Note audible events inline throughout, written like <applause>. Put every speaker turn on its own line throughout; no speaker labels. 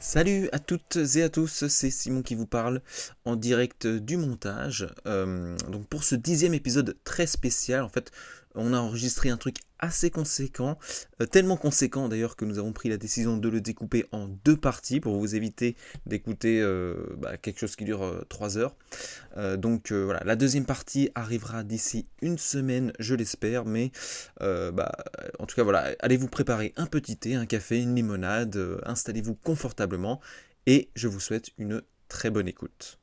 Salut à toutes et à tous, c'est Simon qui vous parle en direct du montage. Euh, donc pour ce dixième épisode très spécial, en fait, on a enregistré un truc assez conséquent, euh, tellement conséquent d'ailleurs que nous avons pris la décision de le découper en deux parties pour vous éviter d'écouter euh, bah, quelque chose qui dure euh, trois heures. Euh, donc euh, voilà, la deuxième partie arrivera d'ici une semaine, je l'espère, mais euh, bah, en tout cas voilà, allez vous préparer un petit thé, un café, une limonade, euh, installez-vous confortablement et je vous souhaite une très bonne écoute.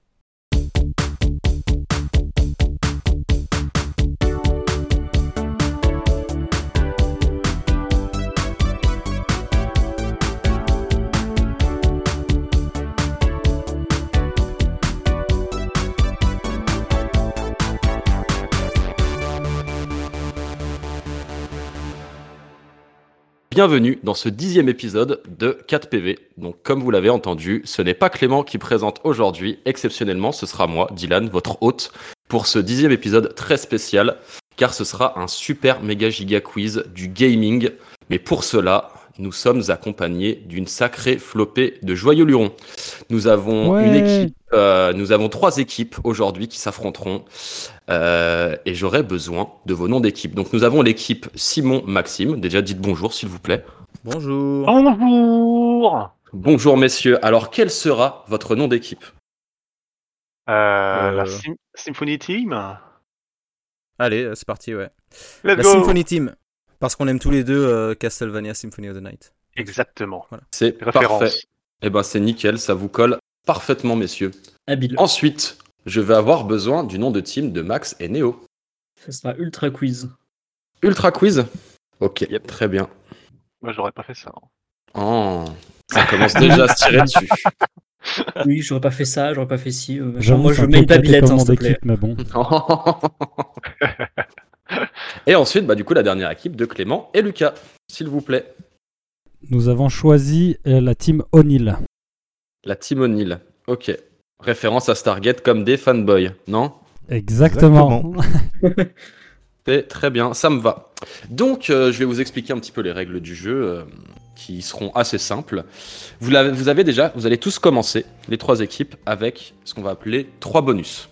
Bienvenue dans ce dixième épisode de 4PV. Donc, comme vous l'avez entendu, ce n'est pas Clément qui présente aujourd'hui. Exceptionnellement, ce sera moi, Dylan, votre hôte, pour ce dixième épisode très spécial, car ce sera un super méga giga quiz du gaming. Mais pour cela, nous sommes accompagnés d'une sacrée flopée de joyeux lurons. Nous avons
Ouais.
une équipe, euh, nous avons trois équipes aujourd'hui qui s'affronteront. Euh, et j'aurai besoin de vos noms d'équipe. Donc nous avons l'équipe Simon Maxime. Déjà dites bonjour s'il vous plaît.
Bonjour
Bonjour
Bonjour messieurs. Alors quel sera votre nom d'équipe
euh, La
Euh.
Sym- Symphony Team
Allez, euh, c'est parti, ouais.
Let's
La
go
Symphony Team, parce qu'on aime tous les deux euh, Castlevania Symphony of the Night.
Exactement.
C'est
Référence.
parfait. Eh ben c'est nickel, ça vous colle parfaitement messieurs.
Habile.
Ensuite, je vais avoir besoin du nom de team de Max et Néo.
Ce sera ultra quiz.
Ultra quiz Ok,
Yep.
très bien.
Moi, j'aurais pas fait ça. hein.
Oh, ça commence déjà à se tirer
<laughs>
dessus.
Oui, j'aurais pas fait ça, j'aurais pas fait ci. euh,
J'avoue,
moi, je
c'est un
mets une
peu le
babilette, hein, s'il te
télécommande
plaît.
d'équipe, Mais bon,
et ensuite, bah, du coup, la dernière équipe de Clément et Lucas, s'il vous plaît.
nous avons choisi euh, la team O'Neill.
La team O'Neill. Ok. Référence à Stargate comme des fanboys, non
Exactement. <laughs>
C'est très bien, ça me va. Donc, euh, je vais vous expliquer un petit peu les règles du jeu, euh, qui seront assez simples. Vous, l'avez- vous avez déjà, vous allez tous commencer, les trois équipes, avec ce qu'on va appeler trois bonus.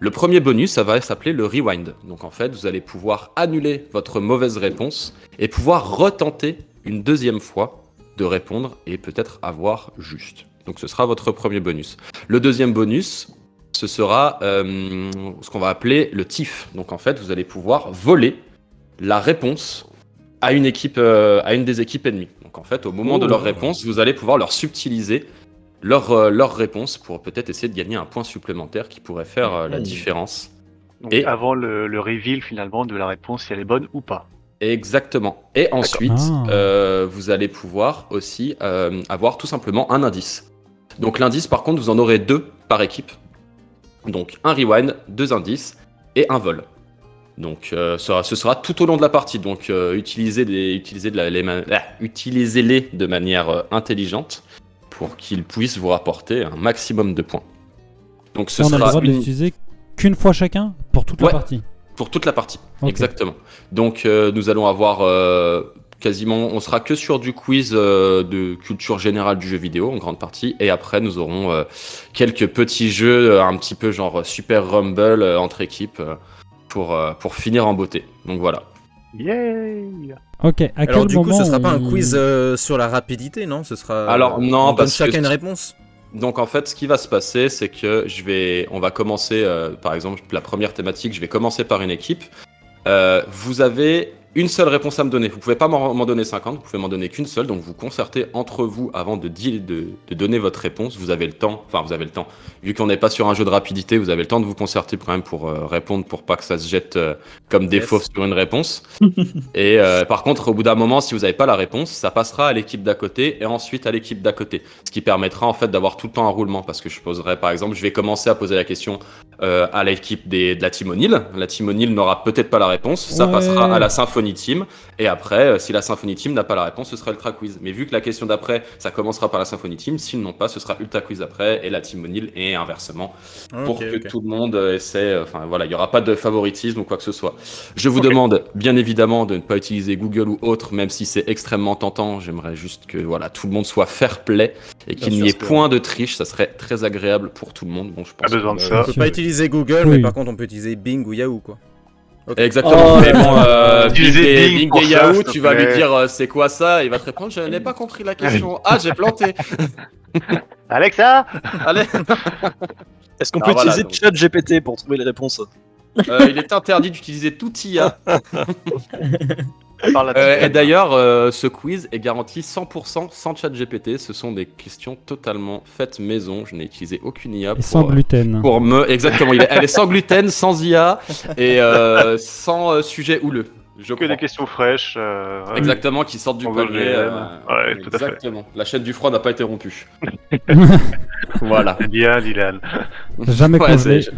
Le premier bonus, ça va s'appeler le rewind. Donc, en fait, vous allez pouvoir annuler votre mauvaise réponse et pouvoir retenter une deuxième fois de répondre et peut-être avoir juste. Donc, ce sera votre premier bonus. Le deuxième bonus, ce sera euh, ce qu'on va appeler le TIF. Donc en fait, vous allez pouvoir voler la réponse à une équipe, euh, à une des équipes ennemies. Donc en fait, au moment de leur réponse, vous allez pouvoir leur subtiliser leur, euh, leur réponse pour peut-être essayer de gagner un point supplémentaire qui pourrait faire euh, la
Mhm.
différence.
Donc,
Et-
avant le, le reveal, finalement, de la réponse, si elle est bonne ou pas.
Exactement. Et ensuite,
Ah.
euh, vous allez pouvoir aussi euh, avoir tout simplement un indice. Donc l'indice, par contre, vous en aurez deux par équipe. Donc un rewind, deux indices et un vol. Donc euh, ça- ce sera tout au long de la partie. Donc euh, utilisez, des, utilisez, de la- les, ma- ah, utilisez-les de manière euh, intelligente pour qu'ils puissent vous rapporter un maximum de points. Donc ce
on a le
sera
droit de
une-
l'utiliser qu'une fois chacun pour toute
Ouais.
la partie.
pour toute la partie.
Ok.
Exactement. Donc euh, nous allons avoir euh, quasiment, on sera que sur du quiz euh, de culture générale du jeu vidéo en grande partie, et après nous aurons euh, quelques petits jeux euh, un petit peu genre Super Rumble euh, entre équipes euh, pour euh, pour finir en beauté. Donc voilà.
Yay
Ok, à
Alors
quel
du coup,
moment
ce sera pas un
on-
quiz euh, sur la rapidité, non Ce sera. euh,
Alors, non,
on donne
parce
chacun
que-
une réponse.
Donc en fait, ce qui va se passer, c'est que je vais, on va commencer, euh, par exemple, la première thématique, je vais commencer par une équipe. Euh, vous avez une seule réponse à me donner. Vous pouvez pas m'en m'en donner 50, vous pouvez m'en donner qu'une seule. Donc vous concertez entre vous avant de, di- de, de donner votre réponse. Vous avez le temps, enfin vous avez le temps. Vu qu'on n'est pas sur un jeu de rapidité, vous avez le temps de vous concerter quand même pour euh, répondre, pour pas que ça se jette euh, comme des
Yes.
fauves sur une réponse. Et euh, par contre, au bout d'un moment, si vous n'avez pas la réponse, ça passera à l'équipe d'à côté et ensuite à l'équipe d'à côté. Ce qui permettra en fait d'avoir tout le temps un roulement parce que je poserai par exemple, je vais commencer à poser la question euh, à l'équipe des- de la Team O'Neill. La Team O'Neill n'aura peut-être pas la réponse, ça
Ouais.
passera à la Symphony Team et après, euh, si la Symphony Team n'a pas la réponse, ce sera Ultra Quiz. Mais vu que la question d'après, ça commencera par la Symphony Team, s'ils n'ont pas, ce sera Ultra Quiz après et la Team O'Neill et inversement pour
Ok,
que
Ah, ok.
tout le monde euh, essaie. euh, Enfin voilà, il n'y aura pas de favoritisme ou quoi que ce soit. Je vous
Ok.
demande bien évidemment de ne pas utiliser Google ou autre, même si c'est extrêmement tentant. J'aimerais juste que voilà, tout le monde soit fair play et qu'il
Bien
n'y ait
sûr, c'est
point de triche. Ça seserait très agréable pour tout le monde. Bon, je pense.
Pas besoin
que,
de
euh,
ça.
On peut pas utiliser Google,
Oui.
mais par contre on peut utiliser Bing ou Yahoo quoi.
euh, Exactement.
Oh
mais
là
bon,
là.
<laughs>
euh, Bing,
Utilisez
et,
Bing
Bing
pour
et
ça,
Yahoo,
s'il te
tu vas lui
plaît.
dire euh, c'est quoi ça Il va te répondre je n'ai pas compris
<laughs>
la question. Ah, j'ai planté.
Alexa
Allez,
Est-ce qu'on
Ah,
peut
voilà,
utiliser
donc.
ChatGPT pour trouver les réponses
Euh, il est interdit d'utiliser tout IA.
Parle la
Euh, et d'ailleurs, euh, ce quiz est garanti 100% sans chat GPT. Ce sont des questions totalement faites maison. Je n'ai utilisé aucune IA
Et
pour,
sans
euh,
gluten.
pour me. Exactement. il est- Elle est sans gluten, sans IA et euh, sans euh, sujet houleux. Je
que
crois.
des questions fraîches. euh, ouais.
Exactement, qui sortent du
Sans
palmier.
OGM.
euh,
Ouais, tout à fait.
exactement. La chaîne du froid n'a pas été
<laughs>
rompue. voilà.
Bien, Dylan.
Jamais
Ouais,
congelé.
c'est-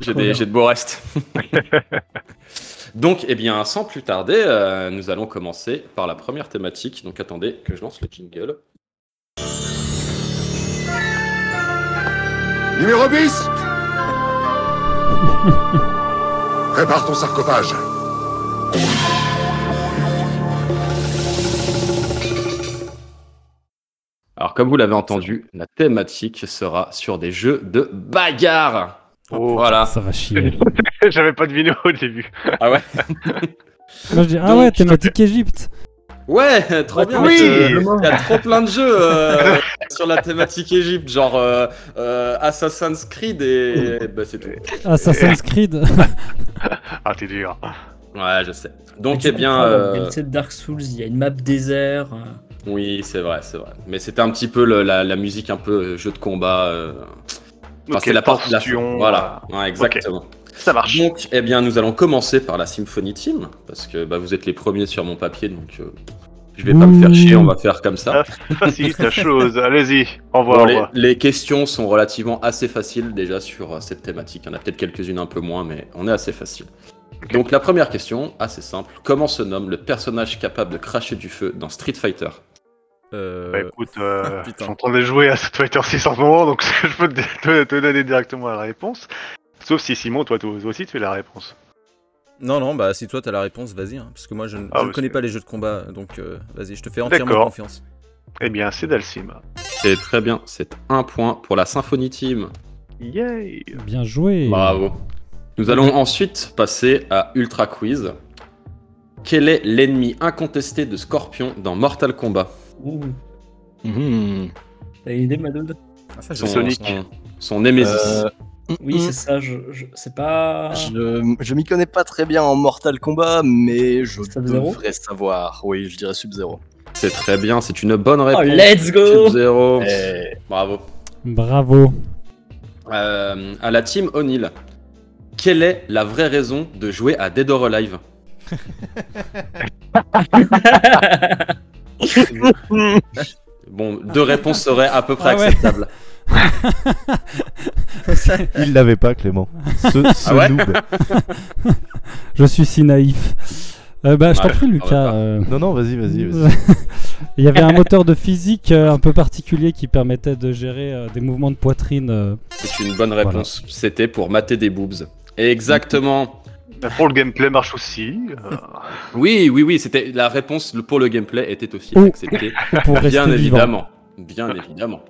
J'ai
Trop
des,
bien.
j'ai de beaux restes. <laughs> donc, eh bien, sans plus tarder, euh, nous allons commencer par la première thématique. Donc, attendez que je lance le jingle.
Numéro 10 Prépare ton sarcophage.
Alors, comme vous l'avez entendu, la thématique sera sur des jeux de bagarre.
Oh.
Voilà.
Ça va chier.
<laughs> J'avais pas deviné au début.
Ah ouais
Moi, je dis, ah
Donc,
ouais, thématique Égypte.
Ouais, trop bien.
Oui.
Il y a trop plein de jeux euh, sur la thématique Égypte, genre euh, euh, Assassin's Creed et... bah, c'est tout.
Assassin's Creed. <laughs>
Ah, t'es dur.
Ouais, je sais. Donc,
Tu
eh bien...
comprends,
euh,
Il y a une set Dark Souls, il y a une map désert. euh,
Oui, c'est vrai, c'est vrai. Mais c'était un petit peu le- la, la musique un peu euh, jeu de combat. euh, enfin,
Ok,
c'est la partie de la
tension,
Voilà, Ouais, exactement.
Ça marche.
Donc, eh bien, nous allons commencer par la Symphony Team parce que bah, vous êtes les premiers sur mon papier, donc euh, je vais pas me faire chier, on va faire comme ça.
Ah, facilite la chose. Allez-y. Au
Bon,
revoir. au
les,
revoir.
les questions sont relativement assez faciles déjà sur euh, cette thématique. Il y en a peut-être quelques-unes un peu moins, mais on est assez facile. Donc la première question, assez simple. Comment se nomme le personnage capable de cracher du feu dans Street Fighter
Euh,
Bah écoute, euh,
<laughs> putain.
j'entendais jouer à <laughs> Street Fighter 6 en ce moment, donc <laughs> je peux te, te- te donner directement la réponse. Sauf si Simon, toi, toi aussi, tu es la réponse.
Non, non, bah si toi t'as la réponse, vas-y. hein, parce que moi je, ne-
Ah,
je ne
oui,
connais
c'est-
pas les jeux de combat, donc euh, vas-y, je te fais entièrement
D'accord.
confiance.
Eh bien, c'est Dalsim.
C'est très bien, c'est un point pour la Symphony Team.
Yay
Bien joué.
Bravo. Nous allons ensuite passer à Ultra Quiz. Quel est l'ennemi incontesté de Scorpion dans Mortal Kombat
Ouh, t'as une idée, Madold
Ah, ça,
son,
j'aime
Sony. Sonic.
son- son Nemesis.
Euh.
Hmm.
Oui, c'est ça, je, je- c'est pas.
Je, je m'y connais pas très bien en Mortal Kombat, mais je
Sub-Zero
devrais savoir. Oui, je dirais Sub-Zero.
C'est très bien, c'est une bonne
Oh,
réponse.
let's go
Sub-Zero.
Eh,
Bravo.
Bravo.
Euh, à la team O'Neill. Quelle est la vraie raison de jouer à Dead or
<laughs>
Alive Bon, deux réponses seraient à peu près
Ah ouais.
acceptables.
Il l'avait pas, Clément. Ce, ce
Ah ouais
noob.
Je suis si naïf. Euh, bah, je
Ah,
t'en prie,
on va
Lucas.
pas.
euh,
Non, non, vas-y, vas-y. vas-y.
<laughs> Il y avait un moteur de physique euh, un peu particulier qui permettait de gérer euh, des mouvements de poitrine. euh.
C'est une bonne réponse. C'était pour mater des boobs. Exactement.
Pour le gameplay marche aussi. euh,
Oui, oui, oui. C'était la réponse pour le gameplay était aussi
Oh.
acceptée.
<laughs> pour rester
Bien
vivant.
évidemment. Bien <laughs> évidemment.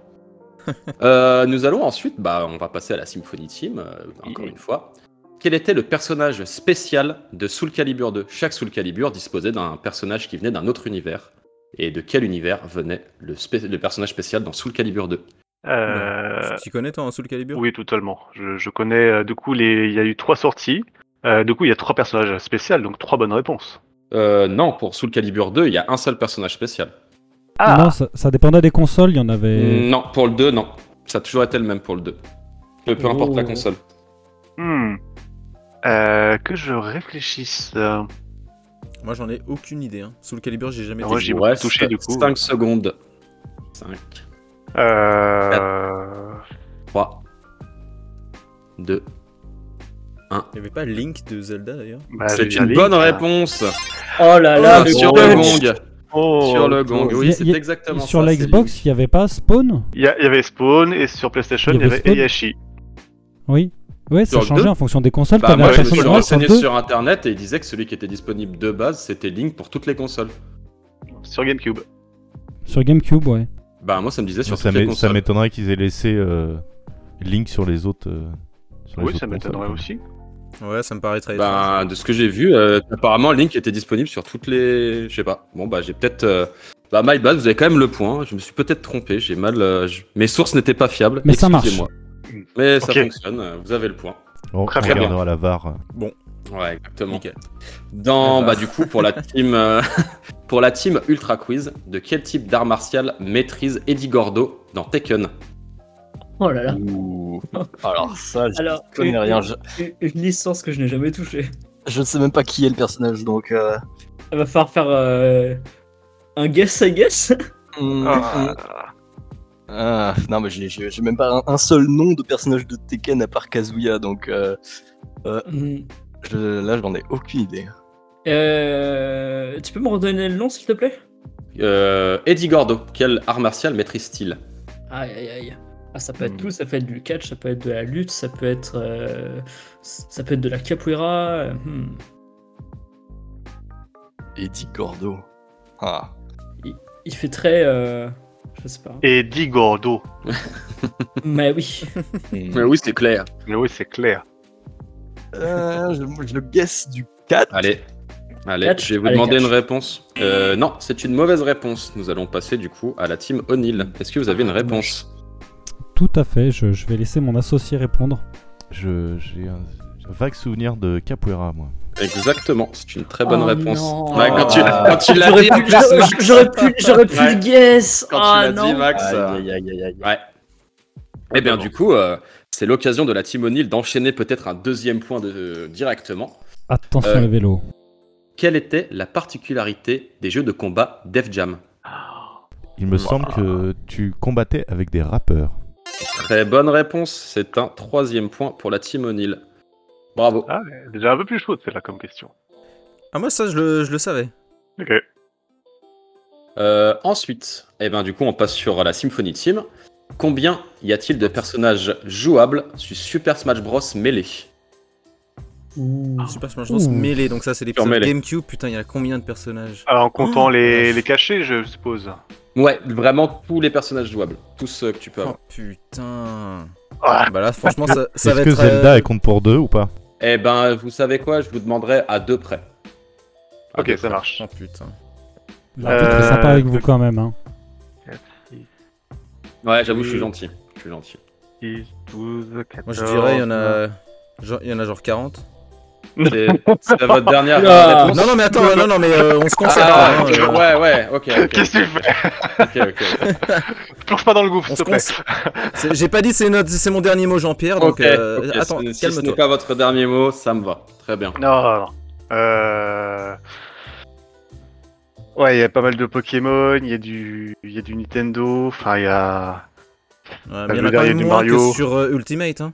Euh, nous allons ensuite, bah, on va passer à la Symphony Team, euh, encore une fois. Quel était le personnage spécial de Soul Calibur 2 Chaque Soul Calibur disposait d'un personnage qui venait d'un autre univers. Et de quel univers venait le, spé- le personnage spécial dans Soul Calibur 2
euh,
Tu connais toi en Soul Calibur
Oui, totalement. Je, je connais, euh, du coup, les... il y a eu trois sorties. Euh, du coup, il y a trois personnages spéciaux, donc trois bonnes réponses.
Euh, Non, pour Soul Calibur 2, il y a un seul personnage spécial.
Non, ça, ça dépendait des consoles, il y en avait.
Non, pour le 2, non. Ça a toujours été le même pour le 2. Peu, peu importe la
Oh.
console.
Hmm. Euh, que je réfléchisse. euh,
Moi j'en ai aucune idée. Hein. Soul Calibur, j'ai jamais
Ah
été
ouais,
joué.
j'ai- beaucoup touché, du coup.
5 secondes. 5, Ah.
Euh...
3, 2.
Il y avait pas Link de Zelda d'ailleurs
bah, je vais
C'est
dire
une
Link,
bonne
hein.
réponse
Oh là là,
Ah,
le
sur
punch.
le gong Sur le gong,
Il y
oui,
a-
c'est
il y a-
exactement
Sur
ça,
la
c'est
Xbox, il n'y avait pas Spawn
Il y, a- il y avait Spawn et sur PlayStation,
Il
il
y
y
avait
avait
Spawn
Heihachi.
Oui. Ouais, ça
Sur
changeait
deux
en fonction des consoles.
Bah,
T'avais
moi,
la
je me suis
PlayStation 1 sur
renseigné
deux.
sur internet et il disait que celui qui était disponible de base, c'était Link pour toutes les consoles.
Sur Gamecube.
Sur GameCube, ouais.
Bah, moi, ça me disait sur
Ça
toutes les
m'é- ça
consoles.
m'étonnerait qu'ils aient laissé euh, Link sur les autres. euh, sur les
Oui,
autres
ça
consoles,
m'étonnerait
quoi.
aussi.
Ouais, ça me paraît très étrange.
Bah, de ce que j'ai vu, euh, apparemment, Link était disponible sur toutes les. Je sais pas. Bon, bah, j'ai peut-être. euh, Bah, my bad, vous avez quand même le point. hein. Je me suis peut-être trompé. J'ai mal. euh, je- Mes sources n'étaient pas fiables.
Mais ça marche.
Excusez-moi. Mais ça
Ok.
fonctionne. euh, Vous avez le point.
On, on
Très bien.
regardera la VAR.
Ouais, exactement.
Nickel.
Dans,
Ah bah.
bah, du coup, pour la team, euh, <laughs> pour la team Ultra Quiz, de quel type d'art martial maîtrise Eddie Gordo dans Tekken
Oh là là.
Alors ça, je
Alors,
connais
une-
rien. Je,
Une une licence que je n'ai jamais touchée.
je ne sais même pas qui est le personnage, donc. euh,
Elle va falloir faire euh, un guess, I guess.
hum,
Ah.
hum. Ah, non, mais j'ai- j'ai j'ai même pas un, un seul nom de personnage de Tekken à part Kazuya, donc euh,
Hmm.
je, là, j'en ai aucune idée.
Euh, tu peux me redonner le nom, s'il te plaît
Euh, Eddie Gordo, quel art martial maîtrise-t-il
Aïe aïe aïe. Ah, ça peut être
Hmm.
tout, ça peut être du catch, ça peut être de la lutte, ça peut être, euh, ça peut être de la capoeira. euh, hmm.
Eddie Gordo. Ah.
Il fait très, euh, je sais pas.
Et Eddie Gordo.
Mais oui.
Mais oui, c'est clair.
Mais oui, c'est clair.
Euh, je, je le guess du 4.
Allez, allez,
Catch.
je vais vous
Allez,
demander
catch.
une réponse. Euh, non, c'est une mauvaise réponse. Nous allons passer du coup à la team O'Neill. Est-ce que vous
Ah,
avez une réponse
Tout à fait, je, je vais laisser mon associé répondre.
Je- J'ai un j'ai un vague souvenir de Capoeira, moi.
Exactement, c'est une <laughs> très bonne
Oh
réponse.
non.
Ouais, quand tu,
Ah.
quand tu l'as
J'aurais
dit,
pu,
Max,
j'aurais- j'aurais pu, j'aurais pu
Ouais.
le guess.
quand
ah
tu l'as
non.
dit, Max. euh, Ouais. Eh bien, du coup, euh, c'est l'occasion de la Team O'Neill d'enchaîner peut-être un deuxième point de, euh, directement.
Attention
Euh.
les vélos.
Quelle était la particularité des jeux de combat Def Jam
Il me semble
Ah.
que tu combattais avec des rappeurs.
Très bonne réponse, c'est un troisième point pour la Team O'Neill. Bravo.
Ah, ouais, déjà un peu plus chaude celle-là comme question.
Ah, moi, ça, je le, je le savais.
Ok.
Euh, ensuite, eh ben, du coup, on passe sur la Symphony Team. Combien y a-t-il de personnages jouables sur Super Smash Bros. Melee
Super Smash Bros.
Ouh.
mêlé, donc ça, c'est l'épisode
Mêlée.
GameCube. Putain, il y a combien de personnages
Alors, en comptant les,
vache.
les cachets, je suppose.
Ouais, vraiment tous les personnages jouables, tous ceux que tu peux avoir.
Oh putain.
Ah.
Bah là, franchement, ça, ça
Est-ce
va
que
être. euh,
Zelda elle compte pour deux ou pas
Eh ben, vous savez quoi Je vous demanderai à deux près. À
Ok,
deux
ça
près.
marche.
Oh putain.
L'arbitre est sympa
Euh,
avec vous quand même. Hein.
Ouais, j'avoue, je suis gentil. Je suis gentil.
10, 12, 14.
Moi, je dirais, il y en a. genre- Il y en a genre 40.
<laughs> C'est c'est votre dernière
Ah.
réponse.
Non, non, mais attends, euh, non, non, mais euh, on se concentre.
Ah,
hein,
ok,
euh,
ouais, ouais, ok. ok,
Qu'est-ce que tu fais <laughs>
ok, ok, ok.
Plonge pas dans le gouffre,
on se
s'il te plaît.
concentre. C'est- J'ai pas dit c'est notre- c'est mon dernier mot, Jean-Pierre, donc
Ok,
euh,
ok,
attends,
si- si ce n'est
calme-toi.
pas votre dernier mot, ça me va. Très bien.
<laughs> Non, non, non. Euh... Ouais, il y a pas mal de Pokémon, il y, a du... il y a du Nintendo, enfin il y a...
Ouais,
Le
mais il y en a quand
dernier
même
du
moins que
Mario.
sur euh, Ultimate. Hein.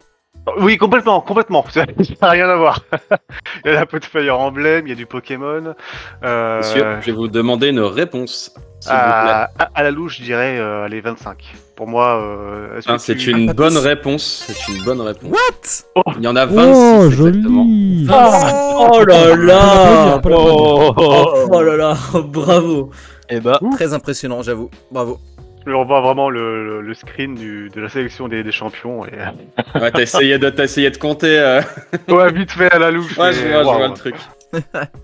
Oui, complètement, complètement, <laughs> ça n'a rien à voir. Il y a un peu de Fire Emblem, il y a du Pokémon. Euh...
Monsieur, je vais vous demander une réponse. s'il vous plaît.
à... à- à la louche, je dirais euh, les 25. Pour moi, euh, est-ce que
Hein, c'est
tu-
une
Ah,
bonne
<laughs>
tous.
réponse. C'est une bonne réponse.
What
Il y en a 26
Oh,
exactement.
joli
Ah, oh là là.
On peut l'applaudir, on peut l'applaudir.
Oh, oh là là. Bravo.
Et bah,
Très impressionnant, j'avoue. Bravo.
Mais on voit vraiment le, le- le screen du- de la sélection des, des champions. Et... euh,
Ouais, t'as essayé de, t'as essayé de compter. euh,
<laughs> ouais, vite fait à la louche.
Ouais, je
mais-
vois, je
waouh.
vois le truc. <laughs>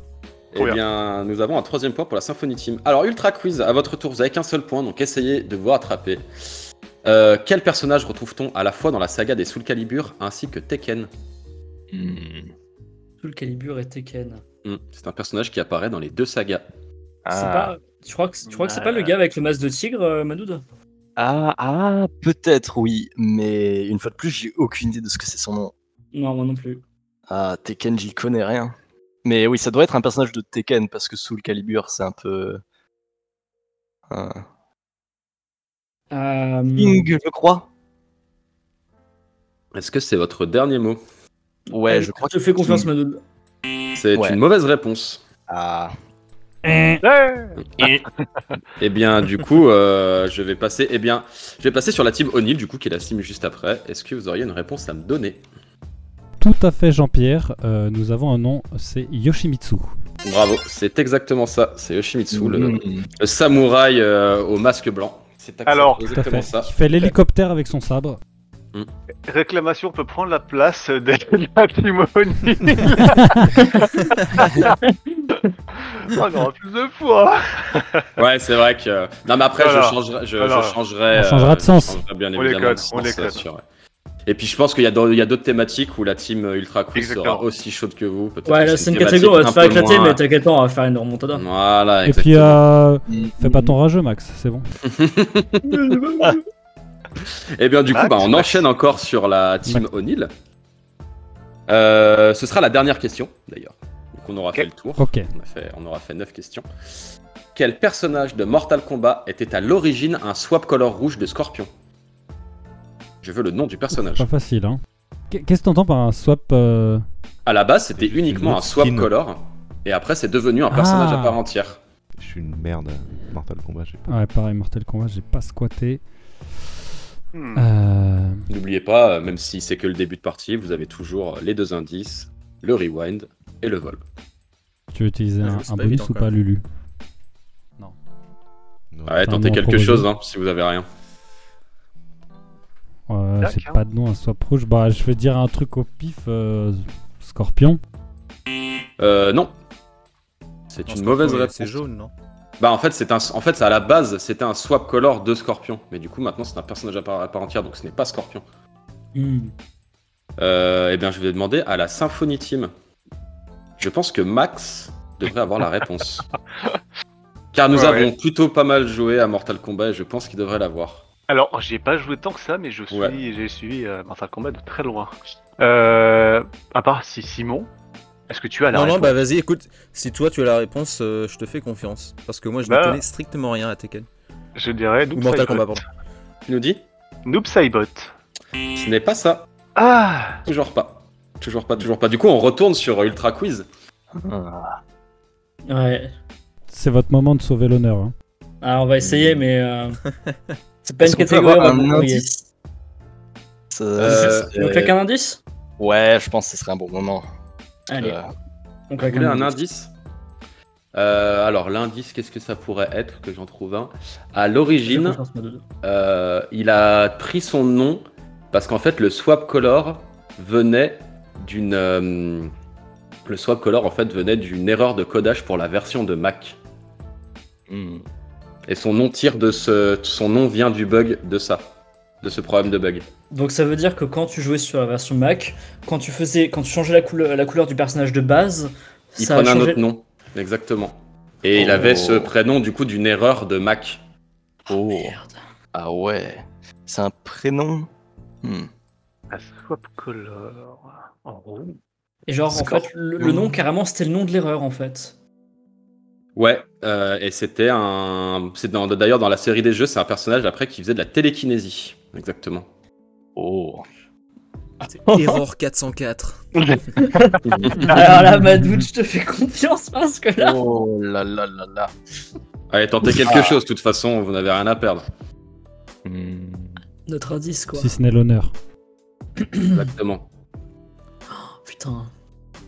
Eh
Trop bien.
bien, nous avons un troisième point pour la Symphony Team. Alors, Ultra Quiz, à votre tour, vous avez qu'un seul point, donc essayez de vous rattraper. Euh, quel personnage retrouve-t-on à la fois dans la saga des Soul Calibur ainsi que Tekken
Tout le calibre est Tekken.
Hmm, C'est un personnage qui apparaît dans les deux sagas.
C'est
ah,
pas. Tu crois que tu crois que c'est pas le
Ah.
gars avec le masque de tigre, euh, Madoud
ah, ah, peut-être oui, mais une fois de plus, j'ai aucune idée de ce que c'est son nom.
Non, moi non plus.
Ah, Tekken, j'y connais rien. Mais oui, ça doit être un personnage de Tekken parce que Soul Calibur, c'est un peu. Ah.
Euh,
King, je crois.
Est-ce que c'est votre dernier mot
Ouais, je crois
te fais confiance,
King.
Madoud.
C'est
Ouais.
une mauvaise réponse.
Ah,
Ouais.
Eh bien, du coup, euh, je vais passer. Eh bien, je vais passer sur la team O'Neill, du coup, qui est la team juste après. Est-ce que vous auriez une réponse à me donner
tout à fait Jean-Pierre. Euh, nous avons un nom, c'est Yoshimitsu.
Bravo, c'est exactement ça. C'est Yoshimitsu,
Mm.
le,
Mmh.
le samouraï euh, au masque blanc. C'est exactement-
Alors,
Tout à fait.
exactement ça.
Qui fait l'hélicoptère avec son sabre.
Réclamation peut prendre la place <laughs> de la
<laughs>
timonie. <laughs> oh non, plus de hein. fois.
Ouais, c'est vrai que. Non, mais après,
Voilà.
je changerai. Je,
Voilà.
je changerai euh,
On changera de
je
sens.
changerai bien
On
évidemment de
déconne, on
sens, c'est
déconne.
sûr, ouais. Et puis, je pense qu'il y a dans- il y a d'autres thématiques où la team euh, Ultra Cool
Exactement.
sera aussi chaude que vous. peut-être
Ouais,
que
là, c'est une
thématique
catégorie, on va
un
te faire
peu
éclater,
moins-
mais t'inquiète pas, on va faire une remontada.
Voilà,
Et puis,
Ah, exactement.
euh, fais
Mmh.
pas ton rageux, Max, c'est bon.
Eh bien, du coup,
Max,
bah, on
Max.
enchaîne encore sur la team
Max.
O'Neill. Euh, ce sera la dernière question, d'ailleurs. Donc, on aura fait le tour.
Ok.
On, a fait- on aura fait 9 questions. Quel personnage de Mortal Kombat était à l'origine un swap color rouge de Scorpion Je veux le nom du personnage.
Pas facile, hein. Qu'est- Qu'est-ce que t'entends par un swap euh,
À la base, c'était
juste une
uniquement un
autre
swap
skin.
color, et après, c'est devenu un personnage
Ah.
à part entière.
Je suis une merde. Mortal Kombat, j'ai pas.
Ouais, pareil, Mortal Kombat, j'ai pas squatté.
Mm.
Hmm.
Euh,
N'oubliez pas, euh, même si c'est que le début de partie, vous avez toujours euh, les deux indices, le rewind et le vol.
tu veux utiliser
Ah, je
un,
me suis
un
pas
bonus
évident,
ou
quand
pas,
même.
Lulu
Ouais,
Enfin,
tentez
non,
quelque
proposé.
chose hein, si vous avez rien.
Ouais,
Tac,
c'est
hein.
pas de nom, un swap rouge. Bah, je vais dire un truc au pif. euh, Scorpion.
Euh, non. C'est une mauvaise réponse.
C'est jaune, non
Bah en fait, c'est un, en fait, ça, à la base, c'était un swap color de Scorpion, mais du coup maintenant c'est un personnage à part, à part entière, donc ce n'est pas Scorpion.
<laughs> Hmm.
Euh, eh bien, je vais demander à la Symphony Team. Je pense que Max devrait avoir la réponse, car nous
Ouais,
avons
ouais.
plutôt pas mal joué à Mortal Kombat et je pense qu'il devrait l'avoir.
Alors, oh, j'ai pas joué tant que ça, mais je suis,
Ouais.
j'ai suivi euh, Mortal Kombat de très loin. Euh, à part si Simon, est-ce que tu as la
Non, non,
réponse
bah vas-y, écoute, si toi tu as la réponse, euh, je te fais confiance. Parce que moi je
Bah.
ne connais strictement rien à Tekken.
Je dirais
Ou
Noob
Mortal
Saibot.
Kombat, pardon.
Tu nous dis
Noob Saibot.
Ce n'est pas ça.
Ah
Toujours pas. Toujours pas. Toujours pas. Du coup, on retourne sur Ultra Quiz.
Ah.
Ouais.
C'est votre moment de sauver l'honneur. hein.
Alors, on va
Mm.
essayer, mais.
<laughs>
euh, C'est pas une
Est-ce qu'on peut
catégorie, on
avoir
va
un
pas rouiller.
indice Ça,
Euh,
c'est-
On claque un indice
Ouais, je pense que ce serait un bon moment.
Allez,
Euh,
on
Vous
claque
voulez
un
un
indice.
indice Euh, Alors, l'indice, qu'est-ce que ça pourrait être que j'en trouve un À l'origine, euh, il a pris son nom parce qu'en fait, le swap color venait d'une. euh, le swap color, en fait, venait d'une erreur de codage pour la version de Mac.
hmm.
Et son nom tire de ce. Son nom vient du bug de ça. De ce problème de bug.
Donc ça veut dire que quand tu jouais sur la version Mac, quand tu faisais, quand tu changeais la, couleur, la couleur du personnage de base,
Il
ça a
prenait un
changé.
autre nom. Exactement. Et il
Oh.
avait ce prénom, du coup, d'une erreur de Mac.
Oh,
Merde.
ah ouais. C'est un prénom Hmm.
Un swap color en rouge.
Et genre en
Scorp-
fait, le, le nom carrément c'était le nom de l'erreur en
<laughs>
fait.
Ouais, euh, et c'était un. C'est dans- d'ailleurs dans la série des jeux, c'est un personnage après qui faisait de la télékinésie. Exactement.
Oh.
<laughs>
Error 404.
Alors là, Madoud, je te fais confiance parce que là.
Oh là là là là.
Allez, tentez quelque chose, de toute façon, vous n'avez rien à perdre.
Hmm.
Notre indice quoi.
Si ce n'est l'honneur.
Exactement.
Oh, Putain.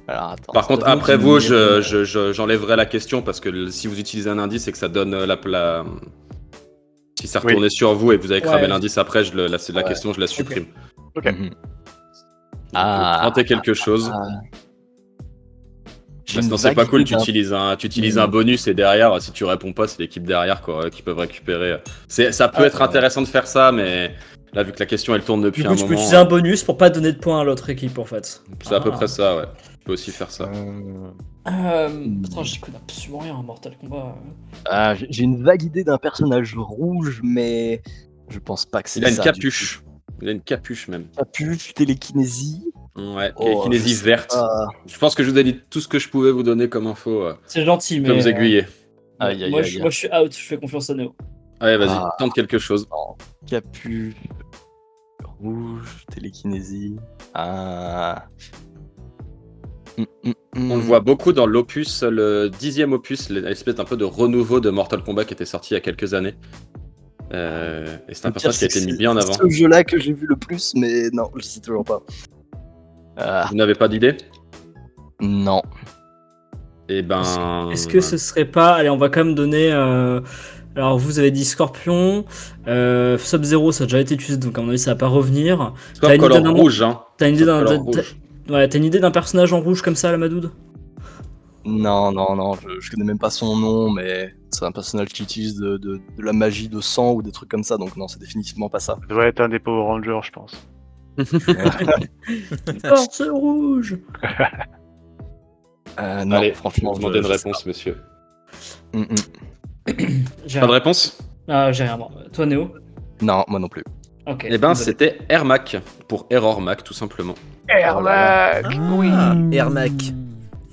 Alors attends.
Par contre,
c'est
après
bon,
vous,
c'est
je-
bon.
je- je- j'enlèverai la question parce que le- si vous utilisez un indice et que ça donne euh, la. la- Si ça
Oui.
retournait sur vous et que vous avez cramé
Ouais.
l'indice après, je le, la, la
Ouais.
question, je la supprime.
Mhm.
Donc,
Ah.
Tentez quelque chose.
Ah.
Parce
J'ai
que
une
non, c'est
vague
pas cool,
idée
tu
d'un-
utilises, un, tu utilises
Mm.
un bonus et derrière, si tu réponds pas, c'est l'équipe derrière quoi, qui peuvent récupérer. C'est, ça peut
Ah,
être
ouais.
intéressant de faire ça, mais là, vu que la question elle tourne depuis
Du coup,
un
tu peux
moment, hein.
utiliser un bonus pour pas donner de points à l'autre équipe en fait.
c'est à peu
Ah.
près ça, ouais. Tu peux aussi faire ça.
Euh,
Euh,
Hmm.
Putain, j'y connais absolument rien en Mortal Kombat.
ah, j'ai j'ai une vague idée d'un personnage rouge, mais je pense pas que c'est
Il a une
ça, du
capuche. Il a une capuche même.
coup. Capuche, télékinésie.
Ouais,
Oh,
qui est kinésie
je sais
verte.
Ah,
Je pense que je vous ai dit tout ce que je pouvais vous donner comme info. euh,
C'est gentil,
Je
mais. euh,
peux vous aiguiller.
aïe, aïe,
moi,
aïe,
je,
aïe.
moi, je suis out, je fais confiance à Neo.
Allez, vas-y,
Ah.
tente quelque chose.
Capuche, rouge, télékinésie. Ah. Mm, mm, mm.
On le voit beaucoup dans l'opus, le dixième opus, l'espèce un peu de renouveau de Mortal Kombat qui était sorti il y a quelques années. Euh, et c'est un
Le pire,
personnage qui a
c'est
été
que
mis
c'est-
bien en
c'est
avant.
ce jeu-là que j'ai vu le plus, mais non, je sais toujours pas. Ah,
Vous n'avez pas d'idée
non.
Eh ben.
Est-ce que ce serait pas. Allez, on va quand même donner. euh, Alors, vous avez dit Scorpion. euh, Sub-Zero, ça a déjà été utilisé, donc à mon avis, ça va pas revenir.
Comme
t'as une
color
idée d'un nom
rouge, hein.
T'as une idée d'un.
Color
t'as-
rouge.
Ouais, t'as une idée d'un personnage en rouge comme ça, la Madoud
Non, non, non, je, je connais même pas son nom, mais c'est un personnage qui utilise de, de- de la magie de sang ou des trucs comme ça, donc non, c'est définitivement pas ça.
Ça doit être un des Power Rangers, je pense.
Force rouge
Euh, non,
Allez,
franchement,
je
je
demandais une
je sais
réponse, monsieur.
pas. Mm, mm.
J'ai
Pas de
rien.
réponse
Ah, j'ai rien. bon. Toi, Néo
Non, moi non plus.
Ok. bah,
Eh ben,
désolé.
c'était Air Mac pour Error Mac, tout simplement.
Erlac
Oui. Ermac.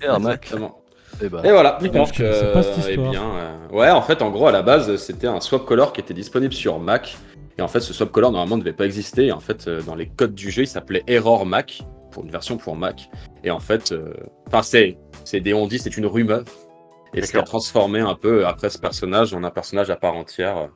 Ermac,
Exactement.
eh ben,
Et voilà.
D'accord.
Donc,
bah, Je connaissais pas cette
euh, eh
histoire.
bien, euh, ouais, en fait, en gros, à la base, c'était un swap color qui était disponible sur Mac. Et en fait, ce swap color normalement ne devait pas exister. Et en fait, euh, dans les codes du jeu, il s'appelait Error Mac pour une version pour Mac. Et en fait, euh, enfin, c'est, c'est des on dit, c'est une rumeur. Et ce qui a
D'accord.
transformé un peu euh, après ce personnage en un personnage à part entière. euh,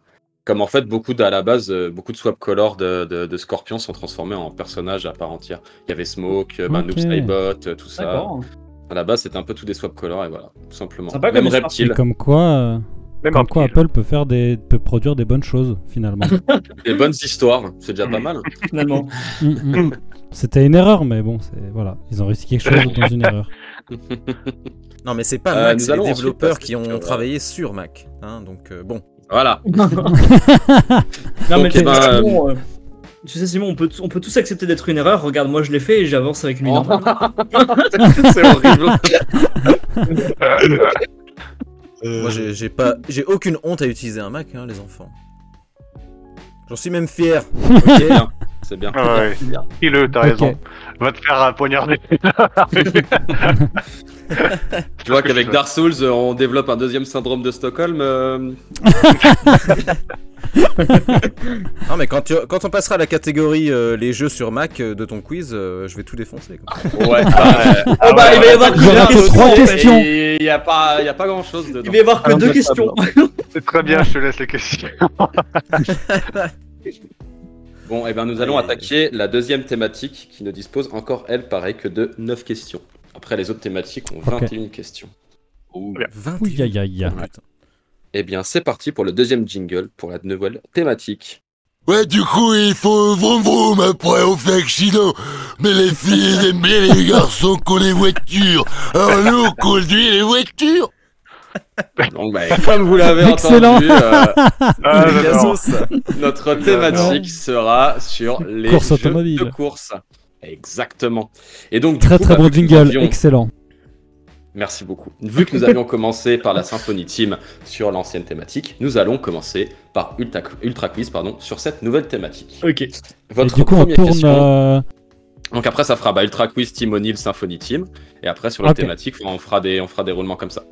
Comme en fait, beaucoup de- à la base, euh, beaucoup de swap color de, de, de Scorpion sont transformés en personnages à part entière. Il y avait Smoke, euh, bah,
Ok.
Noob Saibot, euh, tout ça.
D'accord. hein,
À la base, c'était un peu tout des swap colors et voilà, tout simplement.
Sympa
Même
comme histoire.
Et
reptile.
comme quoi, euh,
Même
comme quoi
un
Apple peut faire des, peut produire des bonnes choses finalement.
<laughs>
Des bonnes histoires, c'est déjà pas mal.
Finalement.
Mm, mm. C'était une erreur, mais bon, c'est voilà, ils ont réussi quelque chose dans une erreur.
Non, mais c'est pas
Euh,
Mac,
nous
c'est les
allons ensuite
développeurs
passer
qui ont
sur, euh,
travaillé sur Mac. hein, donc euh, bon.
Voilà.
Non, mais
Ok,
tu sais,
bah,
Simon, euh, tu sais, Simon, on peut, on peut tous accepter d'être une erreur. Regarde, moi je l'ai fait et j'avance avec une
Oh.
énorme.
<laughs> c'est horrible.
Euh,
Euh,
Moi, j'ai j'ai pas, j'ai aucune honte à utiliser un Mac, hein, les enfants. J'en suis même
<laughs>
fier.
C'est bien. C'est bien.
Ah Ouais, euh, le t'as
Ok.
raison. Va te faire euh, poignarder.
Je vois qu'avec Dark Souls, euh, on développe un deuxième syndrome de Stockholm. euh,
Non, mais quand, tu, quand on passera à la catégorie euh, les jeux sur Mac euh, de ton quiz, euh, je vais tout défoncer. quoi.
Ouais. bah, euh,
Ah bah, il va y avoir
J'aurais
que
fait
deux
trois
questions.
questions.
Il n'y a pas, il y a pas grand chose
Il
dedans.
va y avoir que
Alors,
deux
on peut
questions.
C'est très bien, je te laisse les questions.
Bon, et ben nous allons attaquer la deuxième thématique qui ne dispose encore, elle, pareil, que de 9 questions. Après, les autres thématiques ont 21 questions.
Bien.
21.
Oui, aïe, aïe, aïe.
Oh, putain.
Eh bien, c'est parti pour le deuxième jingle pour la nouvelle thématique.
Ouais, du coup, il faut vroom vroom après au fait chino. Mais les filles elles aiment bien les garçons qui ont les voitures. Alors nous, on conduit les voitures.
Donc, bah, comme vous l'avez
Excellent.
entendu, euh,
Ah,
Il y a
j'adore.
sauce.
Notre
J'adore.
thématique sera sur les
Course
jeux
automobile.
de course. Exactement. Et donc du
Très
coup,
très
bah,
bon
vu que nous
jingle,
avions-
excellent.
Merci beaucoup. Vu que nous avions commencé par la Symphonie Team sur l'ancienne thématique, nous allons commencer par Ultra, Ultra Quiz pardon, sur cette nouvelle thématique.
<laughs> Ok.
Votre
Et du coup, on
première
tourne.
question.
euh,
Donc après, ça fera bah, Ultra Quiz, Team O'Neill, Symphonie Team. Et après, sur la
Ok.
thématique, on fera, des, on fera des roulements comme ça.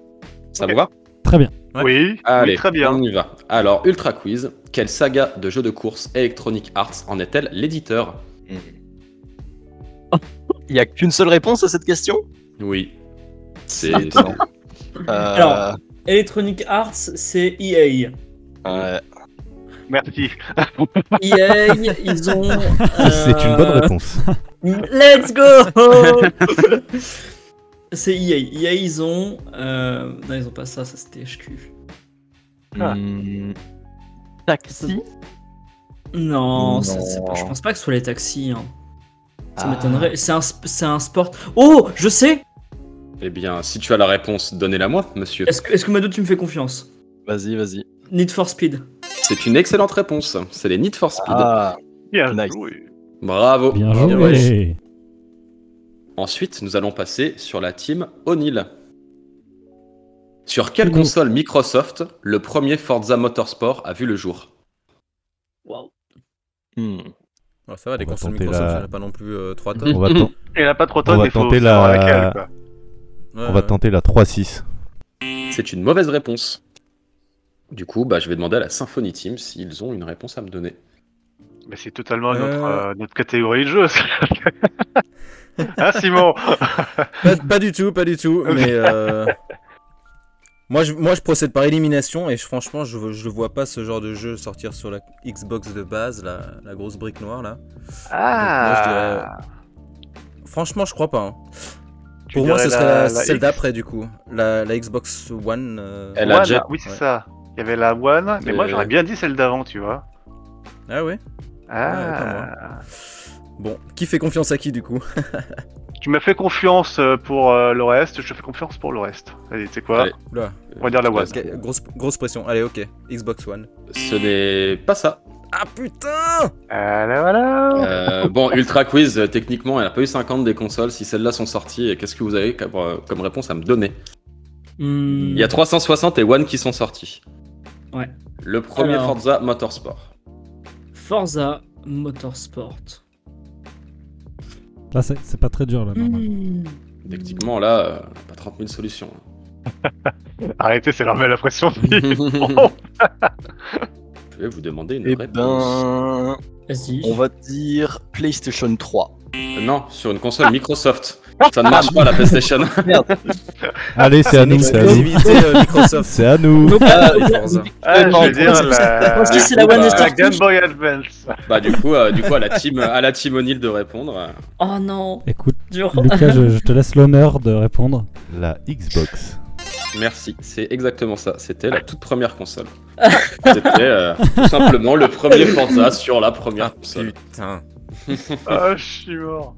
Ça
Ok.
vous va
Très bien.
Ouais.
Oui,
Allez,
oui, très bien.
on y va. Alors, Ultra Quiz, quelle saga de jeux de course Electronic Arts en est-elle l'éditeur
il y a qu'une seule réponse à cette question
Oui. C'est
Ah, étonnant. Euh,
Alors. Electronic Arts, c'est E EA.
ouais.
Merci.
EA, E ils ont.
Ça, C'est une bonne
Euh.
réponse.
réponse. Let's go C'est E EA. EA, ils ont. euh, Non, ils ont pas ça, ça c'était HQ.
Ah.
Hmm. Taxi
Non,
Non.
ça, c'est pas- je pense pas que ce soit les taxis. hein. Ça
Ah.
m'étonnerait. C'est un, sp- c'est un sport. Oh, je sais
Eh bien, si tu as la réponse, donnez-la moi, monsieur.
Est-ce que, est-ce que Mado, tu me fais confiance
ah. Vas-y, vas-y.
Need for Speed.
C'est une excellente réponse. C'est les Need for Speed.
Ah,
Bien
Nice.
joué.
Bravo.
Bien
Bravo. Ah, Ouais.
joué.
Ensuite, nous allons passer sur la team O'Neill. Sur quelle
O'Neill.
console Microsoft le premier Forza Motorsport a vu le jour
Waouh.
hmm.
Ouais, Ah, ça va, les
On va
consoles
tenter
Microsoft,
la-
il n'y en a pas non plus euh, 3 tonnes.
Mhm.
On va, ten-
Il n'a pas trop
On
tonnes,
va
il faut
tenter la-
savoir laquelle.
Ouais,
Quoi.
<laughs> on va
Euh.
ouais.
tenter la 3-6.
C'est une mauvaise réponse. Du coup, bah, je vais demander à la Symphony Team s'ils ont une réponse à me donner.
Mais c'est totalement une autre,
Euh.
euh, une autre catégorie de jeu. ça. hein, Simon
Pas, pas du tout, pas du tout. Mais euh, moi, je, moi, je procède par élimination et je- franchement, je ne vois pas ce genre de jeu sortir sur la Xbox de base, la, la grosse brique noire là. Donc, moi, je dirais, Franchement, je crois pas. hein.
Ah. Tu
Pour moi,
dirais
ce serait la-
X.
celle d'après, du coup. La, la Xbox One. euh,
Elle a
One,
déjà-
Oui, c'est
Ouais.
ça. Il y avait la One, mais
Euh,
moi j'aurais bien dit celle d'avant, tu vois.
Ah ouais
Ah,
Bon, qui fait confiance à qui, du coup
tu m'as fait confiance euh, pour euh, le reste, je te fais confiance pour le reste. Allez, tu sais quoi
Allez.
Oula,
On va dire la One.
Parce
ok, grosse, grosse pression. Allez, ok. Xbox One.
Ce n'est pas ça.
Ah putain
Voilà, voilà.
Euh, bon, Ultra Quiz, euh, techniquement, elle a pas eu 50 des consoles. Si celles-là sont sorties, euh, qu'est-ce que vous avez comme, euh, comme réponse à me donner Il y a 360 et One qui sont sortis.
Hmm. Ouais.
Le premier
Alors.
Forza Motorsport.
Forza Motorsport.
Là, c'est c'est pas très dur, là,
Mm.
normalement.
Techniquement, là, euh, pas 30 000 solutions. hein.
<laughs>
Arrêtez, c'est leur la pression.
Je vais vous demander une
Eh
réponse.
ben,
Vas-y.
on va dire PlayStation 3.
Non, sur une console Microsoft. Ça ne
Ah.
marche pas la PlayStation. <laughs>
Allez, c'est à
Une
nous, Ah c'est à nous.
exclusivité euh, Microsoft.
C'est à nous.
Ah, Forza.
Ah, je
non,
vais dire la...
Parce que c'est la One
bah,
est
la
sortie.
Game Boy Advance. <laughs>
bah du coup, euh, du coup à la team, à la team O'Neill de répondre.
Oh non,
Écoute,
dur.
Lucas, je, je te laisse l'honneur de répondre.
La Xbox.
Merci, c'est exactement ça. C'était
Ah.
la toute première console. <laughs> C'était euh, tout simplement le premier Forza sur la
Ah
première console.
putain.
Ah, je suis mort.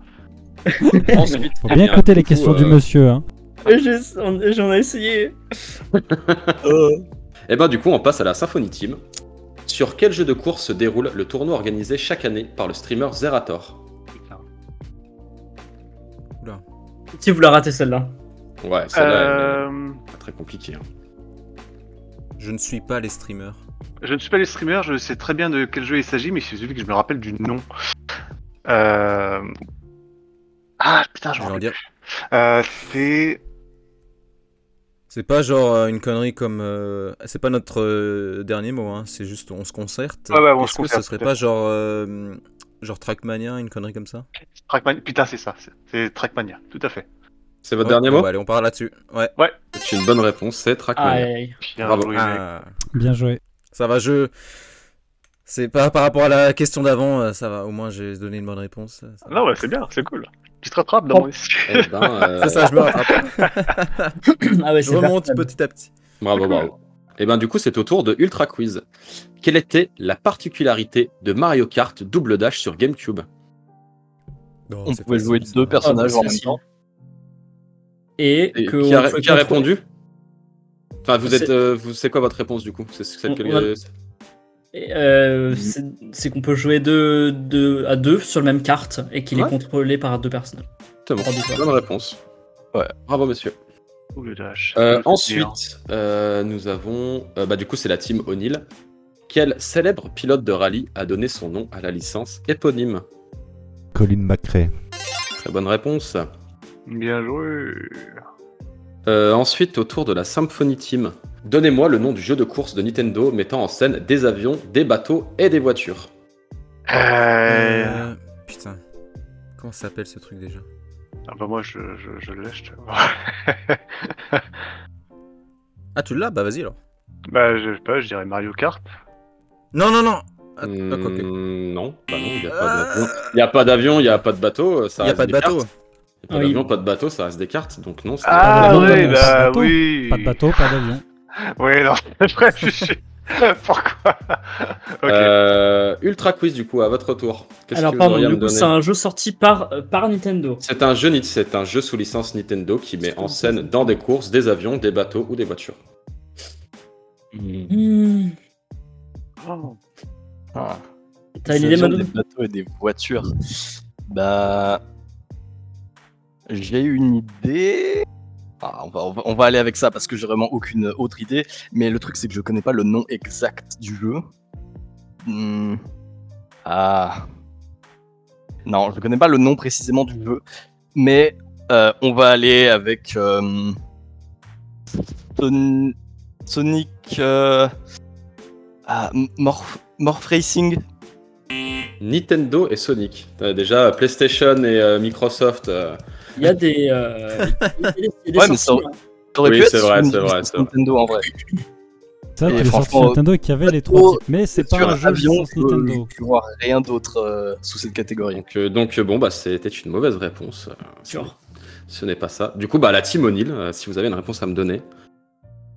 Ensuite,
Faut
eh
bien écouter les
du coup,
questions du
euh,
monsieur, hein.
Je- on- J'en ai essayé.
Eh ben du coup, on passe à la Symphony Team. Sur quel jeu de course se déroule le tournoi organisé chaque année par le streamer Zerator
Si vous la ratez celle-là.
Ouais, c'est
Euh,
très compliqué. hein.
Je ne suis pas les streamers.
je ne suis pas les streamers, je sais très bien de quel jeu il s'agit, mais c'est celui que je me rappelle du nom. Euh... Ah putain,
Je
j'en
vais en
rappelle.
dire.
Euh, c'est.
C'est pas genre euh, une connerie comme. euh, C'est pas notre euh, dernier mot, hein. c'est juste on se concerte.
Ouais, ouais, on
Est-ce
se
que
concerte,
ce serait
tout à
pas genre. euh, genre Trackmania, une connerie comme ça
Trackmania. Putain, c'est ça, c'est- c'est Trackmania, tout à fait.
C'est votre
Ouais,
dernier
bon,
mot
bah, Allez, on part là-dessus. Ouais.
C'est une bonne réponse, c'est
Ah,
Trackmania.
Ah, Aïe.
Bien
Bravo.
joué, mec.
Ah,
Bien joué.
ça va, je. C'est pas par rapport à la question d'avant, euh, ça va. Au moins, j'ai donné une bonne réponse. ça va.
Ah. Non, ouais, c'est bien, c'est cool. Tu te rattrapes dans mon
Eh
<laughs>
ben,
<laughs>
euh,
C'est ça, je me rattrape.
Ah ouais,
Je
c'est
remonte
parfait.
petit à petit.
Bravo, bravo. Et ben du coup, c'est au tour de Ultra Quiz. Quelle était la particularité de Mario Kart Double Dash sur GameCube
Non,
On
c'est
pouvait
facile,
jouer
ça.
deux personnages en même
facile.
temps.
Et
Et
que
Qui
on
a,
peut
qui a
contrôler-
répondu Enfin, vous êtes,
C'est-
euh, vous, c'est quoi votre réponse du coup C'est celle que-
On- Et,
Mhm.
euh, c'est c'est qu'on peut jouer deux, deux- à deux sur la même carte et qu'il
Ouais.
est contrôlé par deux personnes.
Exactement. Bonne réponse.
Ouais.
Bravo, monsieur.
Oh, le dash.
Euh,
Je te jure.
ensuite, euh, nous avons. euh, bah, du coup, c'est la team O'Neill. Quel célèbre pilote de rallye a donné son nom à la licence éponyme
Colin McRae.
Très bonne réponse.
Bien joué.
Euh, ensuite, au tour de la Symphony Team. Donnez-moi le nom du jeu de course de Nintendo mettant en scène des avions, des bateaux et des voitures.
Euh...
Euh, Putain. Comment ça s'appelle ce truc déjà
Ah bah moi je, je, je lâche. tu vois. <laughs>
Ah, tu l'as Bah, vas-y alors.
bah je sais pas, je dirais Mario Kart.
Non, non, non Ah,
Hmm,
ah, quoique.
Non, bah non, il n'y a,
Ah.
pas d'avion. Il y a pas d'avion, il n'y a pas de bateau. euh,
Il n'y a pas de bateau.
Il n'y a pas
Ah Oui.
d'avion, pas de bateau, ça reste des cartes. Donc non, c'est
Ah,
Ah,
bah,
oui,
non,
bah
bateau.
oui.
Pas de bateau, pas d'avion.
Oui, non, <laughs> je réfléchis.
<laughs>
Pourquoi Ok.
Euh, Ultra Quiz, du coup, à votre tour. Qu'est-ce
Alors
que vous
pardon,
auriez à
du
me
coup
donner
c'est un jeu sorti par, euh, par Nintendo.
C'est un, jeu, c'est un jeu sous licence Nintendo qui met en scène dans des courses des avions, des bateaux ou des voitures.
嗯
Hmm.
Oh.
Ah.
T'as
Il
une idée
s'agit
Manon
des bateaux et des voitures. Bah. J'ai une idée. Ah, on, va, on va- on va aller avec ça parce que j'ai vraiment aucune autre idée. Mais le truc, c'est que je connais pas le nom exact du jeu. Hmm. Ah. Non, je connais pas le nom précisément du jeu. Mais euh, on va aller avec. euh, Son- Sonic. euh, Ah, Morph, Morph Racing
Nintendo et Sonic. T'as déjà PlayStation et euh, Microsoft. euh,
Il y a des.
<laughs>
euh, il y a des- il y a des
Ouais, mais
sorties, hein.
ça- Ça aurait
Oui,
pu être
c'est vrai,
sur une
c'est vrai,
licence
c'est vrai.
Nintendo en vrai.
C'est vrai
Et
qu'il est sorti sur
franchement,
Nintendo et qu'il y avait les trois
euh,
Metro,
types. Mais c'est pas
Sur
un jeu
avion,
licence
je-
Nintendo.
Je vois rien d'autre euh, sous cette catégorie.
Donc, euh, donc, euh, bon, bah, c'était une mauvaise réponse. Euh, Ce n'est pas ça. Du coup, bah, la Team O'Neill, euh, si vous avez une réponse à me donner.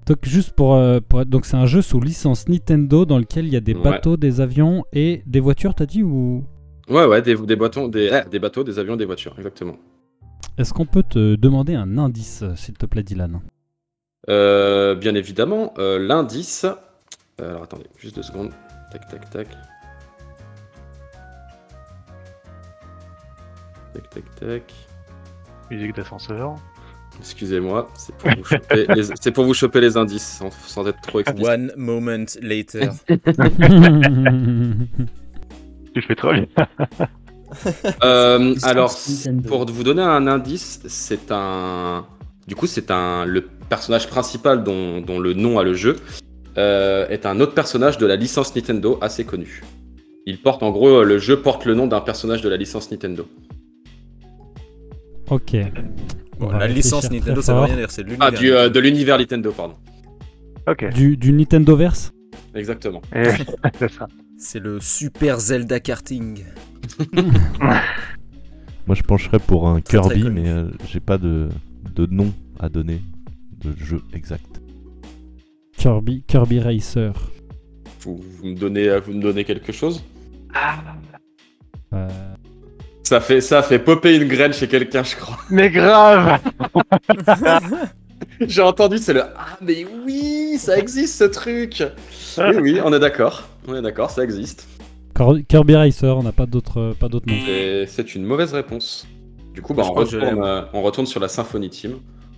Donc juste pour, euh, pour- donc c'est un jeu sous licence Nintendo dans lequel il y a des
Ouais.
bateaux, des avions et des voitures. T'as dit ou
Ouais, ouais, des, des, boitons- des, eh, des bateaux, des avions, des voitures, exactement.
est-ce qu'on peut te demander un indice, euh, s'il te plaît,
<laughs>
Dylan <laughs>
Euh, bien évidemment, euh, l'indice. euh, alors attendez, juste deux secondes. Tac, tac, tac. Tac, tac, tac.
Musique d'ascenseur.
Excusez-moi, c'est pour, vous choper les- c'est pour vous choper les indices sans, sans être
Ah,
trop explicite.
One moment
<laughs>
later.
Tu le fais très bien.
Euh,
C'est
alors,
Nintendo.
pour vous donner un indice, c'est un. Du coup, c'est un. Le personnage principal dont, dont le nom a le jeu euh, est un autre personnage de la licence Nintendo assez connu. Il porte, en gros, le jeu porte le nom d'un personnage de la licence Nintendo.
Ok. On
Bon,
va
la licence
réfléchir
Nintendo,
très
ça veut
fort.
rien dire, c'est de
Ah,
l'univers.
du, euh, de l'univers Nintendo, pardon.
Ok.
Du, du Nintendoverse
Exactement.
Et- C'est ça.
<laughs> C'est le Super Zelda Karting.
Moi, je pencherais pour un
Très, très
Kirby,
connu.
mais euh, j'ai pas de, de nom à donner de jeu exact.
Kirby, Kirby Racer.
Vous, vous me donnez, euh, vous me donnez quelque chose
Euh,
ça fait, ça fait popper une graine chez quelqu'un, je crois.
Mais grave
<laughs> J'ai entendu, c'est le Ah, mais oui, ça existe ce truc Oui, oui, on est d'accord. On est d'accord, ça existe.
Cor- Kirby Racer, on n'a pas d'autres pas d'autres noms.
Et c'est une mauvaise réponse. Du coup, bah,
Je
on,
crois que je
retourne, euh, on retourne sur la Symphonie Team.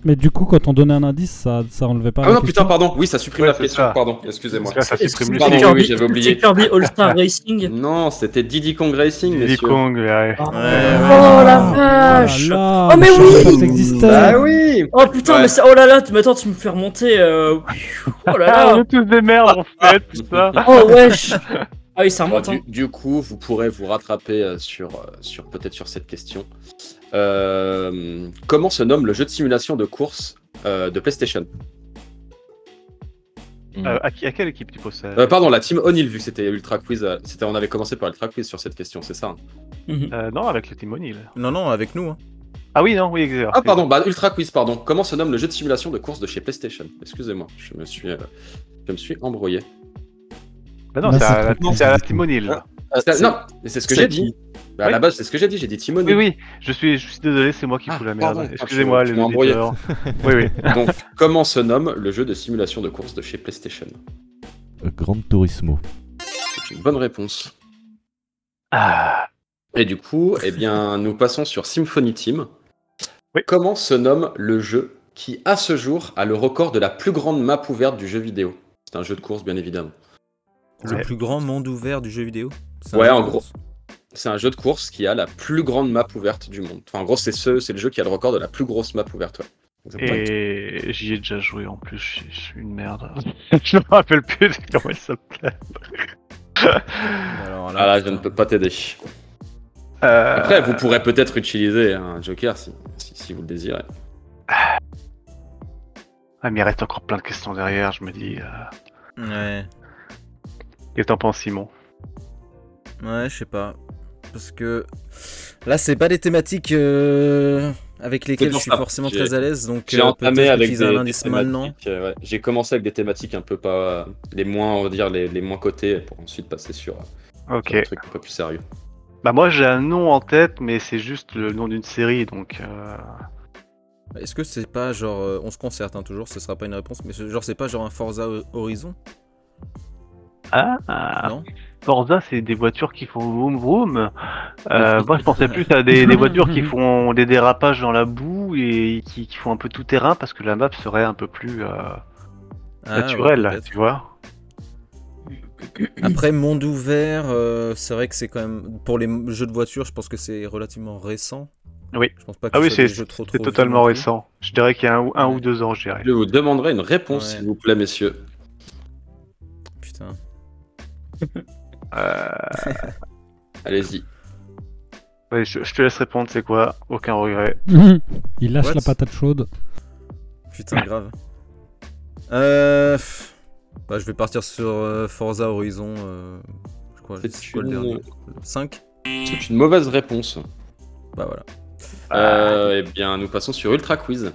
Mais du coup, quand on donnait un indice, ça, ça enlevait pas.
Ah,
la
non,
question
putain, pardon. Oui, ça supprime
Ouais,
la
c'est
question.
ça.
Pardon, excusez-moi.
Parce que là, ça
Est-ce que
supprime le
c'est
Pardon, oui,
site.
Kirby-
oui, j'avais oublié.
C'est Kirby
<laughs>
All-Star Racing
Non, c'était Diddy Kong Racing,
Diddy
messieurs.
Kong, ouais.
Ouais,
Oh
ouais.
la
là
vache.
là,
Oh, mais
je savais
oui
pas que ça existait.
Bah oui
Oh putain,
Ouais.
mais ça... Oh là là, tu m'attends, tu me fais remonter. euh, <laughs> Oh là
Ah,
<laughs>
on
là
est tous des merdes en
Ah.
fait, tout ça.
Oh wesh Ah oui, ça remonte,
du,
hein.
du coup, vous pourrez vous rattraper euh, sur, euh, sur peut-être sur cette question. Euh, comment se nomme le jeu de simulation de course euh, de PlayStation
Euh, à, qui- à quelle équipe tu poses ça
Euh, Pardon, la Team O'Neill, vu que c'était Ultra Quiz. euh, c'était- on avait commencé par Ultra Quiz sur cette question, c'est ça hein
Mhm.
Euh, Non, avec le Team O'Neill.
Non, non, avec nous. hein.
Ah oui, non, oui, exact.
Ah pardon, bah Ultra Quiz, pardon. Comment se nomme le jeu de simulation de course de chez PlayStation Excusez-moi, je me suis, euh, je me suis embrouillé.
Bah non,
Là,
c'est
c'est
à,
trop
c'est à la
compliqué.
Team O'Neill.
Ah.
Euh,
C'est- Non, mais c'est ce que
c'est
j'ai dit. Bah, À
Oui.
la base, c'est ce que j'ai dit. J'ai dit Timon.
Oui, oui, je suis, je suis désolé, c'est moi qui
Ah,
fous la
pardon.
merde.
Ah,
Excusez-moi,
je- je
les
m'ai embrouillé.
auditeurs.
<laughs>
oui, oui.
Donc, comment se nomme le jeu de simulation de course de chez PlayStation
Euh, Gran Turismo.
C'est une bonne réponse.
Ah,
Et du coup, eh bien, nous passons sur Symphony Team.
Oui.
Comment se nomme le jeu qui, à ce jour, a le record de la plus grande map ouverte du jeu vidéo C'est un jeu de course, bien évidemment.
Le
Ouais.
plus grand monde ouvert du jeu vidéo. C'est
Ouais,
un
en
jeu.
gros. C'est un jeu de course qui a la plus grande map ouverte du monde. Enfin, en gros, c'est ce, c'est le jeu qui a le record de la plus grosse map ouverte. ouais. Exactement.
et j'y ai déjà joué en plus, je je suis une merde. <laughs> je me rappelle plus de comment il s'appelait.
Alors,
Ah là, je
putain.
ne peux pas t'aider.
Euh,
Après, vous pourrez peut-être utiliser un joker si, si, si vous le désirez.
Ah, mais il reste encore plein de questions derrière, je me dis. euh,
Ouais,
Qu'est-ce que t'en penses, Simon
ouais, je sais pas. Parce que là, c'est pas des thématiques euh, avec lesquelles je
pour
suis
ça.
forcément
J'ai-
très à l'aise. Donc,
J'ai
euh,
entamé
peut-être
avec des,
utiliser un
des
indice maintenant.
thématiques. euh, ouais. J'ai commencé avec des thématiques un peu pas les moins, on va dire les, les moins cotées, pour ensuite passer sur, euh,
Ok.
sur des trucs un peu plus sérieux.
Bah, moi j'ai un nom en tête, mais c'est juste le nom d'une série, donc. euh,
Est-ce que c'est pas genre. euh, on se concerte hein, toujours, ce sera pas une réponse. Mais ce- genre, c'est pas genre un Forza Horizon
Ah, ah,
Non
Forza, c'est des voitures qui font vroom vroom. Euh, <laughs> moi, je pensais plus à des, des voitures qui font des dérapages dans la boue et qui, qui font un peu tout terrain parce que la map serait un peu plus euh,
Ah, ouais,
naturelle,
peut-être.
tu vois.
Après, monde ouvert, euh, c'est vrai que c'est quand même. Pour les m- jeux de voiture, je pense que c'est relativement récent.
Oui.
Je pense pas que
Ah
ce
oui,
soit des
c'est
jeux trop,
c'est
trop vieux
totalement
non plus.
récent. Je dirais qu'il y a un, ou- un
Ouais.
ou deux ans, je dirais.
Je vous demanderai une réponse,
Ouais.
s'il vous plaît, messieurs.
Putain.
Euh,
Allez-y.
ouais, je, je te laisse répondre, c'est quoi Aucun regret.
<laughs> Il lâche
What
la patate chaude.
Putain, grave. Euh. pff, Bah, je vais partir sur euh, Forza Horizon. euh, je crois,
C'est
c'est quoi le
une-
dernier 5
C'est une mauvaise réponse.
Bah voilà.
Euh, eh bien, nous passons sur Ultra Quiz.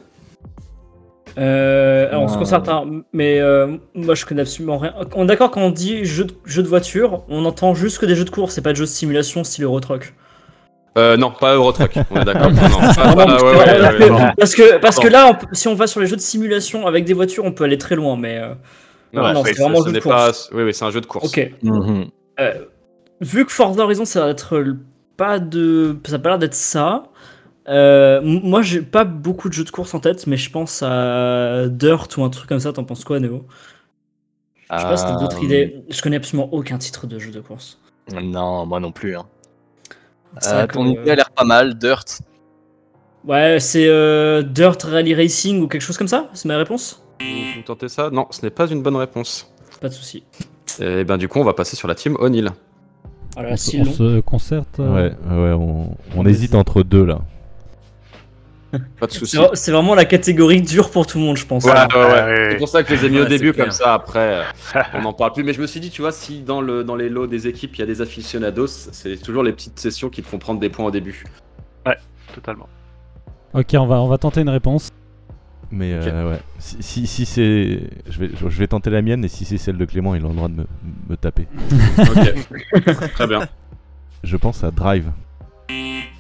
Euh, alors, on se
Ouais.
concerte, hein, mais euh, moi je connais absolument rien. On est d'accord quand on dit jeu de, jeu de voiture, on entend juste que des jeux de course et pas de jeux de simulation style Eurotruck.
Euh, non, pas Eurotruck, on
<laughs>
est d'accord. non, non, pas- pas- Ah,
Vraiment, parce
bah, ouais,
que-
ouais, ouais, ouais, ouais.
<laughs> Parce que, parce que
Bon.
là, on peut- si on va sur les jeux de simulation avec des voitures, on peut aller très loin, mais euh,
Non,
Ouais,
non,
c'est
c'est
vraiment
vraiment
jeu de
Oui, oui, c'est un jeu de course.
ok.
Mhm.
Euh, vu que Forza Horizon, ça va être le- pas de, ça a pas l'air d'être ça. euh, m- moi, j'ai pas beaucoup de jeux de course en tête, mais je pense à Dirt ou un truc comme ça. T'en penses quoi, Néo Je sais pas si t'as
Ah.
d'autres idées. Je connais absolument aucun titre de jeu de course.
Euh,
Non, moi non plus. hein.
C'est vrai
Euh,
que,
ton idée
euh,
a l'air pas mal, Dirt.
Ouais, c'est euh, Dirt Rally Racing ou quelque chose comme ça. C'est ma réponse.
Vous, vous tentez ça Non, ce n'est pas une bonne réponse.
Pas de souci.
Et bien, du coup, on va passer sur la team O'Neill.
Alors,
On,
si
se- on
long.
se concerte. euh,
Ouais, ouais, on, on hésite entre deux là.
Pas de soucis.
C'est vra- c'est vraiment la catégorie dure pour tout le monde, je pense.
Voilà, ouais, ouais.
Ah, oui, oui.
C'est pour ça que je les ai mis
Ouais,
au début,
c'est clair.
comme ça, après, euh, on n'en parle plus. Mais je me suis dit, tu vois, si dans, le, dans les lots des équipes, il y a des aficionados, c'est toujours les petites sessions qui te font prendre des points au début.
Totalement.
Ok, on va, on va tenter une réponse.
Mais euh, ouais, si, si, si c'est. Je vais, je je vais tenter la mienne et si c'est celle de Clément, il a le droit de me, me taper.
Ok, très bien.
Je pense à Drive.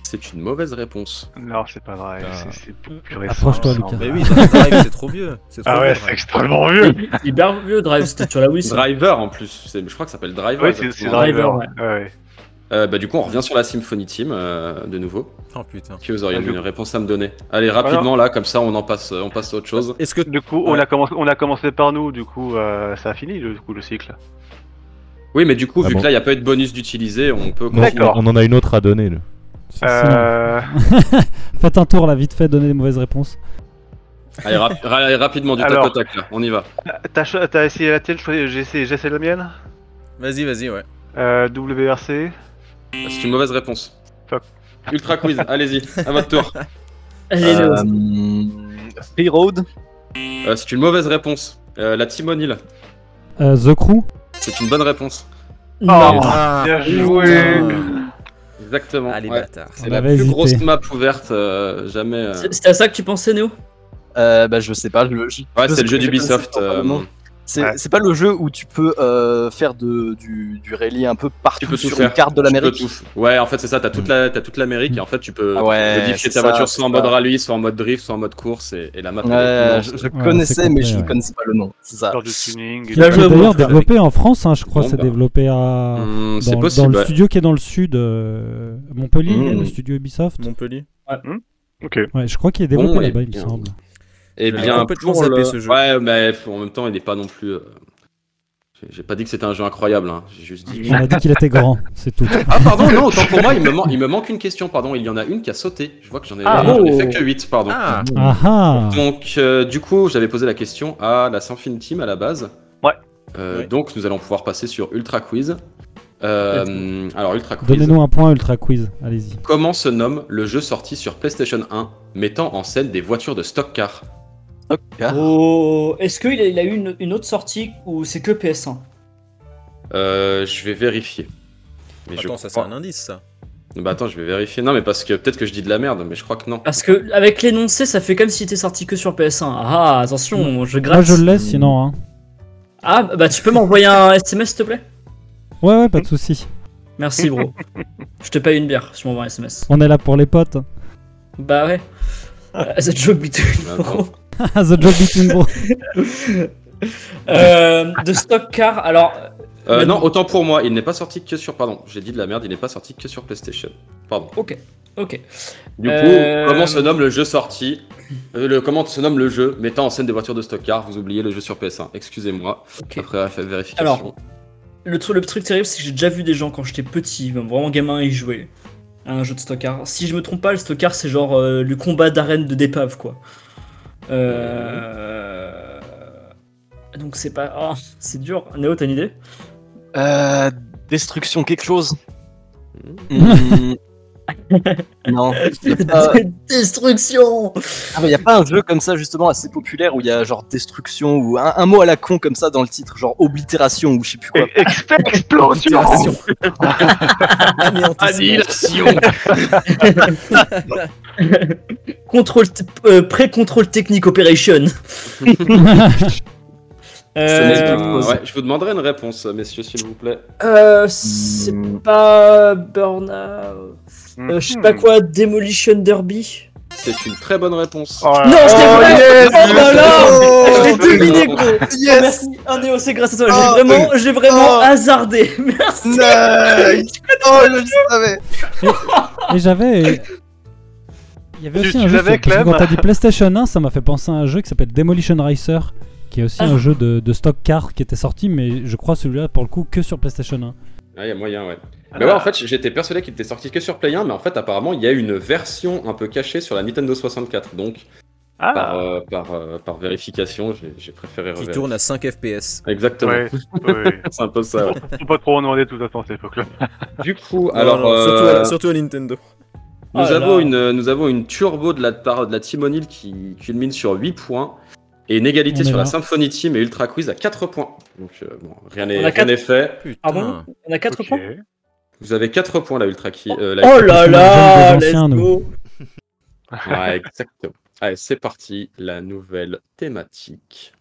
C'est une mauvaise réponse.
Non, c'est pas vrai.
Ah.
c'est- C'est beaucoup plus récent.
Approche-toi,
ça, en Bah
Lucas.
vrai.
Mais oui, Drive, Ah, c'est trop vieux. C'est trop
Ah ouais,
vieux,
c'est
Drive.
extrêmement vieux.
Il est bien vieux, Drive, c'était sur la Wii. ça.
Driver en plus, c'est- je crois que ça s'appelle Driver.
Oui, c'est c'est
exactement.
Driver,
Driver.
ouais.
ouais.
Euh, bah, du coup, on revient sur la Symphony Team euh, de nouveau.
Oh putain.
Qui vous auriez
Ah, je-
une réponse à me donner Allez, rapidement là, comme ça, on en passe, on passe à autre chose.
Est-ce que
Du coup, on, a commencé, on a commencé par nous, du coup, euh, ça a fini le, du coup, le cycle.
Oui, mais du coup,
Ah
vu
bon
que là, il n'y a pas eu de bonus d'utiliser, on peut
Non,
continuer.
D'accord.
On en a une autre à donner. là.
Euh,
Faites un tour là, vite fait, donnez des mauvaises réponses.
<laughs> Allez, rap- ra- allez, rapidement, du tac
Alors.
au tac, là, on y va.
Euh, t'as cho- t'as essayé la tienne, je choisis- j'ai essayé, j'ai essayé la mienne.
Vas-y, vas-y, ouais.
Euh, WRC.
C'est une mauvaise réponse.
Fuck.
Ultra quiz, allez-y, à votre
<laughs>
tour.
Allez, Néo.
oh. Euh, Free Road.
Euh, c'est une mauvaise réponse. Euh, la Team O'Neill,
Euh, The Crew
c'est une bonne réponse.
Oh,
Ah,
bien joué.
Exactement.
Ah, les
bah.
ouais.
bâtards.
On
C'est la
avait
plus
hésité.
grosse map ouverte euh, jamais. euh.
C'est- C'était à ça que tu pensais, Néo
Euh, bah, je sais pas. le- je-
Ouais,
je-
c'est le jeu
je- je-
d'Ubisoft.
je- je-
euh,
non. C'est
Ouais.
c'est pas le jeu où tu peux euh, faire de, du, du rallye un peu partout
Tu peux tout
sur
faire.
une carte de
Tu peux
l'Amérique.
tout. Ouais, en fait, c'est ça. T'as toute la, t'as toute l'Amérique et en fait, tu peux
Ah ouais,
modifier
c'est
ta
ça,
voiture soit en
c'est
mode
ça.
rallye, soit en mode drift, soit en mode course et, et la map. elle est
Ouais,
immense.
je, je
Ouais,
connaissais,
c'est
mais je
complet,
ne
ouais.
connaissais pas le nom. C'est ça.
Genre de tuning. et
Qui a
Bien joué,
été
moi.
d'ailleurs développé en France, hein, je crois.
Bon,
c'est
bah.
développé à.
Hmm,
dans,
c'est
dans
possible.
le
ouais. Mmh.
studio qui est dans le sud, euh, Montpellier,
Mm.
il y a le studio Ubisoft.
Mmh.
Montpellier.
Ok.
Ouais, je crois qu'il est développé
Bon,
là-bas,
et
il me
bien.
semble.
Eh
J'avais
bien,
complètement
pour
zappé
le-
ce jeu.
Ouais, mais en même temps, il n'est pas non plus. euh, j'ai- J'ai pas dit que c'était un jeu incroyable. hein. J'ai juste dit.
On a dit qu'il
<laughs>
était grand, c'est tout.
ah pardon, non, autant pour moi, il me, man- il me manque une question. Pardon, il y en a une qui a sauté. Je vois que j'en ai,
Ah,
j'en ai
oh.
fait que 8, pardon.
Ah,
Ah ah
Donc, euh, du coup, j'avais posé la question à la Sanfin Team à la base.
Ouais.
Euh,
Ouais.
Donc, nous allons pouvoir passer sur Ultra Quiz. Euh, alors, Ultra Quiz.
Donnez-nous un point Ultra Quiz, allez-y.
Comment se nomme le jeu sorti sur PlayStation 1 mettant en scène des voitures de stock car
Ok.
Oh, Est-ce qu'il a, il a eu une, une autre sortie ou c'est que PS1
Euh, Je vais vérifier. Mais je
attends, ça c'est
crois-
un indice ça.
Bah attends, je vais vérifier. Non, mais parce que peut-être que je dis de la merde, mais je crois que non.
Parce que avec l'énoncé, ça fait comme s'il était sorti que sur PS1. Ah, attention, je
Moi
gratte.
je le laisse sinon. Hein.
Ah, bah tu peux m'envoyer un SMS, s'il te plaît
Ouais, ouais,
Mmh.
pas de soucis. <laughs>
Merci, bro. je te paye une bière si tu m'envoies un SMS.
On est là pour les potes. <laughs>
Bah ouais. Euh, The joke <laughs> between
Bah,
bro.
Ah, The Job Between Bros.
Euh, de stock car, alors
Euh,
Mais
non,
non.
autant pour moi, il n'est pas sorti que sur. Pardon, j'ai dit de la merde, il n'est pas sorti que sur PlayStation. Pardon.
ok.
Du coup,
Euh,
comment se nomme le jeu sorti euh, le, Comment se nomme le jeu mettant en scène des voitures de stock car Vous oubliez le jeu sur PS1. Excusez-moi.
Ok.
Après la fa- vérification.
Alors. Le, tru- le truc terrible, c'est que j'ai déjà vu des gens quand j'étais petit, même vraiment gamin, y jouer à un jeu de stockard. Si je me trompe pas, le stockard, c'est genre euh, le combat d'arène de dépave, quoi. Euh... Donc c'est pas. ah, c'est dur. Néo, t'as une idée
Euh, destruction quelque chose.
Hmm.
Hmm, Non. Y a pas-
<laughs> Destruction
Ah bah, y a pas un jeu comme ça justement assez populaire où il y a genre destruction ou un, un mot à la con comme ça dans le titre, genre oblitération ou je sais plus quoi.
Ex- Explosion
Ah,
Annihilation
<laughs>
Contrôle t- euh, Pré-contrôle technique
<laughs>
operation
Euh,
Euh,
ouais, je vous demanderai une réponse, messieurs, s'il vous plaît.
euh, c'est pas Burnout.
Hmm.
Euh, je sais pas quoi, Demolition Derby.
C'est une très bonne réponse.
Oh là
Non,
là.
c'est vrai
yes,
Oh là là Je l'ai
Oh
<laughs> deviné, gros Ah, Merci, Indéo, c'est grâce à toi.
Oh.
J'ai vraiment, j'ai vraiment
Oh.
hasardé. <laughs> Merci
Hmm. Nice Oh, je savais
Et j'avais. euh, Il y avait
Tu-
aussi
tu
un jeu.
l'avais,
sur- parce que
Clem
Quand t'as dit PlayStation 1, ça m'a fait penser à un jeu qui s'appelle Demolition Racer, qui est aussi
Ah.
un jeu de, de stock car qui était sorti, mais je crois celui-là pour le coup que sur PlayStation 1.
Ah, il y a moyen, ouais. Mais ouais, en fait, j'étais persuadé qu'il était sorti que sur Play 1, mais en fait, apparemment, il y a une version un peu cachée sur la Nintendo 64. Donc, par,
Ah,
euh, par, euh, par vérification, j'ai j'ai préféré
qui
revérifier.
tourne à 5 FPS.
Exactement.
ouais, ouais.
C'est un peu ça,
<laughs>
ouais.
Faut pas trop en demander de toute façon à cette époque-là.
Du coup,
Alors,
alors. euh,
surtout, à, surtout à Nintendo.
Nous,
Ah
Oh là
avons
là.
une, euh, nous avons une turbo de la, par- de la Team O'Neill qui culmine sur 8 points et une
On
égalité
est
sur la
là.
Symphony Team et Ultra Quiz à 4 points. Donc, euh, bon, rien n'est
On a
rien
quatre-
n'est fait.
Putain.
Ah bon On a 4
Ok.
points
Vous avez 4 points, la Ultra Quiz.
Bah,
Oh là
Parce qu'on
là
est jeunes des
Let's
anciens, nous.
go
Ouais, exactement. Allez, c'est parti, la nouvelle thématique.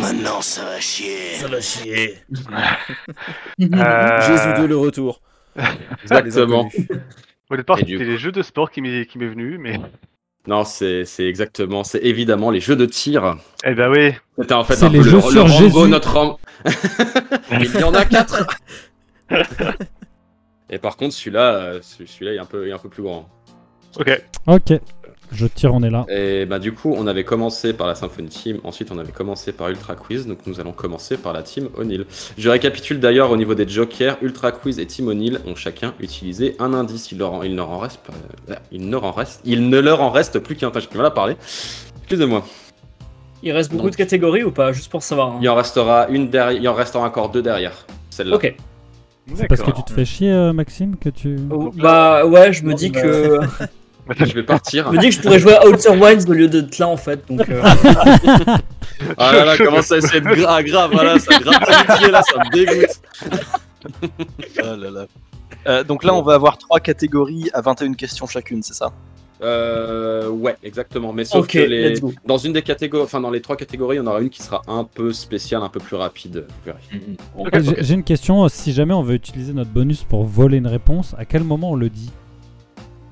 Maintenant, ça va chier.
Ça va chier.
Euh,
Jésus 2, le retour.
Exactement.
Ah, Les inconnus.
Au départ,
Et du
c'était les jeux de sport qui m'est qui m'est venu, mais.
Non, c'est c'est exactement, c'est évidemment les jeux de tir.
Eh ben oui.
C'était en fait
C'est
un
les
peu le,
jeux
le
sur
Rambo,
Jésus.
notre
<laughs>
Ram- Il y en a 4 Et par contre, celui-là, euh, ce- celui-là est un peu, est un peu plus grand.
Ok.
Ok, je tire, on est là.
Et bah du coup, on avait commencé par la Symphony Team, ensuite on avait commencé par Ultra Quiz, donc nous allons commencer par la Team O'Neill. Je récapitule d'ailleurs au niveau des jokers, Ultra Quiz et Team O'Neill ont chacun utilisé un indice. Il leur en, il leur en reste, pas- euh, il ne leur en reste, il ne leur en reste plus qu'un. Enfin, j'ai du mal à parler. Excusez-moi.
Il reste beaucoup
Donc.
de catégories ou pas Juste pour savoir. hein.
Il en restera une derrière, il en restera encore deux derrière. Celle-là.
Ok.
C'est parce que tu
D'accord.
te fais chier, euh, Maxime, que tu.
Bah ouais, je me dis que
Je vais partir.
<laughs> je me dis que je pourrais jouer à Outer Wilds au lieu d'être là en fait. Donc euh,
Ah là là, comment ça essaie de gra- ah, grave, voilà, ça grave pitié, là, ça me dégoûte.
Oh là là. Euh, donc là, on va avoir trois catégories à 21 questions chacune, c'est ça
Euh, ouais, exactement. Mais sauf
ok,
que les,
let's go.
Dans une des catégories, enfin dans les trois catégories, on aura une qui sera un peu spéciale, un peu plus rapide. Vous verrez. On-
Ouais, j'ai- J'ai une question, euh, si jamais on veut utiliser notre bonus pour voler une réponse, à quel moment on le dit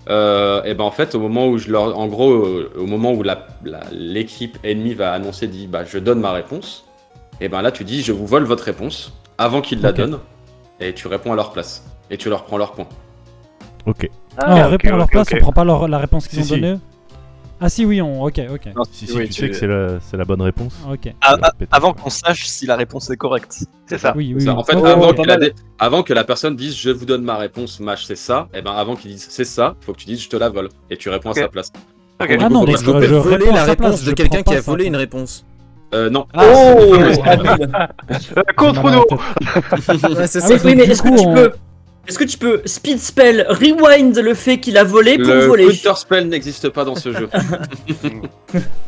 Euh, et ben en fait, au moment où je leur, en gros, euh, au moment où la- la- l'équipe ennemie va annoncer, dit, bah je donne ma réponse. Et ben là, tu dis, je vous vole votre réponse avant qu'ils la
Ok.
donnent, et tu réponds à leur place, et tu leur prends leur point.
Ok.
Ah, on
ok,
répond à leur
ok,
place,
ok.
on prend pas leur, la réponse qu'ils
Si,
ont
si.
donnée Ah si, oui, on... ok, ok.
Non,
Si, si,
oui,
tu sais que c'est la, c'est la bonne réponse.
Ok,
Ah, ah,
Pétard.
Avant qu'on sache si la réponse est correcte.
C'est
<laughs>
ça.
oui, oui.
Ça,
oui.
en fait,
Oh,
avant,
ouais,
que
pas
la
mal.
dé- avant que la personne dise, je vous donne ma réponse, match, c'est ça. Et ben avant qu'ils disent, c'est ça, faut que tu dises, je te la vole, et tu réponds
Ok.
à sa place.
Ok.
Ah non,
Faut
donc
pas
je,
couper.
je
voler
réponds
la
à sa
réponse
place,
de
je
quelqu'un
prends
qui a
pas sa
volé une
réponse.
réponse.
Euh, non.
Oh
Euh,
Dans
Contre
ma
nous
tête.
Ouais, c'est
Ah
ça.
oui,
Oui, mais
Du
est-ce que
coup,
tu
on-
peux. Est-ce que tu peux speed spell rewind le fait qu'il a volé pour
Le
voler
counter spell n'existe pas dans
<laughs>
ce jeu.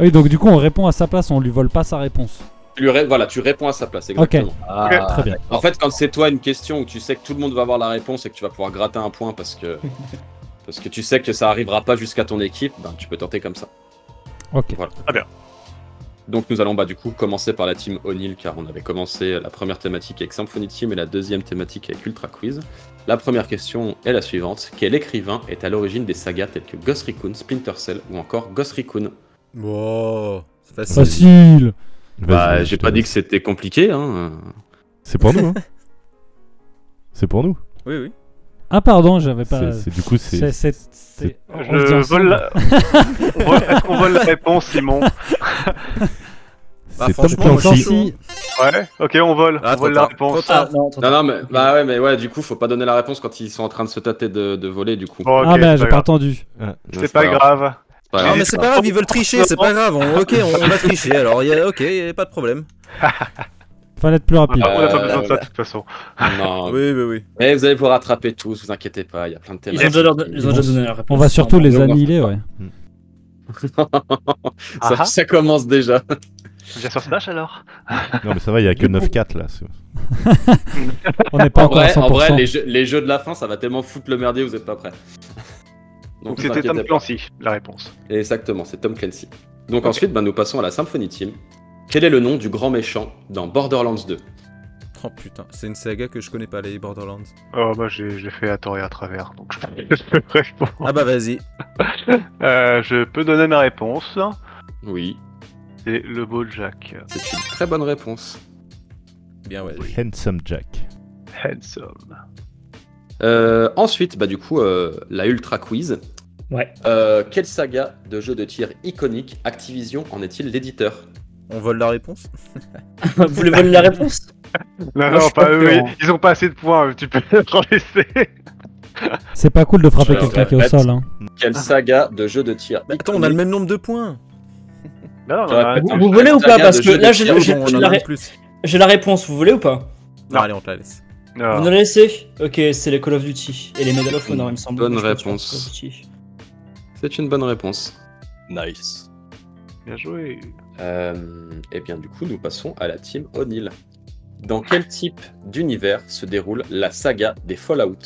Oui, donc du coup, on répond à sa place, on lui vole pas sa réponse.
Tu lui ré- voilà, tu réponds à sa place, exactement.
Ah,
Très bien.
En fait, quand c'est toi une question où tu sais que tout le monde va avoir la réponse et que tu vas pouvoir gratter un point parce que parce que tu sais que ça arrivera pas jusqu'à ton équipe, ben tu peux tenter comme ça.
Ok.
Donc nous allons bah du coup commencer par la team O'Neill car on avait commencé la première thématique avec Symphony Team et la deuxième thématique avec Ultra Quiz. La première question est la suivante quel écrivain est à l'origine des sagas telles que Ghost Recon, Splinter Cell ou encore Ghost Recon
Wow, c'est facile.
Bah, Facile
Vas-y,
Bah
vas-y,
j'ai
je
pas
te
dit que
laisse.
c'était compliqué hein.
C'est pour nous, hein C'est pour nous.
Oui, oui.
Ah pardon, j'avais pas...
C'est- c'est- Du coup,
C'est...
c'est.
c'est- c'est-
c'est-
on se dit
Je
ensemble.
vole la... <laughs> On vole- Est-ce qu'on vole la réponse, Simon
C'est Tom
Bah, Ah, franchement, moi, je
Clancy.
suis chaud.
Ouais. Ok, on vole.
Ah,
on
trop
vole la
tard, trop
réponse.
Ah
tard.
non, attends.
Non non mais bah ouais mais ouais du coup faut pas donner la réponse quand ils sont en train de se tâter de, de voler du coup.
Bon, ok,
ah bah,
c'est pas
j'ai pas
grave.
entendu.
Non,
C'est pas grave.
Pas
Non,
grave.
Ah, mais c'est pas grave, ils veulent tricher, c'est pas grave. on- ok, on, on va tricher. Alors, il y a- ok, il y a pas de problème.
Fallait être plus
On
rapide.
n'a pas besoin de
Euh,
ça de toute façon.
Non.
Oui, oui, oui.
Mais vous allez vous rattraper tous, vous inquiétez pas, il y a plein de
Ils ont
thématiques.
déjà, leur- ils ont déjà donné leur
On
réponse.
va surtout les
on va
annihiler, ouais.
ça,
Ah,
ça commence déjà.
Bien sur Smash alors
Non, mais ça va, il y a que 9-4 là. c'est-
On n'est pas
En
encore à
vrai,
100%.
en vrai les, jeux, les jeux de la fin, ça va tellement foutre le merdier, vous êtes pas prêts.
Donc
vous
c'était
inquiétez
Tom
pas.
Clancy, la réponse.
Exactement, c'est Tom Clancy. Donc ensuite, bah, nous passons à la Symphony Team. Quel est le nom du grand méchant dans Borderlands 2
Oh putain, c'est une saga que je connais pas, les Borderlands.
Oh, moi j'ai je l'ai fait à tort et à travers, donc je je peux répondre.
Ah bah vas-y.
Euh, je peux donner ma réponse.
Oui,
C'est le Bojack.
c'est une très bonne réponse.
Bien, ouais.
Handsome Jack.
Handsome.
Euh, ensuite, bah, du coup, euh, la Ultra Quiz.
Ouais.
Euh, quelle saga de jeu de tir iconique Activision en est-il l'éditeur
On vole la réponse
Vous voulez voler la réponse
Non,
je
non,
suis
pas
pas
eux,
dedans.
ils- ils ont pas assez de points, tu peux leur laisser.
C'est pas cool de frapper
Alors,
quelqu'un qui est au
bah,
répète.
sol. Hein.
Ah.
Quelle saga de jeu de tir
Bah, Attends, on a le même nombre de points.
Non, non,
Ça va
non,
pas
non,
être-
Vous voulez ou pas Parce que là, j'ai
Oh,
j'ai-
bon,
j'ai
on en
la,
a un de
ré-
plus.
j'ai la réponse. Vous voulez ou pas
Non, allez, on te la laisse.
Ah.
non.
Vous nous la laissez Ok, c'est les Call of Duty et les Medal of Honor, il me semble.
Bonne
Je pense
réponse.
Call of Duty.
C'est une bonne réponse.
Nice.
Bien joué.
Euh, et bien du coup, nous passons à la team O'Neill. Dans quel type d'univers se déroule la saga des Fallout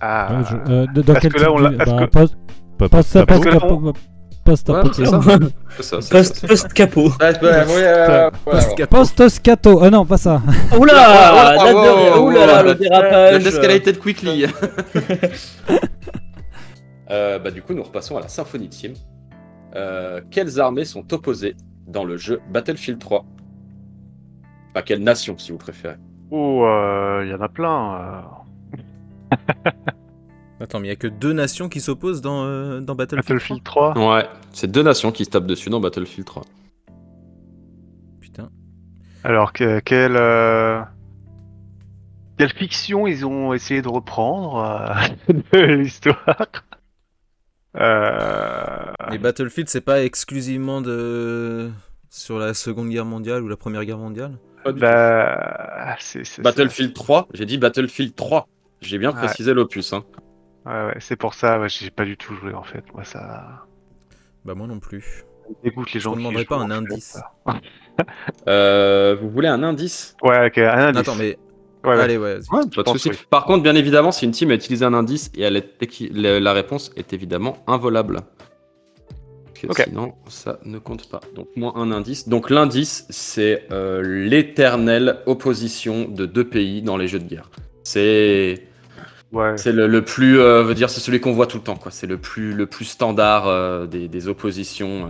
Ah,
Ouais, je- euh, de- dans
Parce
quel
que là,
type
on l'a-
du-
parce
bah,
que-
post-
Pop-
post-
Pop-
post-
que là, on-
post-
Ouais, c'est ça. C'est ça, c'est ça,
Post-
c'est ça.
Post-capot.
Ouais, ouais, ouais, ouais, euh, ouais, ouais.
<laughs> Post scato. Ah non, pas ça.
Oula
Ah,
la
wow,
dé-
wow,
Oula
wow,
le
la-
dérapage
<laughs>
quickly. Euh, bah, du coup, nous repassons à la Symphony Team. Euh, quelles armées sont opposées dans le jeu Battlefield 3 Enfin, quelle nation, si vous préférez
Oh, euh, il y en a plein.
Attends, mais il y a que deux nations qui s'opposent dans, euh, dans
euh,
Battlefield.
Battlefield 3.
Ouais, c'est deux nations qui se tapent dessus dans Battlefield 3.
Putain.
Alors, que- quelle. euh, Quelle fiction ils ont essayé de reprendre euh, <laughs> de l'histoire Euh,
Mais Battlefield, c'est pas exclusivement de sur la Seconde Guerre mondiale ou la Première Guerre mondiale
bah, c'est- c'est-
Battlefield 3, j'ai dit Battlefield 3. J'ai bien
Ouais.
précisé l'opus. Hein.
Ouais, ouais, c'est pour ça, ouais, j'ai pas du tout joué en fait. Moi, ça
Bah moi non plus.
me dégoûte les gens.
vous
qui
demanderai
y
pas
jouent,
un
en fait.
indice.
Euh, vous voulez un indice
Ouais, ok, un indice.
Attends, mais
Ouais, ouais.
allez, ouais. vas-y.
Ouais, pas de
pense,
souci.
oui.
Par contre, bien évidemment, si une team a utilisé un indice et elle est équi- la la réponse est évidemment involable. Parce que
Ok.
Sinon, ça ne compte pas. Donc, moins un indice. Donc, l'indice, c'est euh, l'éternelle opposition de deux pays dans les jeux de guerre. C'est
Ouais.
c'est le, le plus, euh, veut dire, c'est celui qu'on voit tout le temps. quoi. C'est le plus, le plus standard euh, des, des oppositions. euh.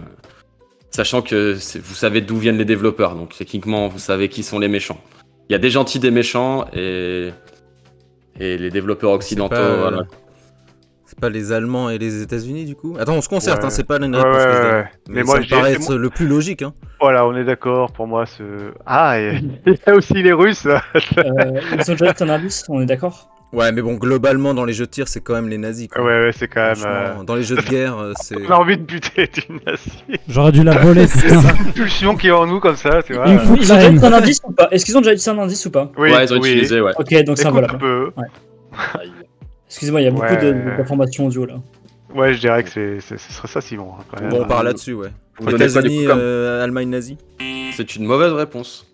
Sachant que c'est- vous savez d'où viennent les développeurs, donc techniquement, vous savez qui sont les méchants. Il y a des gentils, des méchants, et, et les développeurs occidentaux.
pas, euh,
voilà.
C'est pas les Allemands et les États-Unis du coup Attends, on se concerte,
Ouais.
hein, c'est pas une
Ouais,
réponse que je donne.
ouais, ouais.
Mais,
Mais
moi,
moi,
ça me
j'ai-
paraît
c'est
être le plus logique. Hein.
Voilà, on est d'accord. Pour moi, ce. Ah, et... il y a <laughs> aussi les Russes. <laughs>
Euh, Ils ont déjà fait un indice, on est d'accord
Ouais, mais bon, globalement, dans les jeux de tir, c'est quand même les nazis.
Ouais,
Quoi.
ouais, c'est quand même.
Franchement,
euh,
Dans les jeux de guerre, euh, c'est.
On a envie de buter <laughs> d'une assiette. <laughs>
J'aurais dû la voler. putain.
Une pulsion qui est en nous comme ça, tu vois.
Il me fout
Euh, Ils ont
la
déjà
haine.
fait un indice ou pas Est-ce qu'ils ont déjà utilisé un indice ou pas
Oui,
ouais, ils ont
oui.
utilisé, ouais.
Ok, donc c'est
Bah, Écoute un
involable.
peu.
Excusez-moi, il y a beaucoup
Ouais.
de- d'informations audio là.
Ouais, je dirais que c'est, c'est- ce serait ça, Simon. hein, quand même.
Bon, on part là-dessus, ouais.
Vous donnez pas du
États-Unis,
coup comme-
euh, Allemagne nazie.
euh,
C'est une mauvaise réponse.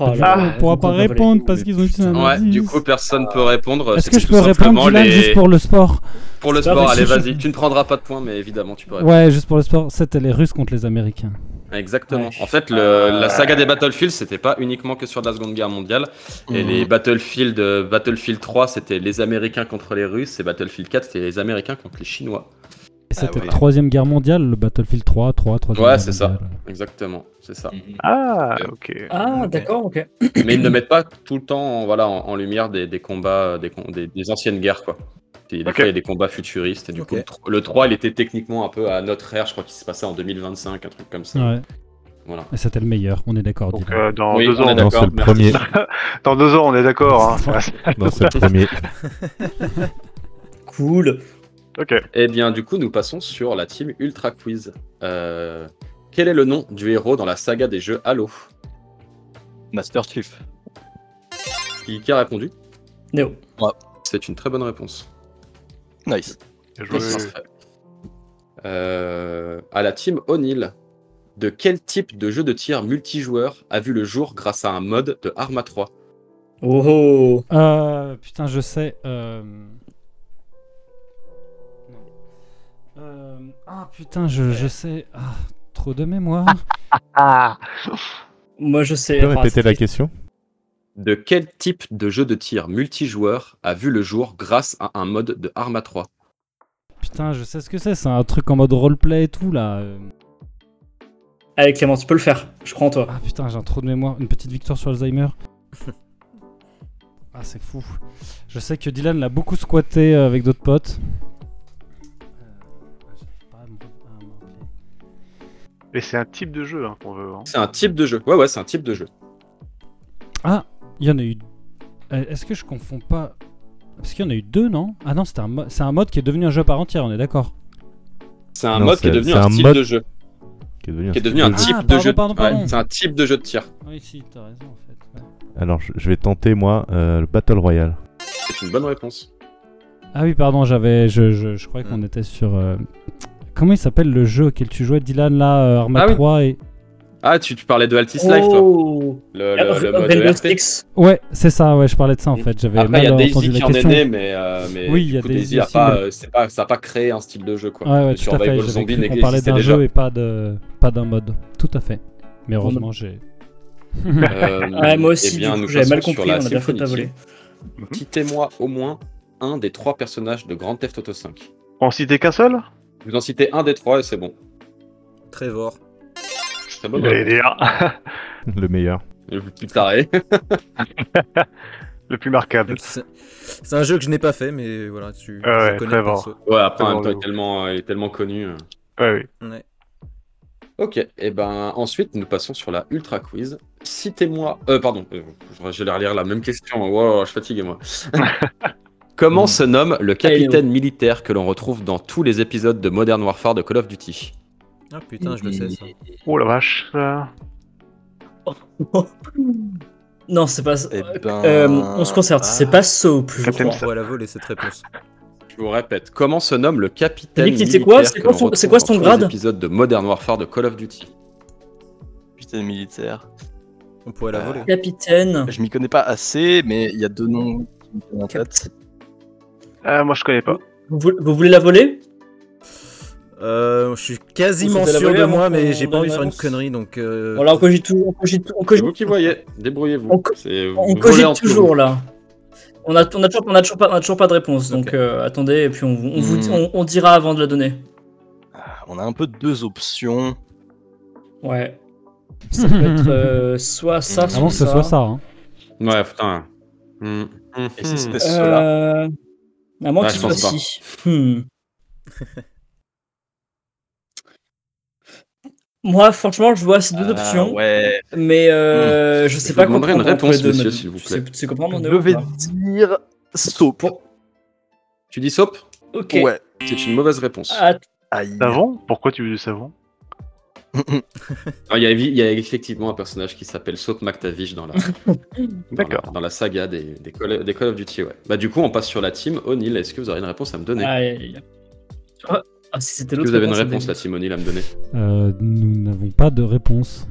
Oh là là,
Ah, On pourra
donc on
pas
va voler.
répondre parce qu'ils ont utilisé un
Ouais,
indice.
du coup, personne peut répondre.
Ah, Est-ce
C'était
que je
tout
peux répondre
simplement
Dylan
les-
juste pour le sport
Pour le
C'est pas
sport, allez,
possible.
vas-y, tu ne prendras pas de points, mais évidemment, tu peux répondre.
Ouais, juste pour le sport. C'était les Russes contre les Américains.
Exactement.
Ouais.
En fait, le-
Ah.
la saga des Battlefield, c'était pas uniquement que sur la Seconde Guerre mondiale. Et
Mhm.
les Battlefield, euh, Battlefield 3, c'était les Américains contre les Russes. Et Battlefield 4, c'était les Américains contre les Chinois.
Et c'était
ouais.
Troisième Guerre mondiale, le Battlefield 3, 3, 3.
Ah Ouais, c'est ça. Exactement, c'est ça.
Mhm.
Ah, ok.
Ah,
Ok.
d'accord, ok.
Mais ils ne mettent pas tout le temps, en, voilà, en, en lumière des, des combats, euh, des, com- des, des anciennes guerres, quoi. Puis, des
Ok.
fois, il y a des combats futuristes. Et du
Ok.
coup, le tr- le 3, il était techniquement un peu à notre ère. Je crois qu'il se passait en 2025, un truc comme ça.
Ouais.
Voilà.
Et c'était le meilleur, on est d'accord,
Donc,
Dylan.
euh, dans,
Oui,
deux
on est
ans,
Non, c'est le
D'accord,
premier.
merci.
<laughs> dans deux ans, on est d'accord. hein.
Non, c'est le premier.
Cool.
<laughs> Ok.
Eh bien, du coup, nous passons sur la team Ultra Quiz. Euh, quel est le nom du héros dans la saga des jeux Halo
Master Chief.
qui, qui a répondu
Néo.
C'est une très bonne réponse.
Nice.
Bien joué.
Parfait. Euh, à la team O'Neill, de quel type de jeu de tir multijoueur a vu le jour grâce à un mode de Arma 3
Oh oh
Euh, putain, je sais. euh, euh, Ah putain, je, je sais. Ah, trop de mémoire.
Ah
Moi je sais.
Tu peux
ah,
répéter
c'est
la
triste.
question
De quel type de jeu de tir multijoueur a vu le jour grâce à un mode de Arma 3
Putain, je sais ce que c'est. C'est un truc en mode roleplay et tout là. euh.
Allez Clément, tu peux le faire. Je prends toi.
Ah putain, j'ai un trop de mémoire. Une petite victoire sur <laughs> Alzheimer. ah, c'est fou. Je sais que Dylan l'a beaucoup squatté euh, avec d'autres potes. Euh, j'arrive pas à me- à me rappeler.
Mais c'est un type de jeu hein, qu'on veut. hein.
C'est un type de jeu. Ouais, ouais, c'est un type de jeu.
Il y en a eu. Euh, Est-ce que je confonds pas Parce qu'il y en a eu deux, non Ah non, c'était un mo- c'est un mode qui est devenu un jeu à part entière, on est d'accord.
C'est un
Non,
mode qui est
c'est-
devenu
c'est
un,
un
style
mode-
de jeu.
Qui est devenu un
Qui est
style
devenu un
de jeu.
type
pardon,
de jeu.
pardon,
ouais,
pardon.
c'est un type de jeu de tir.
Oui, si, t'as raison en fait.
Alors, je, je vais tenter, moi, euh, le Battle Royale. <laughs>
C'est une bonne réponse.
Ah oui, pardon, j'avais. Je, je, je croyais
Mm.
qu'on était sur. euh, Comment il s'appelle le jeu auquel tu jouais, Dylan, là, euh, Arma
Ah oui.
3 et.
Ah, tu, tu parlais de Altis Life, toi.
Oh.
Le,
Ah,
le- le mode
Rainbow
RP.
Six.
Ouais, c'est ça, ouais, je parlais de ça en
Mm.
fait. J'avais
Après, il y
mal
a
entendu
Daisy
la
qui en est
question.
née, mais, euh, mais
Oui,
du
il y a
coup,
Daisy
a
aussi,
pas,
mais-
euh, c'est pas, ça n'a pas créé un style de jeu. Quoi.
Ouais, ouais,
Le
tout à
survival
fait. J'avais
zombie
cru qu'on
n'existait
parlait d'un
déjà.
jeu et pas de pas d'un mode. Tout à fait. Mais heureusement, j'ai.
Euh,
Ouais, moi
eh
aussi,
bien,
du
nous
coup, j'avais mal
passons sur
compris, on a de la
symphonie.
faute à voler.
Citez-moi au moins un des trois personnages de Grand Theft Auto 5.
En citer qu'un seul
Vous en citez un des trois et c'est bon.
Trevor.
Très bonne
J'allais
réponse.
dire.
Le meilleur.
Le plus taré.
<laughs> Le plus marquable.
Même si C'est c'est un jeu que je n'ai pas fait, mais voilà, tu
Ah ouais,
je connais
Trevor.
perso.
Ouais, après, en
Très
même
bon
temps, il est
jeu.
tellement, euh, il est tellement connu. euh.
Ouais, oui.
Ouais.
Ok, et ben ensuite nous passons sur la Ultra Quiz. Citez-moi. Euh, pardon, euh, je- je vais relire la même question. hein. Wow, je suis fatigué moi. <laughs> Hmm. Comment se nomme le capitaine militaire que l'on retrouve dans tous les épisodes de Modern Warfare de Call of Duty
Ah putain, je le sais ça.
Oh la vache. Euh, ça.
Non, c'est pas. ça.
Eh ben, ah,
Euh, on se conserve, c'est pas Soap, je
Captain
crois.
On voit la volée cette réponse.
Je vous répète, comment se nomme le capitaine
Nick,
militaire
c'est quoi C'est
que
quoi
l'on
son-
retrouve
c'est quoi son
dans tous
grade
les épisodes de Modern Warfare de Call of Duty
Putain, militaire.
On pourrait la
Euh,
voler.
Capitaine.
Je m'y connais pas assez, mais il y a deux noms qui me viennent en tête.
Ah, moi je connais pas.
Vous, voulez- vous voulez la voler
Euh, je suis quasiment
On s'était la
sûr
volée
de
avant
moi,
qu'on
mais j'ai pas
donne
envie de faire une
l'annonce.
connerie, donc. euh,
Voilà, on cogite tout, on cogite tout, on
C'est
cogite,
vous qui voyez, débrouillez-vous.
On co-
C'est-
on
vous
cogite
volez entre
toujours
vous.
là. On a, on, a toujours, on, a toujours pas, on a toujours pas de réponse, donc
Ok.
euh, attendez, et puis on, vous- on vous, dit-
Hmm.
on, on dira avant de la donner.
Ah, On a un peu deux options.
Ouais. Ça peut être euh, soit
Ah,
ça, soit
Avant que ce
ça.
soit ça. hein.
Ouais, putain. Hmm.
Et si c'était cela
Euh... À moins
Ah,
que ce
je
soit
pense pas.
si.
<laughs>
Hmm. Moi, franchement, je vois ces deux
Ah,
options,
Ouais.
mais euh, je
Euh, Hmm. Je
sais pas
vous demanderai
comprendre
une
entre les
réponse,
deux,
monsieur,
mais
s'il vous
tu
plaît.
sais- Tu sais comprendre, on est
Je
où,
vais
là
dire soap.
Tu dis soap
Ok.
Ouais.
C'est une mauvaise réponse.
Ah,
Aïe.
Savon Pourquoi tu veux du savon
Alors, Il y, a, évi- il y a effectivement un personnage qui s'appelle Soap McTavish dans la, <laughs> dans la,
D'accord.
dans la saga des, des, Call, des Call of Duty. Ouais. Bah, du coup, on passe sur la team O'Neill. Est-ce que vous aurez une réponse à me donner
aïe, aïe, aïe. Ah, ah, si c'était
Est-ce que
l'autre
vous avez une
ça
réponse, la
me
team O'Neill, à me donner
Euh, nous n'avons pas de réponse.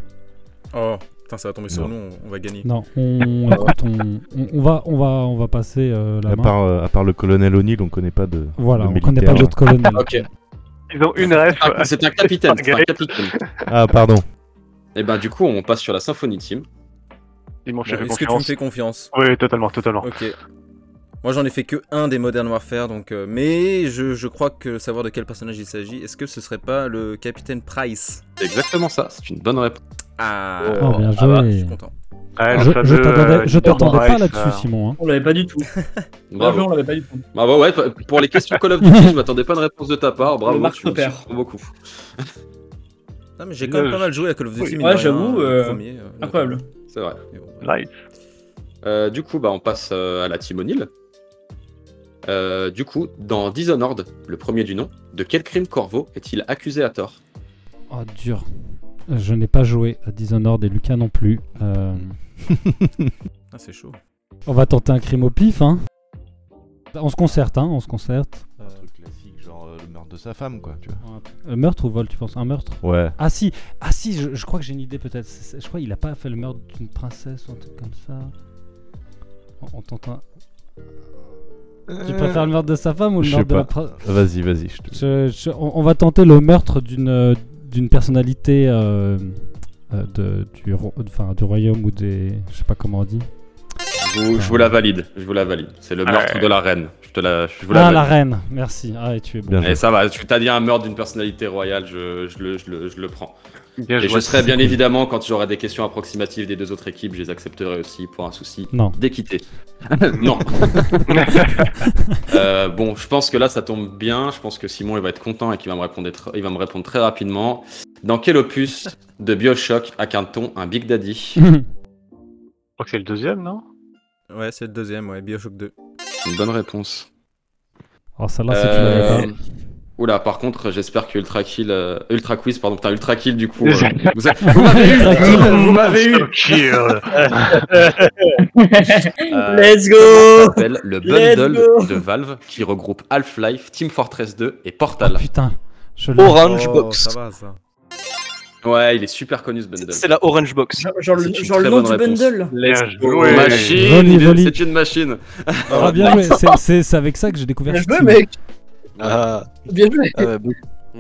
Oh, putain, ça va tomber sur
Non.
nous, on- on va gagner.
Non,
<laughs>
on, écoute, on, on- on va, on, va, on va passer euh, la
À
main.
part, euh, à part le colonel O'Neill, on connaît pas de.
Voilà,
de
on connaît
militaire.
pas d'autres
Ah,
colonels.
<laughs>
bah,
Ok.
Ils ont une ref.
Ah, c'est un capitaine. c'est un
Gary.
capitaine.
Ah, pardon.
Et ben, du coup, on passe sur la Symphony Team.
Ils m'ont
Bah,
fait
Est-ce que tu me
confiance.
fais confiance
Oui, totalement, totalement.
Ok. Moi j'en ai fait que un des Modern Warfare, donc. euh, mais je, je crois que savoir de quel personnage il s'agit, est-ce que ce serait pas le capitaine Price
C'est exactement ça. C'est une bonne réponse.
Ah,
Oh, bien
ah bah, je
joué.
suis content.
Ouais, le
je je
fameux, euh,
t'attendais je t'attendais
Price,
pas là-dessus,
là.
Simon. hein.
On l'avait pas du tout. Bravo.
Bravo.
on l'avait pas du tout.
Bravo, ouais. Pour les questions Call of Duty, je m'attendais pas à une réponse de ta part. Bravo.
Le Marc
tu me
Repère.
surprends beaucoup.
Non, mais j'ai quand même
Euh,
pas mal joué à Call of Duty,
oui.
mine
Ouais,
de rien,
j'avoue,
le
euh,
premier, euh,
Incroyable.
C'est vrai.
notamment. Mais bon.
Live.
Euh, du coup, bah, on passe euh, à la team O'Neill. Euh, du coup, dans Dishonored, le premier du nom, de quel crime Corvo est-il accusé à tort
Oh, dur. Je n'ai pas joué à Dishonored et Lucas non plus. Euh,
Ah, c'est chaud.
on va tenter un crime au pif, hein. On se concerte, hein, on se concerte.
Un truc classique, genre euh, le meurtre de sa femme, quoi, tu
Un Euh, meurtre ou vol, tu penses Un meurtre
vois. Ouais.
Ah si, ah si, je, je crois que j'ai une idée peut-être. C'est- c'est- Je crois qu'il a pas fait le meurtre d'une princesse ou un truc comme ça. On, on tente un... Tu préfères le meurtre de sa femme ou le
je sais
meurtre de la
pas.
princesse
Vas-y, vas-y, je te.
On on va tenter le meurtre d'une euh, d'une personnalité euh, euh, de, du, ro- enfin, du royaume ou des... Je sais pas comment on dit.
je vous, je vous la valide, je vous la valide. C'est le meurtre de la reine. Je te la, je vous la
Ah, la
valide.
reine, merci. Ah, et tu es bon.
Bien
Et ça va, tu t'as dit un meurtre d'une personnalité royale, je, je le, je le- je le prends.
Bien
Et
joué.
je serai bien évidemment, quand j'aurai des questions approximatives des deux autres équipes, je les accepterai aussi pour un souci
<laughs>
Non.
d'équité. non. Euh, bon, je pense que là, ça tombe bien. Je pense que Simon, il va être content et qu'il va me répondre, tr- il va me répondre très rapidement. Dans quel opus de Bioshock incarne-t-on un Big Daddy
Je crois que c'est le deuxième, <laughs> non
Ouais, c'est le deuxième, ouais, Bioshock 2.
Une bonne réponse.
Alors Oh, celle-là, si tu l'avais
Euh, Oula, par contre, j'espère que Ultra Kill, euh, Ultra Quiz, pardon, putain, Ultra Kill, du coup, euh, vous, a- vous
<laughs>
m'avez eu,
Ultra Kill.
vous m'avez eu.
<laughs> Kill.
Euh,
Let's
Ça
go
s'appelle le
Let's go.
bundle de Valve qui regroupe Half-Life, Team Fortress 2 et
pas...
Portal.
Oh, putain, je l'ai.
Orange
Oh,
Box.
Ça va, ça.
Ouais, il est super connu ce bundle.
C'est la Orange Box.
Genre, genre le,
C'est une
genre le
très
nom du
bonne réponse.
bundle
Let's
Bien
go.
joué.
Machine,
Joli,
il est-
joli.
c'est une machine.
Ah,
<laughs>
bien joué. C'est- C'est c'est avec ça que j'ai découvert
Bien joué,
Steam.
mec
Ah,
Bien joué
euh, be-
Ouais,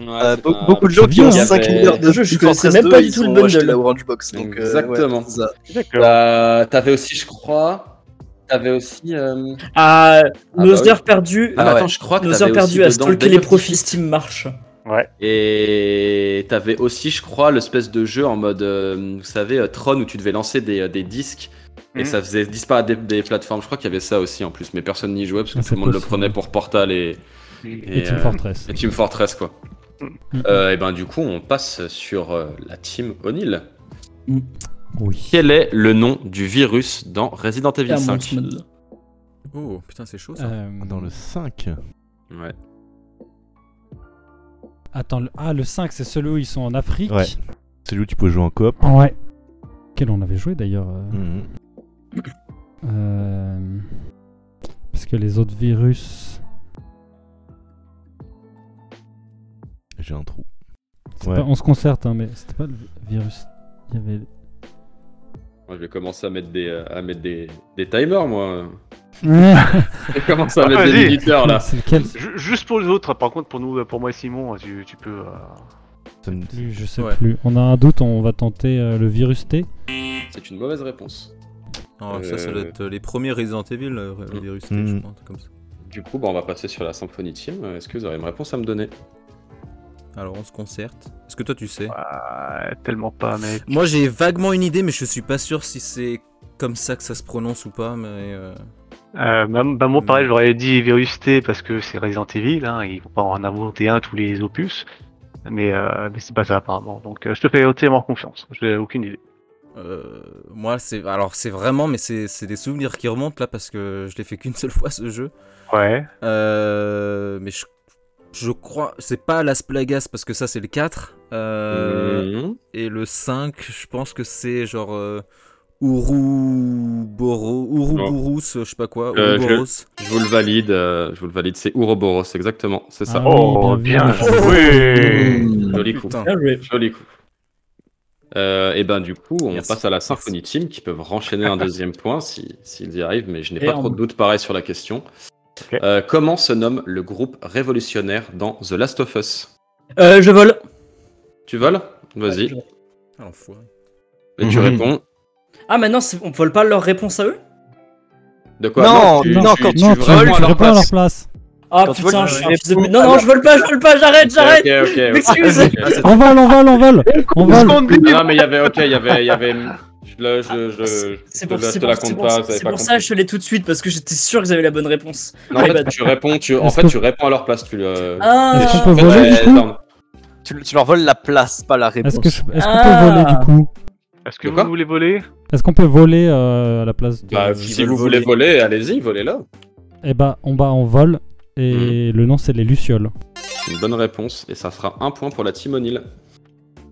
euh,
Ah, c'est
be-
un-
beaucoup de gens
c'est
qui ont
bien, hein.
5
Mais-
milliards de
Je-
jeux,
je connaissais même pas du tout le bundle.
la Orange Box. Donc, euh, ouais,
Exactement.
c'est ça.
D'accord.
Bah, t'avais aussi, je crois. T'avais aussi. euh,
Ah, nos
bah oui.
heures perdues,
Ah,
Ah ouais.
attends, je crois que
nos
t'avais
heures perdues
aussi
à
dedans
stalker
Dave
les
Tiff.
profils Steam marche.
Et t'avais aussi, je crois, l'espèce de jeu en mode, euh, vous savez, euh, Tron où tu devais lancer des, euh, des disques et
Mhm.
ça faisait disparaître des, des plateformes. Je crois qu'il y avait ça aussi en plus, mais personne n'y jouait parce que
Ah,
tout le
c'est
monde le
possible.
prenait pour Portal et,
Et Team
euh,
Fortress.
et Team Fortress quoi.
Mhm.
Euh, et ben du coup, on passe sur euh, la team O'Neill.
Oui.
Quel est le nom du virus dans Resident Evil 5
Oh, putain, c'est chaud, ça.
Euh,
Dans le 5.
Ouais.
Attends, le... ah, le 5, c'est celui où ils sont en Afrique.
Ouais. Celui où tu peux jouer en coop.
Ah Ouais. Quel on avait joué d'ailleurs. euh,
Mhm.
euh, Parce que les autres virus.
J'ai un trou.
c'est
Ouais.
pas- On se concerte, hein, mais c'était pas le virus. Il y avait.
Moi, je vais commencer à mettre des, euh, à mettre des, des timers moi.
Ouais,
Je vais commencer à mettre
Vas-y.
des minuteurs là.
<laughs> c'est lequel
Ju- Juste pour les autres, par contre, pour nous, pour moi et Simon, hein, tu, tu peux. euh,
Ça me-
Plus, Je sais
Ouais.
plus. On a un doute, on va tenter euh, le virus T.
C'est une mauvaise réponse.
Non, Oh, ça, ça
Euh.
doit être les premiers Resident Evil, le, le
Mm.
virus, T,
Mm.
je crois, un truc comme ça.
Du coup, bah, on va passer sur la Symphony Team. Euh, Est-ce que vous avez une réponse à me donner
Alors, on se concerte. Est-ce que toi, tu sais
ah, tellement pas, mec.
Moi, j'ai vaguement une idée, mais je suis pas sûr si c'est comme ça que ça se prononce ou pas, mais... euh,
Euh, bah, bah, moi, pareil, j'aurais dit Virus T parce que c'est Resident Evil, hein, ils vont pas en inventer un tous les opus. Mais, euh, mais c'est pas ça, apparemment. Donc, euh, je te fais entièrement confiance. J'ai aucune idée.
Euh, moi, c'est alors c'est vraiment, mais c'est c'est des souvenirs qui remontent là parce que je l'ai fait qu'une seule fois ce jeu.
Ouais.
Euh, mais je, je crois, c'est pas Las Plagas parce que ça c'est le 4. Euh,
Mmh.
Et le 5, je pense que c'est genre euh, Uruboro, Uruburus, je sais pas quoi,
Euh,
Uruboros.
Je vous le valide. euh, je vous le valide. C'est Ouroboros, exactement. C'est ça.
Ah oui,
oh,
bien
bien
vu.
joué!
Hmm.
Joli coup.
Ah, Putain.
Bien joué.
Joli coup. Euh, et ben du coup, on
Merci.
passe à la Symphony Team qui peuvent renchaîner un deuxième point si- s'ils y arrivent, mais je n'ai
Et
pas
en-
trop de doutes pareil sur la question.
Ok.
Euh, comment se nomme le groupe révolutionnaire dans The Last of Us
Euh, je vole.
Tu voles Vas-y.
Ah, l'enfoiré.
Et tu
Mhm.
réponds.
Ah, maintenant, c'est- on vole pas leur réponse à eux
De quoi
Non,
tu-
non,
tu-
quand
tu
non,
voles
tu,
à
tu
leur
réponds à
place.
leur place.
Ah
Quand tu
putain,
voles,
je suis
tu
un fils de...
réponds
Non, non, je vole pas, je vole pas, j'arrête, j'arrête
Ok, ok, ok.
M'excuse.
Ok, ok.
<laughs> On vole, on vole, on vole On vole
Non, non, mais il y avait, ok, il y avait, il y avait. Je, le- je, je, je,
Ah, C'est
te
pour,
le- je
c'est
te
pour,
la
c'est
compte
pour-
pas.
c'est
j'avais pas
pour ça que
compris.
je suis allé tout de suite parce que j'étais sûr qu'ils avaient la bonne réponse.
Non, en fait,
Ouais, bah-
tu réponds, tu, en
Est-ce
fait,
qu'on-
tu réponds à leur place, tu le.
Est-ce qu'on
Ah,
peut
En fait,
voler
ouais,
du coup Bah,
non.
Tu, tu leur voles la place, pas la réponse.
Est-ce que je- est-ce qu'on
Ah.
peut voler du coup
Est-ce que
De quoi
vous voulez voler?
Est-ce qu'on peut voler euh, à la place de...
Bah,
Ils
si
veulent
vous voulez voler, allez-y, volez-la.
Eh bah, on bat en vol. Et
Mm.
le nom, c'est les Lucioles.
C'est une bonne réponse et ça fera un point pour la Team O'Neill.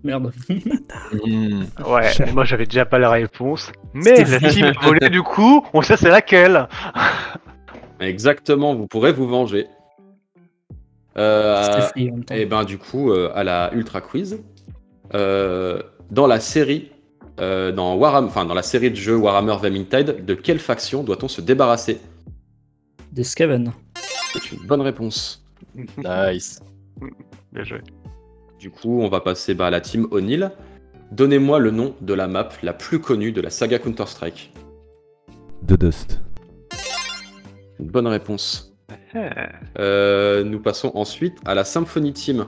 Merde.
Hmm.
Ouais,
Cher.
mais moi j'avais déjà pas la réponse. Mais
C'était
la team volée du coup, on sait c'est laquelle.
Exactement, vous pourrez vous venger. Euh,
C'était free en même temps.
Et ben du coup, euh, à la Ultra Quiz, euh, dans la série, euh, dans Warhammer, enfin dans la série de jeux Warhammer Vermintide, de quelle faction doit-on se débarrasser
Des Skaven.
C'est une bonne réponse.
Nice.
Bien joué.
Du coup, on va passer bah, à la team O'Neill. Donnez-moi le nom de la map la plus connue de la saga Counter-Strike.
The Dust.
Une bonne réponse.
Euh,
Euh, nous passons ensuite à la Symphony Team.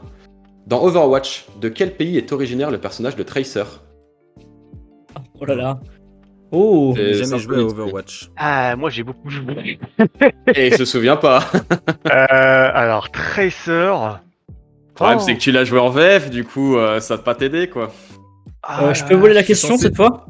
Dans Overwatch, de quel pays est originaire le personnage de Tracer
Oh là là. Oh
Euh,
J'ai jamais
Symphony
joué à
Team.
Overwatch.
Ah, moi j'ai beaucoup joué.
Et il se souvient pas.
Euh, alors, Tracer.
Le problème,
Oh.
c'est que tu l'as joué en VF, du coup, euh, ça va pas t'aider, quoi.
Ah,
Euh, Je peux voler la
je suis
question
censé-
cette fois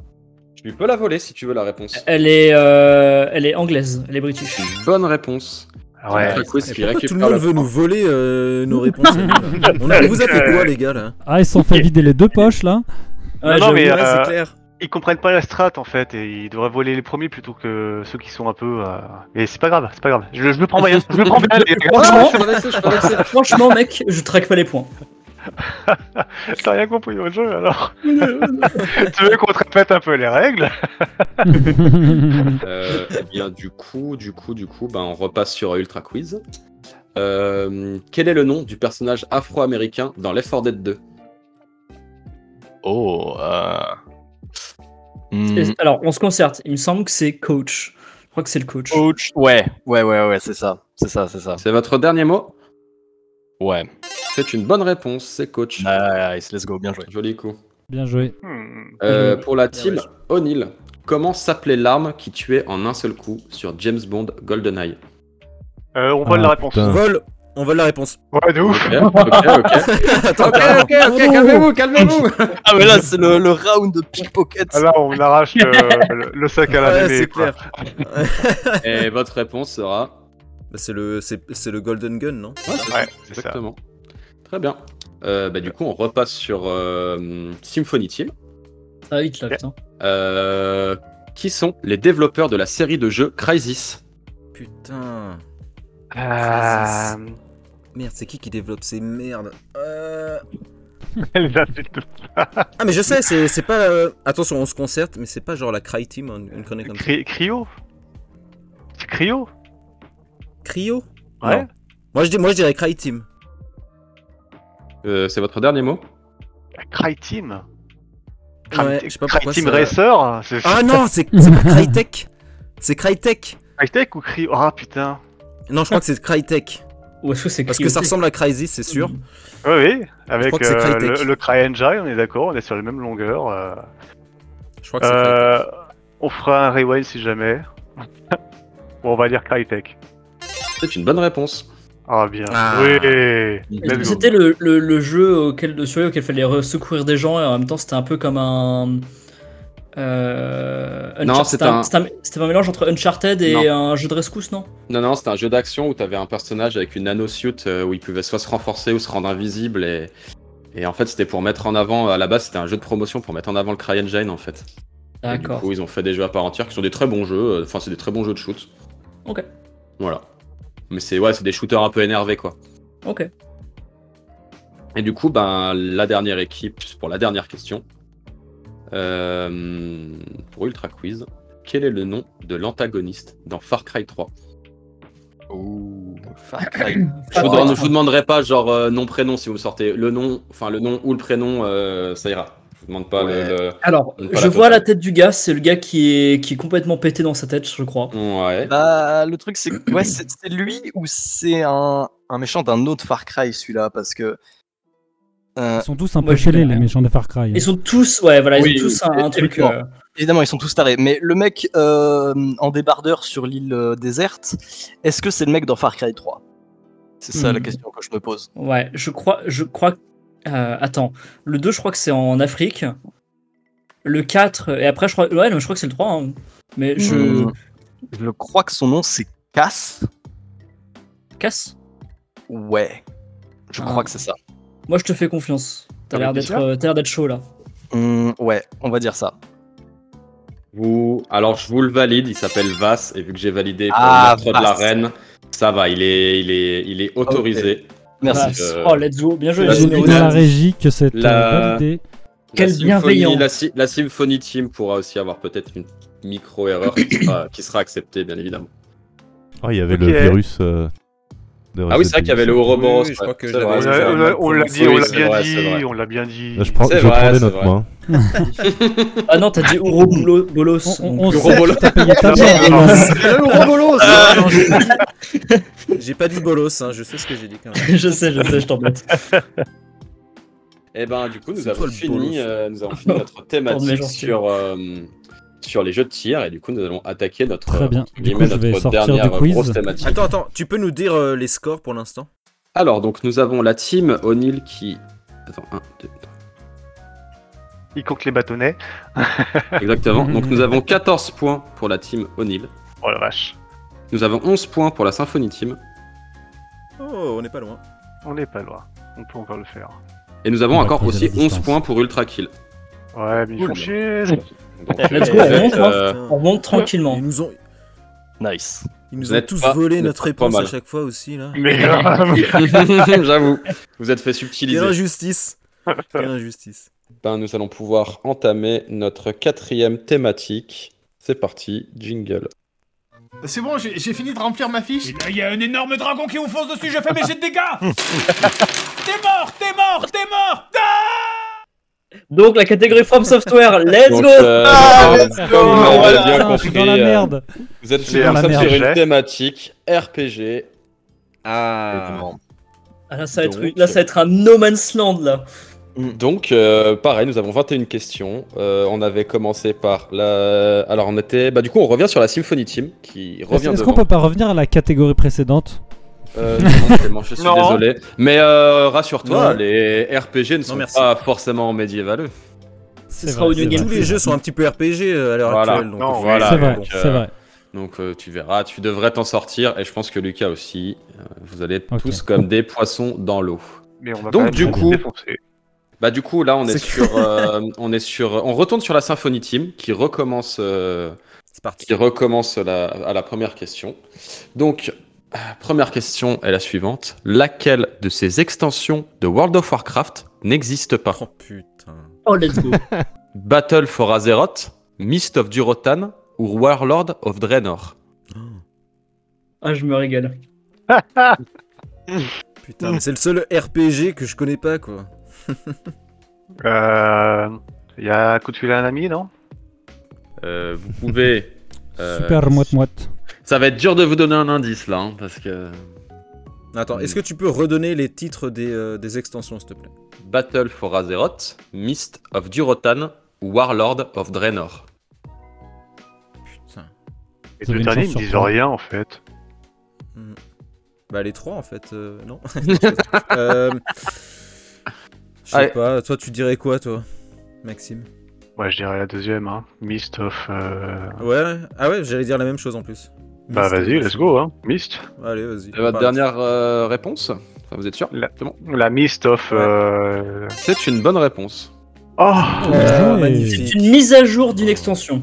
Tu peux la voler si tu veux la réponse.
Elle est, euh, elle est anglaise, elle est british.
Une bonne réponse.
ah. Ouais.
Ultra Quiz
Pourquoi
qui
tout le
récupère
monde
la
veut nous
pointe.
voler euh,
<laughs>
nos réponses à nous, là On a- Vous avez
euh,
quoi, les gars, là
Ah, ils se sont fait vider les deux
<laughs>
poches là.
Ouais,
non,
j'avoue.
mais,
Ouais,
euh,
c'est clair.
Ils comprennent pas la strat en fait, et ils devraient voler les premiers plutôt que ceux qui sont un peu. euh, Mais c'est pas grave, c'est pas grave. Je, je me prends bien, je me prends bien, les gars.
Franchement, Ah, franchement, mec, je traque pas les points.
<laughs> T'as rien compris au jeu alors. Mhm. tu veux qu'on te répète un peu les règles
Euh, eh bien, du coup, du coup, du coup, ben, on repasse sur Ultra Quiz. Euh, quel est le nom du personnage afro-américain dans Left 4 Dead 2
Oh. Euh... hmm,
Et- Alors, on se concerte. Il me semble que c'est coach. Je crois que c'est le coach.
Oh.
Coach. Ouais, ouais, ouais, ouais, c'est ça. C'est ça, c'est ça.
C'est votre dernier mot
Ouais.
C'est une bonne réponse, c'est coach.
Nice, let's go, bien joué.
Joli coup.
Bien joué.
Hmm.
Euh,
Mhm.
pour la
Bien
team
joué.
O'Neill, comment s'appelait l'arme qui tuait en un seul coup sur James Bond GoldenEye
Euh, On vole
Ah,
la réponse.
putain.
On vole, on vole la réponse. <laughs>
Ouais, de ouf.
Ok, ok, ok.
Ah,
Attends,
Ok, ok, ok, calmez-vous, calmez-vous
Ah, mais là, c'est le, le round de pickpocket.
Ah, Là, on arrache le, le- le sac à la
ouais,
mêlée,
c'est
quoi.
clair.
Et votre réponse sera
Bah, c'est le, c'est, c'est le Golden Gun, non
Ouais, c'est
Ouais,
ça,
c'est ça.
exactement. Très bien. Euh, bah, du coup, on repasse sur euh, Symphony Team.
Ça va vite là, putain.
Euh, qui sont les développeurs de la série de jeux Crysis
Putain.
Ah,
Euh, Merde, c'est qui qui développe ces merdes Euh,
les insultes.
Ah, mais je sais, c'est, c'est pas. euh, Attention, on se concerte, mais c'est pas genre la Cry Team, on, on connaît comme ça.
Cri- Cryo C'est Cryo
Cryo
Ouais.
Non. Moi je, dis, moi je dirais Cry Team.
Euh, C'est votre dernier mot
Cry Team
Ouais,
Cry-
je sais pas
Cry
pourquoi
Team
ça-
Racer C'est
Ah non, c'est, c'est pas Crytek C'est Crytek
Crytek ou Cryo Ah putain
Non, je crois que c'est Crytek.
Ou est-ce que c'est
Parce
Cryo
que ça ressemble à Crysis, c'est sûr.
Oui, oui, avec
crois que c'est
euh,
Crytek.
le, le CryEngine, on est d'accord, on est sur la même longueur. euh.
Je crois que c'est Crytek.
Euh, on fera un rewind si jamais. <laughs> bon, on va dire Crytek.
C'est une bonne réponse.
Ah bien.
Ah.
Oui
Est-ce que
Let's go.
C'était le, le, le jeu auquel, de survie auquel fallait re- secourir des gens et en même temps c'était un peu comme un. Euh,
Non,
Unchar-
c'est
c'était un,
un-
c'était un- c'était un mélange entre Uncharted et un jeu de rescousse, non
Non, non, c'était un jeu d'action où tu avais un personnage avec une nano-suit euh, où il pouvait soit se renforcer ou se rendre invisible. Et, et en fait, c'était pour mettre en avant, à la base, c'était un jeu de promotion pour mettre en avant le CryEngine en fait. Et Du
D'accord.
coup, ils ont fait des jeux à part entière qui sont des très bons jeux. euh, Enfin, c'est des très bons jeux de shoot.
Ok.
Voilà. Mais c'est ouais, c'est des shooters un peu énervés quoi.
Ok.
Et du coup, ben la dernière équipe pour la dernière question Euh, pour Ultra Quiz. Quel est le nom de l'antagoniste dans Far Cry 3
Ouh. Far Cry.
je, vous
Oh.
demande- je vous demanderai pas genre euh, nom prénom si vous me sortez le nom, enfin le nom ou le prénom, euh, ça ira. Je vous demande pas le-
Ouais.
le,
Alors,
Pas la
je vois
totale.
la tête du gars, c'est le gars qui est, qui est complètement pété dans sa tête, je crois.
Mm. Ouais.
Bah, le truc, c'est que- ouais, c'est c'est lui ou c'est un, un méchant d'un autre Far Cry, celui-là, parce que. euh,
Ils sont tous un
Moi,
peu
je
chelés,
connais.
les méchants de Far Cry.
Ils sont tous, ouais, voilà, ils
Oui,
ont tous un, un truc.
évidemment.
euh,
évidemment, ils sont tous tarés, mais le mec euh, en débardeur sur l'île euh, déserte, est-ce que c'est le mec dans Far Cry 3 C'est ça la
Hmm.
question que je me pose.
ouais, je crois, je crois. euh, attends, le 2, je crois que c'est en Afrique. Le 4, et après, je
Mm.
crois, ouais, non, je crois que c'est le 3. hein. Mais je.
Je, je crois que son nom c'est Cass,
Casse
Ouais. Je
Ah.
crois que c'est ça.
Moi, je te fais confiance. T'as
Ah, mais
l'air
bien
d'être
sûr.
euh, t'as l'air d'être chaud là.
Hum, ouais, on va dire ça.
Vous... Alors, je vous le valide, il s'appelle Vas, et vu que j'ai validé pour
Ah,
le maître de la
Vas.
reine, ça va, il est, il est, il est autorisé.
Merci.
Bah,
euh,
Oh, let's go. Bien joué.
la
J'ai
J'ai
dit
Zoé.
dans la régie que c'est euh,
La-
validé.
Quel
symphonie-
bienveillant.
La, sy- la symphonie team pourra aussi avoir peut-être une micro-erreur qui, sera, <coughs> qui sera acceptée, bien évidemment.
Oh, il y avait
Ok.
le virus. euh, de
Ah oui, c'est vrai qu'il y avait le Ouroboros.
Oui, oui, je
ouais,
crois que
c'est
je
vrai,
l'avais-
On
c'est
Ouais,
vrai.
l'a- on l'a- on l'a
Oui,
dit, on l'a
c'est vrai,
bien
c'est vrai.
dit, on l'a bien dit.
Là, je prends,
C'est
je prends
vrai,
les
c'est
notes,
vrai.
moi.
Ah non, t'as dit Ourobolos. Bolos,
On- on-
donc,
on
euh,
sait
Ouroboros.
que t'as payé ta
Non,
mère.
<laughs>
Ah, non, j'ai pas
Euh.
dit- J'ai pas dit bolos, hein, je sais ce que j'ai dit quand même.
je sais, je sais, je t'embête.
Et ben, du coup, nous
C'est
avons,
toi le bolos.
fini, euh, nous avons fini
<laughs>
notre
Pardon, mais
thématique
j'en suis.
sur, euh, sur les jeux de tir, et du coup, nous allons attaquer notre, euh,
Très bien.
entre
Du
guillemets,
coup, je vais
notre
sortir du
dernière
quiz.
grosse thématique.
Attends, attends, tu peux nous dire euh, les scores pour l'instant
Alors, donc, nous avons la team O'Neill qui. Attends, un, deux,
Il compte les bâtonnets.
trois.
<laughs>
Exactement. donc, nous avons 14 points pour la team O'Neill.
Oh la vache.
Nous avons 11 points pour la Symphonie Team.
Oh, on n'est pas loin.
On n'est pas loin. On peut encore le faire.
Et nous avons
On va
encore
creuser
aussi
la
11
distance.
points pour Ultra Kill.
Ouais, mais ils
Cool.
font chier.
Donc, euh,
Let's go,
vous
on
êtes,
monte, hein.
euh,
Putain,
On remonte tranquillement.
Ils nous ont,
Euh, Nice.
ils
Vous
nous ont
n'êtes
tous
pas- vous
volé
n'êtes
notre
pas
réponse
mal.
à chaque fois aussi là.
Mais grave.
euh, <laughs>
hein.
J'avoue, vous êtes fait
Quelle
subtiliser.
<laughs>
injustice Quelle injustice
Ben, nous allons pouvoir entamer notre quatrième thématique. C'est parti, jingle.
C'est bon, j'ai j'ai fini de remplir ma fiche.
Et là, il y a un énorme dragon qui enfonce dessus, je fais mes jets de dégâts T'es mort, t'es mort, t'es mort
Donc, la catégorie From Software, let's
Donc,
go.
euh,
Oh,
on l'a
voilà.
bien
Putain, Je suis dans la
compris, euh,
merde.
vous êtes
C'est
nous
un
sommes sur
RPG.
une thématique RPG. Euh,
Euh,
Ah
Ah, là, ça va être,
donc- euh,
là, ça va être un No Man's Land là.
Donc, euh, pareil, nous avons 21 questions. Euh, on avait commencé par la. Alors, on était. Bah, du coup, on revient sur la Symphony Team qui
Est-ce
revient
est-ce qu'on
devant.
peut pas revenir à la catégorie précédente
Euh, non, Clément, je suis
Non.
désolé. Mais euh, rassure-toi,
Non.
les RPG ne sont
merci.
pas forcément médiévaleux.
Ce
sera au New Game.
Tous les jeux sont un petit peu RPG à l'heure
Voilà.
actuelle. Donc,
Non,
euh,
voilà.
C'est vrai,
donc, euh,
c'est vrai.
Donc, euh, tu verras, tu devrais t'en sortir. Et je pense que Lucas aussi. Euh, vous allez être
Ok.
tous comme des poissons dans l'eau.
Mais on va
Donc,
quand même
du
se
coup-
défoncer.
Bah du coup là on est,
C'est-
sur euh, on est sur on retourne sur la Symphony Team qui recommence euh,
c'est parti.
qui recommence la- à la première question. Donc euh, première question est la suivante laquelle de ces extensions de World of Warcraft n'existe pas
Oh putain.
Oh, let's go.
Battle for Azeroth, Mist of Durotan ou Warlord of Draenor.
Ah, je me régale.
Mm.
Putain, mais c'est le seul RPG que je connais pas quoi.
Euh. Y a coup de fil à un ami, non
Euh, vous pouvez euh,
Super moite-moite.
Ça va être dur de vous donner un indice là hein, parce que Mm.
Attends, est-ce que tu peux redonner les titres des, euh, des extensions s'il te plaît
Battle for Azeroth, Mist of Durotan ou Warlord of Draenor.
Putain.
Les
Vous avez
deux
une
derniers
chance
ils
sur
me disent
trois.
rien en fait.
Bah les trois en fait, euh, non. <laughs> Euh, Je sais
Allez.
pas, toi tu dirais quoi toi Maxime
Ouais, je dirais la deuxième, hein. Mist of. euh,
Ouais, ah ouais, j'allais dire la même chose en plus.
Bah
Mist,
vas-y,
euh,
let's go, hein. Mist.
Allez, vas-y. Bah,
Et votre
Parle.
dernière euh, réponse Enfin, Vous êtes sûr
La-
C'est bon.
La Mist of.
Ouais.
euh,
C'est une bonne réponse.
Oh
Ah,
Ouais.
magnifique.
Une mise à jour
Ah,
d'une extension.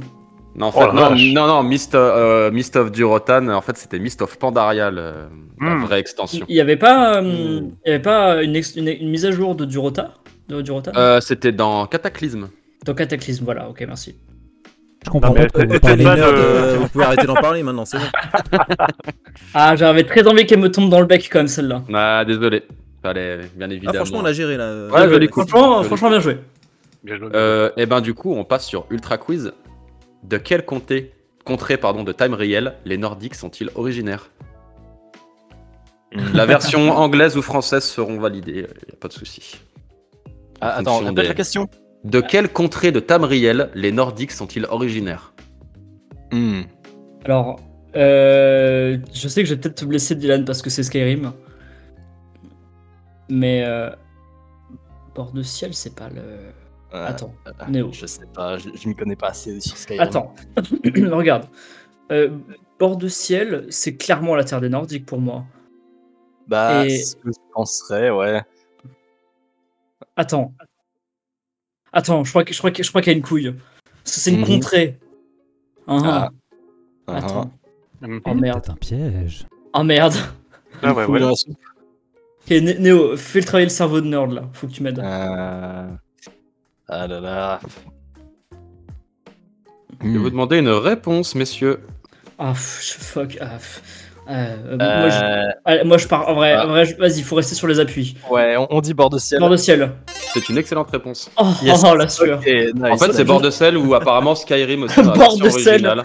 Non, en
Oh
fait,
la
non,
vache.
non, non, Mist, euh, Mist of Durotan, en fait, c'était Mist of Pandarial, euh, la
Hmm.
vraie
Il
extension.
n'y avait pas, euh,
Mm.
il y avait pas une, ex- une- une mise à jour de Durota de Durota
Euh, c'était dans Cataclysme.
Dans Cataclysme, voilà, ok, merci.
Je comprends
mais
pas pourquoi
elle-
vous
elle-
parlez.
Les
Pas
nerds,
de-
euh, vous pouvez arrêter d'en parler maintenant, c'est bon.
Ah, j'avais très envie qu'elle me tombe dans le bec quand même, celle-là.
Ah, désolé. Fallait, bien évidemment.
Ah, franchement, on a géré là.
Ouais,
bah,
joli coup.
euh, franchement,
Joli
franchement, bien joué.
Bien joué.
Euh, eh ben, du coup, on passe sur Ultra Quiz. De quel comté, contrée pardon, de Time Real les Nordiques sont-ils originaires La version anglaise ou française seront validées, il a pas de souci.
Ah,
En
attends,
fonction
répète
des-
la question.
De quelle contrée de Tamriel les Nordiques sont-ils originaires
Hmm.
Alors, euh, je sais que j'ai peut-être te blesser Dylan parce que c'est Skyrim. Mais. Euh, Bord de ciel, c'est pas le.
Euh,
Attends,
euh,
Néo.
Je sais pas, je, je m'y connais pas assez sur Skyrim.
Attends, <clears throat> regarde. Euh, Bord de ciel, c'est clairement la terre des Nordiques pour moi.
Bah,
Et-
ce que je penserais, ouais.
Attends. Attends, je crois que- je crois que- je crois qu'il y a une couille. Ça, C'est une
Mhm.
contrée. Hein, hein.
Ah,
Attends.
Mhm.
Oh merde.
C'est un piège.
Oh merde.
Ah ouais,
Cool,
ouais.
hein,
Ok, Né- Néo, fais le travail le cerveau de nerd là. Faut que tu m'aides.
Euh, Ah là là. Hmm.
Je
Hmm.
vais vous demander une réponse, messieurs.
Ah, pff, je- fuck. Ah, pff. Euh,
Euh,
moi, je, allez, moi, je pars. En vrai,
Ah.
en vrai, je- vas-y, faut rester sur les appuis.
Ouais, on, on dit bord de ciel.
Bord de ciel.
C'est une excellente réponse.
Oh,
Yes.
<laughs> oh, la sueur.
Ok, nice.
En fait, c'est bord de sel ou apparemment Skyrim aussi. dans la
Bord de
version
sel.
originale.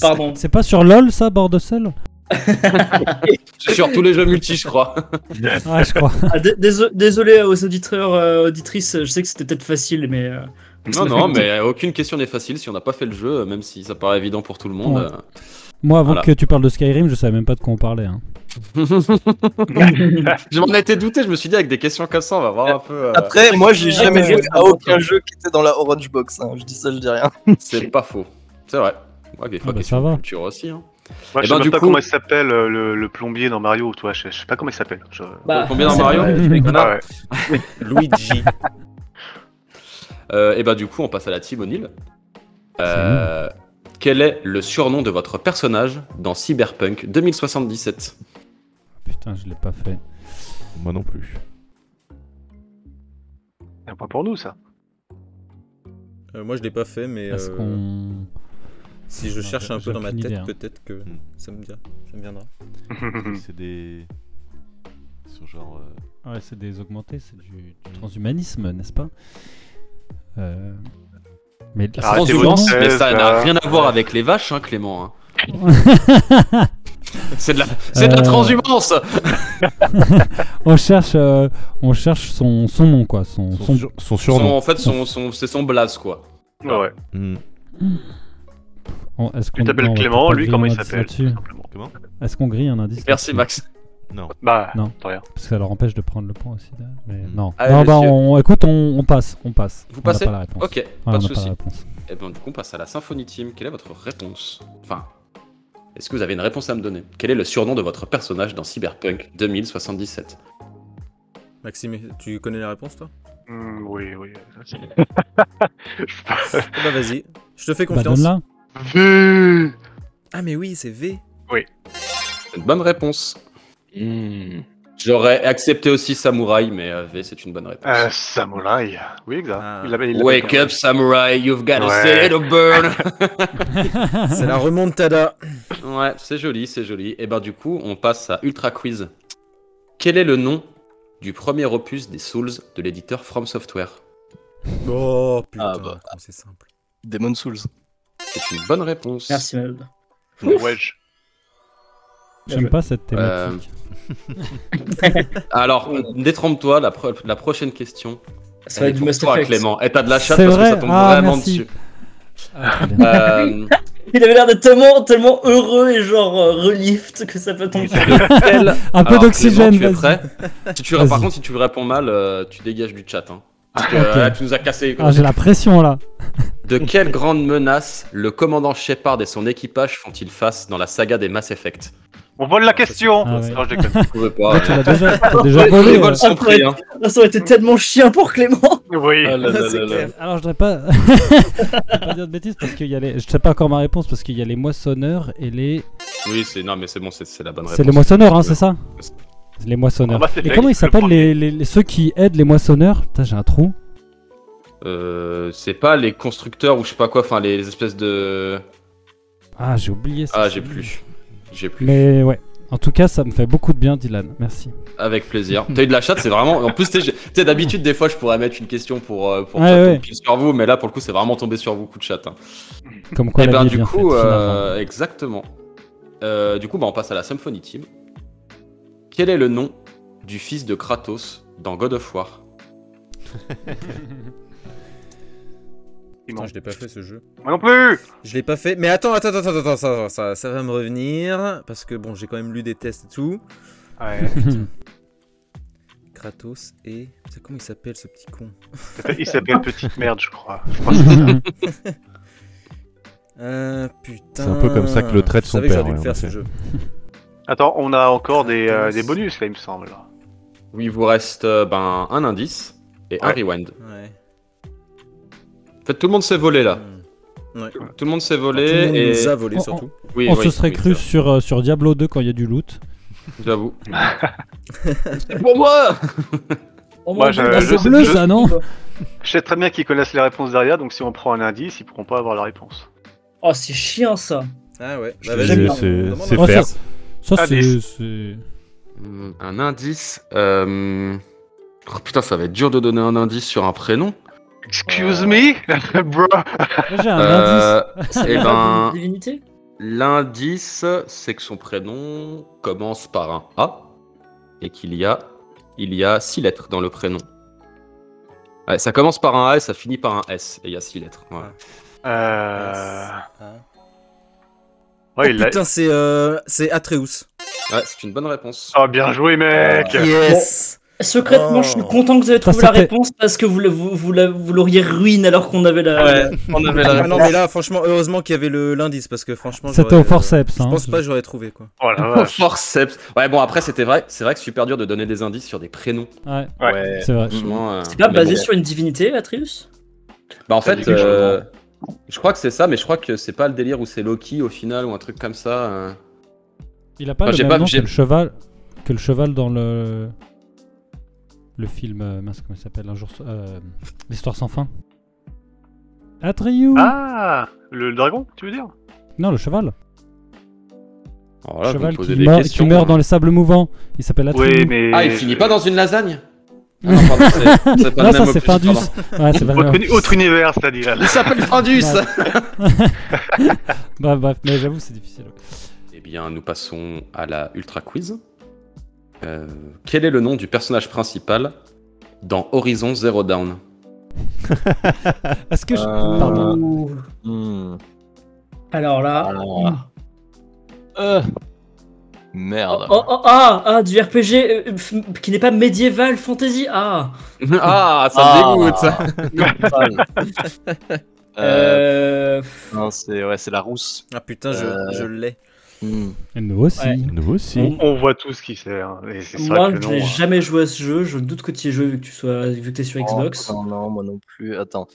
Pardon.
C'est pas sur LOL ça, bord de sel
C'est sur tous les jeux multi, je crois.
Ah, je crois.
Ah, dé- déso- désolé aux auditeurs, euh, auditrices. Je sais que c'était peut-être facile, mais. euh,
Non,
ça m'a
non,
fait-
mais aucune question n'est facile si on n'a pas fait le jeu, même si ça paraît évident pour tout le monde.
Moi, avant
Voilà.
que tu parles de Skyrim, je savais même pas de quoi on parlait. hein.
Je m'en
euh,
étais douté, je me suis dit avec des questions comme ça, on va voir un peu. euh,
Après, moi, j'ai jamais
Ouais,
joué
ouais.
à aucun jeu qui était dans la Orange Box. hein. Je dis ça, je dis rien.
C'est pas faux. C'est vrai. Ouais, des fois,
Ah bah,
question
ça va.
de culture aussi. Hein.
Moi,
Eh
je
ben, du
sais même pas
coup-
comment il s'appelle euh, le, le plombier dans Mario, tu vois, je, je sais pas comment il s'appelle. Je...
Bah,
Combien dans
c'est-
Mario
<laughs>
Ah ouais.
Luigi.
Euh, Et bah, du coup, on passe à la team O'Neill. Euh, quel est le surnom de votre personnage dans Cyberpunk 2077
Putain, je l'ai pas fait.
Moi non plus.
C'est un point pour nous, ça. <laughs>
Euh, moi, je l'ai pas fait, mais
Est-ce
euh,
qu'on.
si je
Non,
cherche
j'ai-
un peu
j'ai
dans ma
aucune
tête,
idée, hein.
peut-être que
Hmm.
ça me, vient- ça me viendra.
Mhm.
C'est- C'est des. Ils sont genre. euh,
Ouais, c'est des augmentés, c'est du, du transhumanisme, n'est-ce pas Euh, Mais
Ah,
c'est
c'est
transhumaniste.
bon,
mais ça n'a
ça.
rien à voir avec les vaches, hein,
<laughs>
Clément. hein. C'est de la, c'est de la
Euh.
transhumance
on cherche, euh, on cherche son, son nom quoi, son,
Son,
son-
sur- son
Son-
surnom.
En fait, son, son- c'est son blaze, quoi.
Ouais, ouais.
Hmm.
on- Est-ce
Tu
qu'on non,
t'appelles
on va
Clément,
pas
lui,
griller
comment
un
il
indice
s'appelle tout
là-dessus.
simplement.
Est-ce qu'on grille un indice
Merci,
là-dessus
Max.
Non.
Bah,
Non.
t'as rien.
Parce que ça leur empêche de prendre le point aussi. là, Mais
Mm.
non.
Allez,
non, bah
messieurs.
on, écoute, on, on passe, on passe.
Vous
on a
passez
pas la réponse.
Ok,
Ouais,
pas de
on a pas
souci.
la réponse.
Et ben du coup, on passe à la Symphonie Team. Quelle est votre réponse Enfin, est-ce que vous avez une réponse à me donner Quel est le surnom de votre personnage dans Cyberpunk 2077
Maxime, tu connais la réponse, <laughs> toi
Hmm, oui, oui.
Ah Bah, vas-y. Je te fais
Bah
confiance.
donne là.
V
ah, mais oui, c'est V.
Une bonne réponse. J'aurais accepté aussi Samouraï, mais euh, V, c'est une bonne réponse.
euh, Samouraï. Oui, exact.
Ah.
Il l'appelle- il l'appelle
Wake
bien.
up, Samurai, you've got
Ouais.
a city to burn.
C'est la remontada.
ouais, c'est joli, c'est joli. Et ben du coup, on passe à Ultra Quiz. Quel est le nom du premier opus des Souls de l'éditeur From Software
Oh putain,
Ah, bah.
comme c'est simple.
Demon Souls.
C'est une bonne réponse.
Merci, Meld.
Wedge.
J'aime pas cette thématique.
Euh, Alors, détrompe-toi, la, pro- la prochaine question.
Ça va
elle
être
est
du
pour
Mass
toi,
Effect.
Clément. Et t'as de la chatte
C'est
parce
vrai
que ça tombe
Ah,
vraiment
merci. <laughs>
dessus. <laughs>
Ah, très bien.
Euh,
Il avait l'air d'être tellement, tellement heureux et genre euh, relift que ça
<laughs>
peut tomber.
quel-
Un peu
Alors,
d'oxygène,
Clément, tu es
vas-y.
prêt si tu,
Vas-y. Ah,
Par contre, si tu réponds mal, euh, tu dégages du chat. hein. Parce que
Ok.
euh, là, tu nous as cassé. quoi.
Ah, j'ai la pression là.
De quelle grande menace le commandant Shepard et son équipage font-ils face dans la saga des Mass Effect
On vole la question
Ah ouais.
Non, je déconne.
Je pouvais pas.
Bah,
hein.
Tu l'as déjà, t'as déjà
Les
volé. euh.
vols
<laughs> ouais.
sont pris, hein.
Ça aurait été tellement chiant pour Clément.
oui.
Ah là là
C'est
là là.
clair.
Alors je voudrais pas, <laughs> je voudrais pas dire de bêtises parce qu'il y a les, je sais pas encore ma réponse parce qu'il y a les moissonneurs et les,
Oui, c'est non, mais c'est bon, c'est c'est la bonne réponse.
c'est les moissonneurs, hein, c'est ça Les moissonneurs.
Ah bah, c'est
et
fait,
comment ils
le
s'appellent
premier.
les, les- les- ceux qui aident les moissonneurs Putain, j'ai un trou.
Euh, c'est pas les constructeurs ou je sais pas quoi. Enfin, les les espèces de.
Ah, j'ai oublié. ça.
Ah, j'ai plus. J'ai plus.
Mais ouais. En tout cas, ça me fait beaucoup de bien, Dylan. Merci.
Avec
<laughs>
plaisir. T'as eu de la chatte, c'est vraiment. En plus, t'es- tu sais, d'habitude, des fois, je pourrais mettre une question pour, euh, pour
Ouais,
ça tombe
ouais.
pile sur vous, mais là, pour le coup, c'est vraiment tombé sur vous, coup de chat. hein.
Comme quoi,
Et
la
ben,
vie est
du
bien
coup,
faite, <laughs>
euh, <laughs> exactement. Euh, du coup, bah, on passe à la Symphony Team. Quel est le nom du fils de Kratos dans God of War
finalement.
Putain, je l'ai pas fait ce jeu.
Moi non plus
Je l'ai pas fait. Mais attends, attends, attends, attends, ça, ça, ça va me revenir. Parce que bon, j'ai quand même lu des tests et tout.
Ouais.
Kratos et. Putain, comment il s'appelle ce petit con
Il s'appelle Petite Merde, je crois. Je crois que c'est ça.
Euh, putain.
C'est un peu comme ça que le trait de
Je
son
Euh, savais que
père,
J'aurais dû le
ouais,
faire
on
ce
sait.
jeu.
Attends, on a encore des, euh, des bonus là, il me semble.
où il vous reste euh, ben, un indice et un
Ouais.
rewind.
Ouais.
En fait, tout le monde s'est volé là.
Ouais.
Tout le monde
Ah,
s'est
Tout le
volé
monde
Ah. et.
nous a volé
On-
surtout.
Oui,
On
oui,
se Oh, serait
oui,
cru sur, euh, sur Diablo 2 quand il y a du loot.
J'avoue. C'est pour moi
Oh,
Moi,
mon
je-
Dieu,
Ah,
je
c'est
sais-
bleu
je-
ça, non
Je sais très bien qu'ils connaissent les réponses derrière, donc si on prend un indice, ils pourront pas avoir la réponse.
Oh, c'est chiant ça.
Ah ouais.
te
vas-y,
jure,
on-
c'est-
on demande
c'est
un
faire.
indice.
Ça,
Ah,
c'est.
des-
c'est-
Hmm, Un indice. euh, oh, putain, ça va être dur de donner un indice sur un prénom.
Excuse me, Euh, <laughs> bro.
Moi, J'ai un indice.
Euh,
Il
Eh
y a pas
ben,
de divinité
l'indice, c'est que son prénom commence par un A et qu'il y a, il y a six lettres dans le prénom. Ouais, ça commence par un A et ça finit par un S et il y a six lettres. ouais.
Euh...
Ah.
Ouais, il
Oh,
l'a-
putain, c'est euh, c'est Atreus.
Ouais, c'est une bonne réponse.
Oh, bien joué, mec.
Ah.
Yes.
Secrètement,
Oh.
je suis content que vous avez trouvé
Ça,
la
ça fait-
réponse parce que vous, le- vous, vous la- vous l'auriez ruine alors qu'on avait la.
on avait <laughs>
Ah non mais là franchement heureusement qu'il y avait le l'indice parce que franchement
C'était
j'aurais- euh,
au forceps.
Je
hein.
pense pas que j'aurais trouvé quoi.
Oh
Ah,
la vache.
Forceps. Ouais, bon, après, c'était vrai. C'est vrai que c'est super dur de donner des indices sur des prénoms.
Ouais,
Ouais.
c'est vrai.
Franchement, euh,
C'est pas
mais
basé
bon.
sur une divinité, Atreus
Bah, en fait,
Ça dégage,
euh, je crois que c'est ça, mais je crois que c'est pas le délire où c'est Loki au final ou un truc comme ça. euh.
Il a pas
Enfin,
le
j'ai
même
pas-
nom que
j'ai-
le cheval que le cheval dans le le film euh, mince comment il s'appelle un jour euh, l'histoire sans fin. Atreyu.
Ah, le dragon, tu veux dire
Non le cheval.
Alors là, Ah,
le
vous
cheval
me
qui
posez des
meurt, qui
questions,
meurt
hein.
dans les sables mouvants. Il s'appelle Atreyu.
Oui, mais.
Ah, il finit pas dans une lasagne Ah non, pardon, c'est-
<laughs>
c'est pas le même
non ça c'est
opus,
Findus.
pardon.
Ouais, Ah, c'est pas le
Autre,
même.
uni- autre univers, c'est-à-dire.
Il s'appelle Findus
Ouais. Bah, bref mais j'avoue c'est difficile.
Eh bien, nous passons à la Ultra Quiz. Euh, quel est le nom du personnage principal dans Horizon Zero Dawn
Est-ce que je...
Euh,
pardon.
Ouh.
Hmm.
Alors là.
Alors, euh, Merde.
Oh, oh, oh, ah, ah, du RPG euh, f- qui n'est pas médiéval fantasy. Ah,
Ah, ça
Ah.
me dégoûte
Euh,
euh,
non, c'est ouais, c'est la rousse.
Ah putain je,
Euh.
je l'ai.
Hmm.
Et Nous aussi.
Ouais.
Nous aussi.
On, on voit tous qui c'est. hein, et c'est vrai
moi,
que
je
non,
n'ai
hein.
jamais joué à ce jeu. Je doute que tu y aies joué vu que tu sois, vu que t'es
Oh,
sur Xbox.
Non, non, moi non plus. Attends.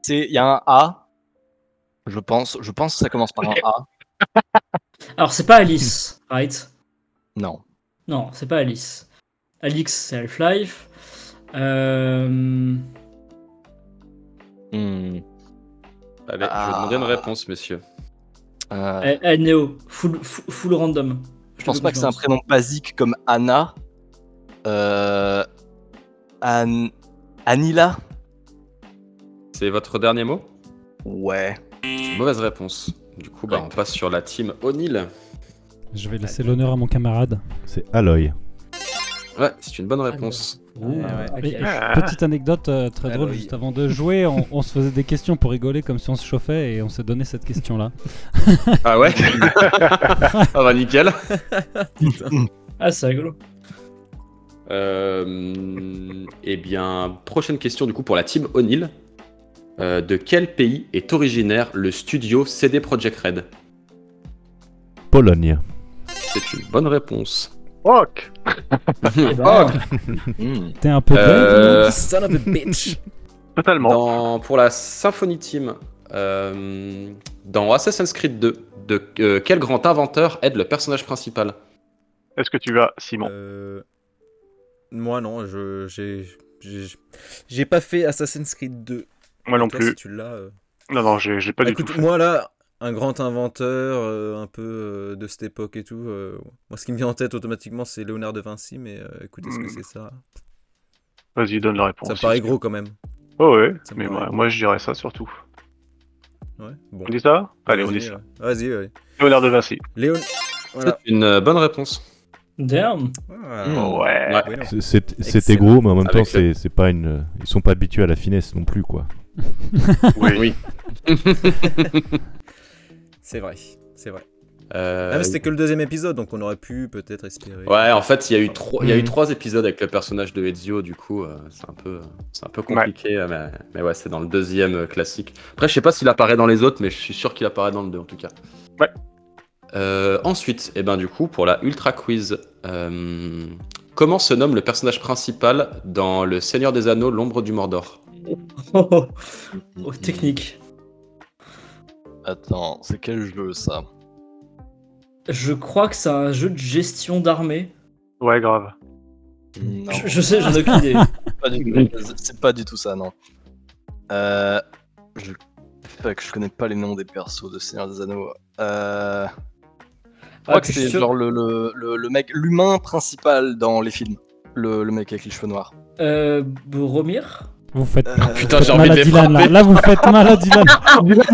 C'est il y a un A. Je pense, je pense que ça commence par un A.
Alors, c'est pas Alice, right
Non.
Non, c'est pas Alice. Alix, c'est Half-Life. Euh,
Hmm.
Allez, je vais demander une réponse, monsieur.
Euh,
eh, eh, Neo, full, full, full random.
je pense pas que c'est un prénom basique comme Anna. Euh, An- Anila.
C'est votre dernier mot
Ouais.
Mauvaise réponse. Du coup, bah, on passe sur la team O'Neill.
Je vais laisser l'honneur à mon camarade.
C'est Aloy.
Ouais, c'est une bonne réponse. Ah
Et- et
prénom.
Ah.
petite anecdote euh, très drôle,
bah
Aloy.
juste avant de jouer, on, on se faisait des questions pour rigoler comme si on se chauffait et on s'est donné cette question-là.
Ah <laughs> ouais Ah bah nickel.
Ah, c'est rigolo.
Euh, eh bien, prochaine question du coup pour la team O'Neill. Euh, de quel pays est originaire le studio CD Projekt Red
Pologne.
C'est une bonne réponse.
Fuck.
Ah, <laughs> bah,
Hmm.
T'es un peu
Euh,
dingue,
Son of a bitch.
Totalement.
Dans- pour la Symphony Team, euh, dans Assassin's Creed 2, de euh, quel grand inventeur aide le personnage principal
Est-ce que tu vas, Simon
Euh, moi non je j'ai j'ai- j'ai pas fait Assassin's Creed 2.
Moi non
Toi,
plus.
si tu l'as. euh.
Non, non, j'ai j'ai pas
Bah,
du
écoute
tout. fait.
moi là un grand inventeur euh, un peu euh, de cette époque et tout. euh, moi ce qui me vient en tête automatiquement c'est Léonard de Vinci mais euh, écoute est-ce que
Mm.
c'est ça
Vas-y, donne la réponse.
Ça paraît gros quand même.
Oh, ouais,
Ça
mais
paraît
moi,
gros.
moi je dirais ça surtout.
Ouais. Bon.
On dit ça Allez, on
Vas-y,
dit ça.
ouais. Vas-y ouais.
Léonard de Vinci.
Léon. Voilà.
C'est une euh, bonne réponse.
Damn. <laughs>
Ah,
Hmm,
<laughs>
Oh, Ouais.
Ouais.
oui, non.
C'est- c'est- C'était
Excellent.
gros, mais en même
Avec
temps,
le-
c'est c'est pas une. Ils sont pas habitués à la finesse non plus, quoi.
Oui.
Oui.
C'est vrai. C'est vrai.
Euh,
Ah, mais c'était que le deuxième épisode, donc on aurait pu peut-être espérer.
Ouais, en fait, il y, a eu trois- il y a eu
Mhm.
trois épisodes avec le personnage de Ezio, du coup, euh, c'est un peu, c'est un peu compliqué, euh, mais, mais ouais, c'est dans le deuxième euh, classique. Après, je sais pas s'il apparaît dans les autres, mais je suis sûr qu'il apparaît dans le deux en tout cas.
Ouais.
Euh, ensuite, et ben, du coup, pour la Ultra Quiz, euh, comment se nomme le personnage principal dans Le Seigneur des Anneaux, l'ombre du Mordor
Oh, oh, oh, technique.
Attends, c'est quel jeu ça
Je crois que c'est un jeu de gestion d'armée.
<laughs>
Ouais, grave.
Non.
Je, je sais, j'en ai aucune idée.
Pas du tout- c'est pas du tout ça, non. Euh, je... Fuck, je connais pas les noms des persos de Seigneur des Anneaux. Euh... <laughs> Je crois
Ah,
que
puis je
c'est
suis sûr-
genre le, le, le, le mec, l'humain principal dans les films. Le, le mec avec les cheveux noirs.
Euh, Boromir
Vous faites,
Euh,
vous
putain,
faites
j'ai envie
mal à
de les
Dylan là.
frapper.
Là, vous faites mal à Dylan.
<laughs> Ah, il a- oh là,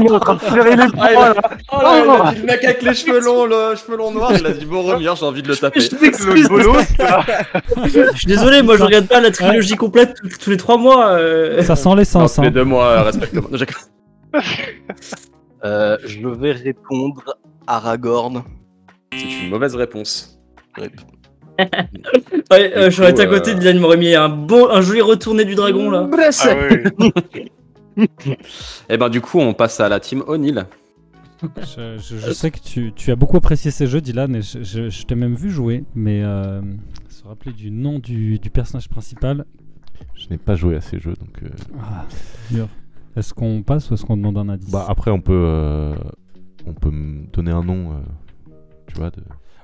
il a dit le mec avec les cheveux longs, le cheveux longs noirs, il a dit Boromir, j'ai envie de le taper.
m'excuse. Je suis désolé, moi je regarde pas la trilogie complète tous- tous les trois mois. euh.
Ça sent
Non,
l'essence.
tous les
hein.
deux mois, respecte-moi. Non, j'ai-
Euh, je vais répondre Aragorn.
C'est une mauvaise réponse.
Rip.
Ouais, euh,
Du
j'aurais
coup,
été à côté
euh,
de Dylan Boromir. Il y a un, bon, un joli retourné du dragon là.
Ah
<laughs>
oui.
Et ben du coup, on passe à la team O'Neill.
hein. Je, je- je sais que tu, tu as beaucoup apprécié ces jeux, Dylan, et je, je- je t'ai même vu jouer, mais euh, se rappeler du nom du, du personnage principal.
Je n'ai pas joué à ces jeux, donc. euh,
Ah, c'est dur. Est-ce qu'on passe ou est-ce qu'on demande un indice
Bah après, on peut, euh, on peut me donner un nom, euh, tu vois. De...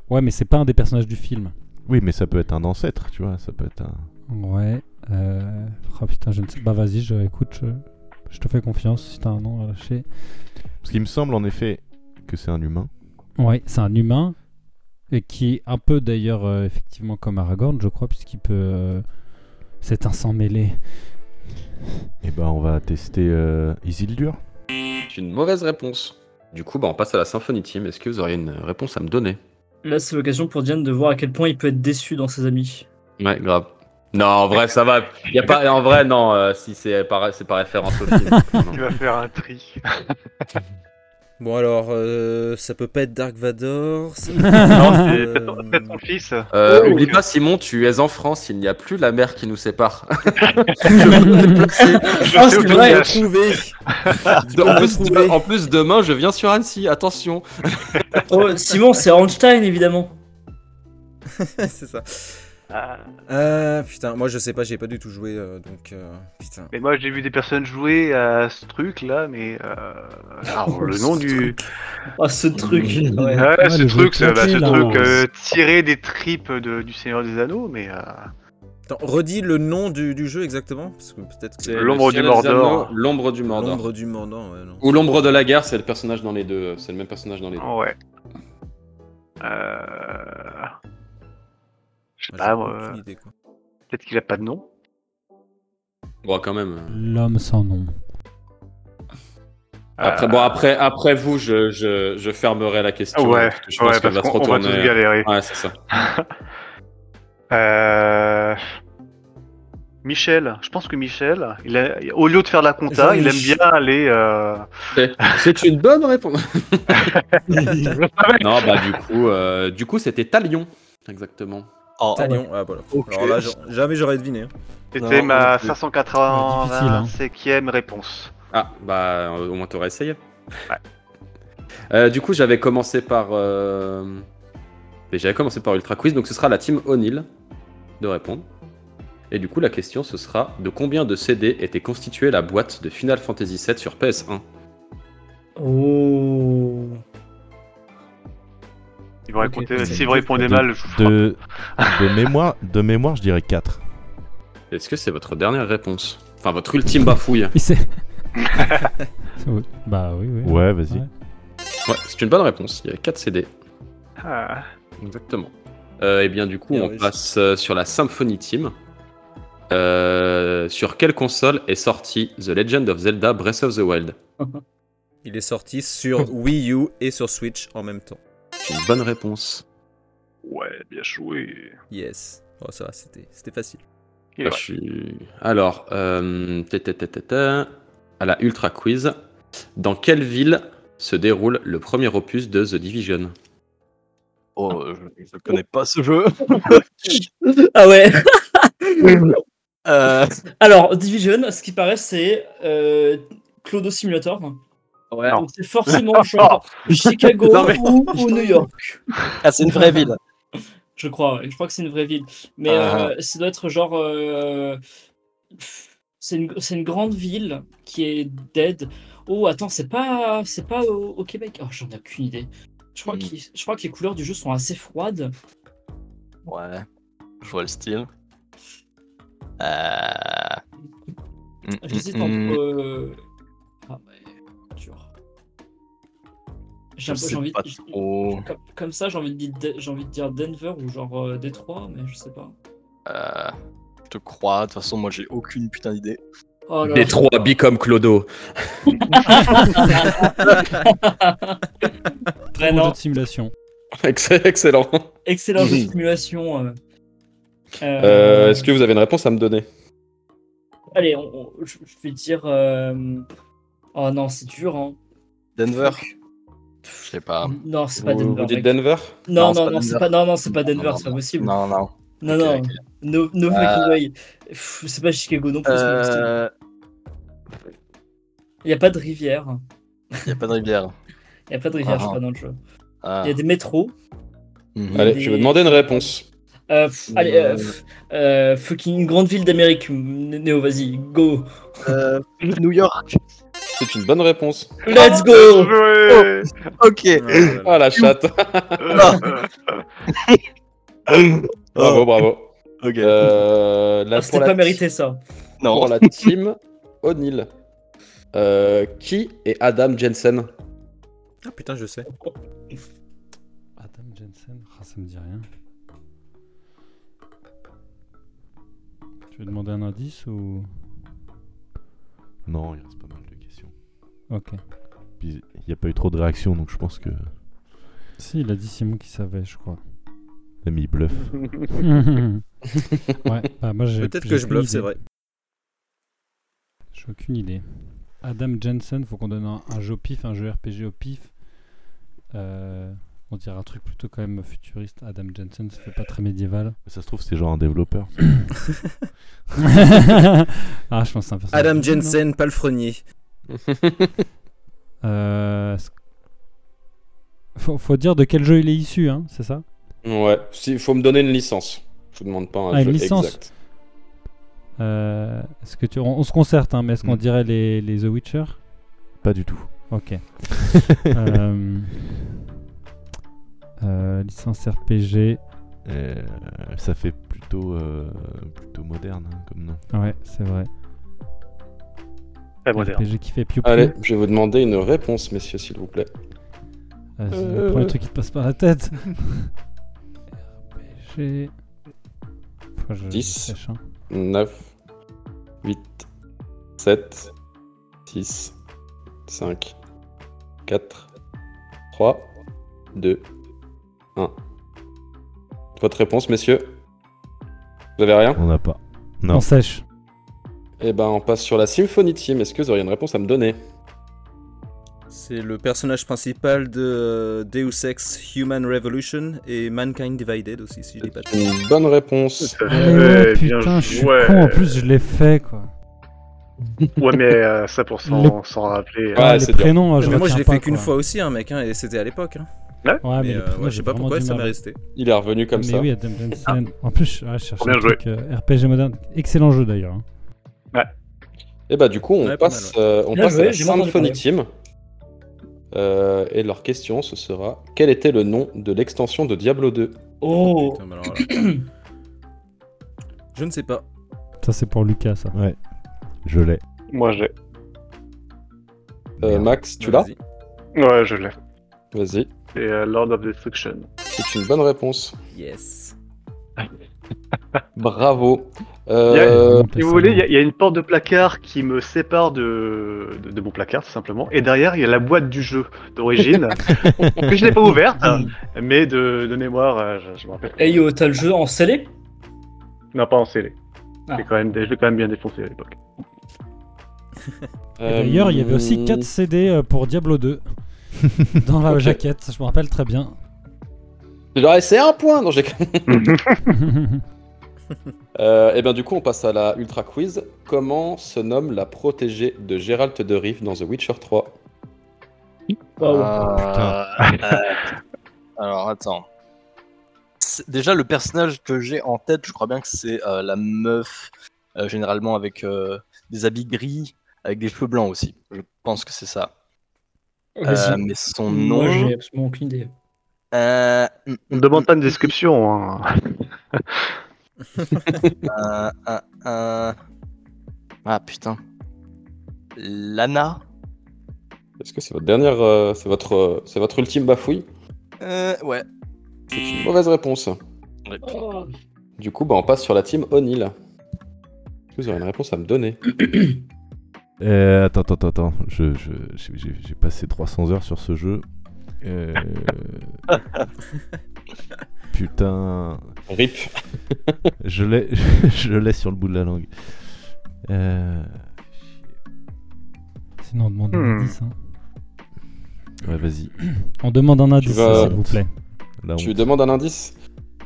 Ouais, mais c'est pas un des personnages du film.
Oui, mais ça peut être un ancêtre, tu vois. Ça peut être un.
Ouais. Euh... Oh putain, je ne sais. Bah vas-y, je, écoute, je, je te fais confiance si t'as un nom à lâcher.
Parce qu'il me semble en effet que c'est un humain.
Ouais, c'est un humain et qui est un peu d'ailleurs euh, effectivement comme Aragorn, je crois, puisqu'il peut. euh, C'est un sang mêlé.
Et bah, on va tester euh, Isildur.
C'est une mauvaise réponse. Du coup, bah, on passe à la Symphony Team. Est-ce que vous auriez une réponse à me donner
Là, c'est l'occasion pour Diane de voir à quel point il peut être déçu dans ses amis.
Ouais, grave. Non, en vrai, ça va. Y a pas... En vrai, non, euh, si c'est par... c'est par référence au <laughs> film. Non.
Tu vas faire
<laughs>
un tri.
Bon alors, euh, ça peut pas être Dark Vador. ça-
<laughs> Non, c'est
Euh, Ah,
peut-être ton- peut-être <laughs> ton fils.
Euh,
Oh.
Oublie pas, Simon, tu es en France, il n'y a plus la mer qui nous <laughs> sépare. Je peux me déplacer. <laughs>
Ah,
sais
c'est
où tu
vrai.
le
J'ai
caches.
trouvé.
en,
l'as
plus,
trouvé.
en plus, demain, je viens sur Annecy, attention.
Oh, Simon, c'est Einstein évidemment.
<laughs> c'est ça.
Ah.
Euh, putain, moi je sais pas, j'ai pas du tout joué, euh, donc euh, putain.
Mais moi j'ai vu des personnes jouer à ce truc là, mais euh... alors, le nom du
Ah, ce truc. ouais.
Ouais,
Ouais,
ce
le
truc,
jeu
c'est bah, ce
claqué, là.
truc euh, tiré des tripes de- du Seigneur des Anneaux, mais euh,
Attends, redis le nom du, du jeu exactement, parce que peut-être que
C'est le
L'ombre
Seigneur
du
des
Mordor.
Anneaux, L'ombre du Mordor.
l'ombre du mordant. Ouais, non.
Ou l'ombre de la guerre, c'est le personnage dans les deux. C'est le même personnage dans les deux.
ouais. Euh... Je sais
Ouais,
pas,
j'ai
moi,
aucune idée,
Ah,
quoi.
peut-être qu'il a pas de nom.
Bon, quand même.
L'homme sans nom. <laughs>
Après,
Euh,
bon, après, après vous, je, je, je fermerai la question.
ouais,
parce que je pense
ouais,
qu'elle
parce
va se
qu'on on va tous
retourner.
galérer.
ouais, c'est ça.
Euh... Michel, je pense que Michel, il a- au lieu de faire la compta, il aime
Jean-Mich-
bien aller. euh,
C'est- C'est une bonne réponse. non, bah du coup, euh, du coup, c'était Talion, exactement.
Oh,
Talion, ah voilà.
Ok.
Alors là, j'en- jamais j'aurais deviné. hein.
C'était
Non,
ma
non plus.
585e réponse.
Ah, bah au moins t'aurais essayé. Euh, du coup, j'avais commencé par, euh, mais j'avais commencé par Ultra Quiz, donc ce sera la team O'Neill de répondre. Et du coup, la question, ce sera de combien de CD était constituée la boîte de Final Fantasy VII sur PS1
Oh.
Ils vont
Ok.
raconter-
C'est-
Si vous répondez
de-
mal, je vous ferai
De, de, mémoire, de mémoire, je dirais 4.
Est-ce que c'est votre dernière réponse Enfin, votre ultime bafouille.
Il sait. bah oui, oui.
Ouais, vas-y.
Ouais.
Ouais, c'est une bonne réponse. Il y a 4 CD.
Ah,
Exactement. Euh, et bien du coup,
Bien
on
riche.
passe euh, sur la Symphony Team. Euh, sur quelle console est sorti The Legend of Zelda Breath of the Wild
Il est sorti sur Wii U et sur Switch en même temps.
C'est Une bonne réponse.
ouais, bien joué.
Yes. Oh, ça, va, c'était c'était facile.
Il est
Ah,
vrai.
je suis- Alors, euh, ta, ta, ta, ta, ta, à la Ultra Quiz, dans quelle ville se déroule le premier opus de The Division
oh, je, je connais pas ce jeu.
Ah ouais.
Euh,
Alors, Division, ce qui paraît, c'est euh, Clodo Simulator.
Ouais.
Donc c'est forcément genre Chicago
Non, mais-
ou, ou New York.
<laughs> Ah, c'est une vraie ville.
Je crois, ouais. je crois que c'est une vraie ville. Mais
Ah.
euh, ça doit être genre. euh, pff, C'est une, c'est une grande ville qui est dead. Oh, attends, c'est pas, c'est pas au, au Québec. Oh, j'en ai aucune idée. Je crois,
Mm.
qu'il- je crois que les couleurs du jeu sont assez froides.
Ouais, je vois le style. Euh... mm,
J'hésite
mm,
entre.
mm.
euh, Ah, ouais, dur. J'ai
Je
un peu- j'ai
sais
envie
pas
j'ai-
trop.
Comme, comme ça, j'ai envie, de dire De- j'ai envie de dire Denver ou genre euh, Détroit, mais je sais pas.
Euh, je te crois, de toute façon, moi j'ai aucune putain d'idée.
Oh là là.
Les trois habillés comme Clodo.
Très
Très
bon jeu
non,
de simulation.
<laughs> Ex- Excellent.
excellent
Hmm.
jeu de simulation. euh. Euh,
Euh, Est-ce que vous avez une réponse à me donner
Allez, on- on- je je vais dire. euh, Oh non, c'est dur. Hein.
Denver Je sais pas.
Non, c'est pas
vous, vous
Denver.
dites
mec.
Denver
Non,
Ah. Non, c'est
non,
pas
non, c'est
Denver.
pas, non, non, c'est pas
Non,
Denver,
non,
c'est pas possible.
Non, non.
Non,
ok,
non,
ok.
no, no fucking way. Pff, C'est pas Chicago non plus. c'est pas possible.
Euh...
Il y a pas de rivière.
Y a pas de rivière.
Il y a pas de rivière,
Ah.
je crois, dans le jeu.
Ah.
<laughs> Il y a des métros.
mhm.
Allez, je vais vous demander une réponse.
Euh, pff, allez, euh, pff, euh, fucking une grande ville d'Amérique. Néo, vas-y, go.
Euh, New York.
C'est une bonne réponse.
Let's
Bien
go.
joué.
Ok.
Ah la chatte.
Euh,
<laughs> Bravo, bravo.
Oh. ok.
Euh, là,
Ah,
pour
C'était
la
pas
ti-
mérité ça.
non.
Pour la team O'Neill. Euh, qui est Adam Jensen
Ah putain, je sais.
Adam Jensen, Ah, ça me dit rien. Tu veux demander un indice ou.
Non, il reste pas mal de questions.
Ok.
Puis il n'y a pas eu trop de réactions, donc je pense que.
Si, il a dit Simon qui savait, je crois.
T'as mis bluff.
<laughs> ouais, <laughs> bah moi j'ai.
Peut-être
j'ai
que je
aucune
bluffe, c'est
idée.
vrai.
J'ai aucune idée. Adam Jensen, faut qu'on donne un, un jeu au pif, un jeu RPG au pif. Euh, on dirait un truc plutôt quand même futuriste. Adam Jensen, ça fait pas très médiéval.
Ça se trouve, c'est genre un développeur.
ah, je pense que c'est un personnage.
Adam
de film, non
Jensen, palefrenier.
Euh, est-ce- faut, faut dire de quel jeu il est issu, hein, c'est ça
Ouais, il faut me donner une licence. Je vous demande pas un
Ah,
jeu
une licence.
exact.
Euh, Est-ce que tu, on, on se concerte, hein, mais est-ce qu'on
Mm.
dirait les, les The Witcher
Pas du tout. <laughs>
Ok. Euh, euh, licence RPG.
Euh, ça fait plutôt, euh, plutôt moderne hein, comme nom.
Ouais, c'est vrai.
Très moderne.
RPG qui fait piou piou.
Allez, je vais vous demander une réponse, messieurs, s'il vous plaît.
Ah, c'est
Euh.
le premier truc qui te passe par la
<laughs>
tête. RPG. Faut que je- je
Dix.
sèche, hein.
9, 8, 7, 6, 5, 4, 3, 2, 1. Votre réponse, messieurs Vous avez rien
On n'a pas. Non.
On sèche.
Eh ben, on passe sur la Symphony Team. Est-ce que vous auriez une réponse à me donner
C'est le personnage principal de Deus Ex Human Revolution et Mankind Divided aussi, si je dis pas de
Une bonne réponse.
Ah,
ouais, Ah, putain, je suis con. En plus, je l'ai fait quoi.
Ouais,
<laughs>
mais euh, ça pour s'en
Les-
s'en rappeler.
Ouais,
Ah,
c'est
les
dur.
prénoms, je
mais moi je
retiens
l'ai
pas,
fait qu'une
quoi. Ah,
fois aussi, hein, mec, hein, et c'était à l'époque. hein.
Ouais,
mais
les
euh,
prénoms,
ouais, je
j'ai
sais pas
vraiment
pourquoi
du
ça m'est
mal.
resté. Ah.
Il est revenu comme
mais
ça.
oui, Adam Jensen. En plus, ouais, je cherche
Bien
un
joué.
truc euh, RPG moderne. Excellent jeu d'ailleurs. hein.
Et bah, du coup, on
Ouais, pas
passe, euh, on
Bien
passe à
joué,
la
j'ai pas entendu
Symphony
parler.
Team. Euh, et leur question, ce sera quel était le nom de l'extension de Diablo 2
Oh,
Putain, mais alors là. je ne sais pas.
Ça, c'est pour Lucas, ça.
Ouais. Je l'ai.
Moi, j'ai.
Euh,
Merde.
Max, tu l'as
Vas-y.
Ouais, je l'ai.
Vas-y.
C'est euh, Lord of Destruction.
C'est une bonne réponse.
Yes.
Bravo.
On
Euh,
monte
Si
la
vous voulez, il y
scène.
a- il y, a une porte de placard qui me sépare de, de, de mon placard, tout simplement. Et derrière, il y a la boîte du jeu <laughs> d'origine, que je n'ai pas ouverte, mais de, de mémoire, euh, je, je me rappelle.
hey yo, t'as le jeu en scellé
Non, pas en scellé.
Ah.
J'ai quand même, je l'ai quand même bien défoncé à l'époque.
Et D'ailleurs, il y avait aussi
euh,
4 CD euh, pour
<laughs>
Diablo 2 dans la jaquette, je me rappelle très bien.
Ouais, c'est un point. Non, j'ai. Euh, et bien, du coup, on passe à la ultra quiz. Comment se nomme la protégée de Gérald de Rive dans The Witcher 3
Waouh. Ah,
Euh, euh, alors attends. C'est- Déjà le personnage que j'ai en tête, je crois bien que c'est euh, la meuf, euh, généralement avec euh, des habits gris, avec des cheveux blancs aussi. Je pense que c'est ça.
Vas-y.
Euh, mais son nom.
Moi, j'ai absolument aucune idée.
euh, mm,
On ne demande pas une description. <laughs> hein.
euh, euh, euh, Ah putain. Lana
Est-ce que c'est votre dernière. euh, c'est votre, euh, c'est votre ultime bafouille
Euh, Ouais.
C'est une mauvaise réponse.
Oh.
Du coup, bah, on passe sur la team O'Neill. Est-ce que vous aurez une réponse à me donner
Euh, attends, attends, attends, attends. Je, je, j'ai- j'ai j'ai passé 300 heures sur ce jeu. Euh... Putain.
RIP.
Je l'ai, <laughs> je l'ai sur le bout de la langue. Euh...
Sinon, on demande un
Hmm.
indice. hein.
Ouais, vas-y.
On demande un indice,
vas-
s'il vous plaît.
Là,
Tu
on-
lui demandes un indice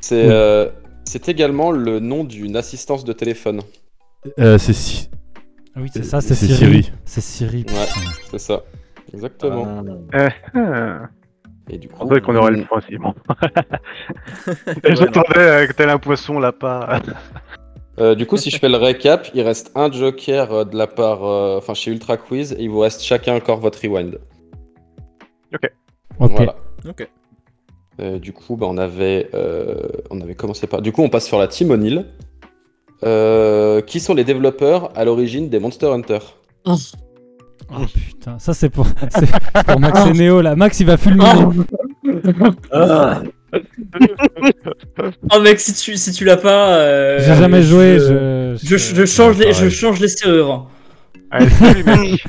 C'est
Oui.
euh, c'est également le nom d'une assistance de téléphone.
Euh, c'est si.
Ah oui, c'est
Euh,
ça, c'est
c'est
Siri.
Siri.
C'est Siri.
Ouais,
putain.
c'est ça. Exactement.
Ah,
Et du coup,
On dirait qu'on aurait le point, si bon. J'attendais euh, tel un poisson là pas.
euh, du coup, si je fais le récap, il reste un joker euh, de la part, euh, enfin chez Ultra Quiz, et il vous reste chacun encore votre rewind.
Ok.
Voilà.
Ok.
Euh, du coup, bah, on, avait, euh, on avait commencé par. Du coup, on passe sur la team O'Neill. Euh, qui sont les développeurs à l'origine des Monster Hunter
Oh, putain, ça c'est pour, <laughs> c'est pour Max et Néo là. Max il va fulminer.
Oh mec, si tu, si tu l'as pas. euh,
J'ai jamais
je-
joué. Je,
Je, je change les, je
pareil.
change les hein. serrures.
Allez, salut, mec.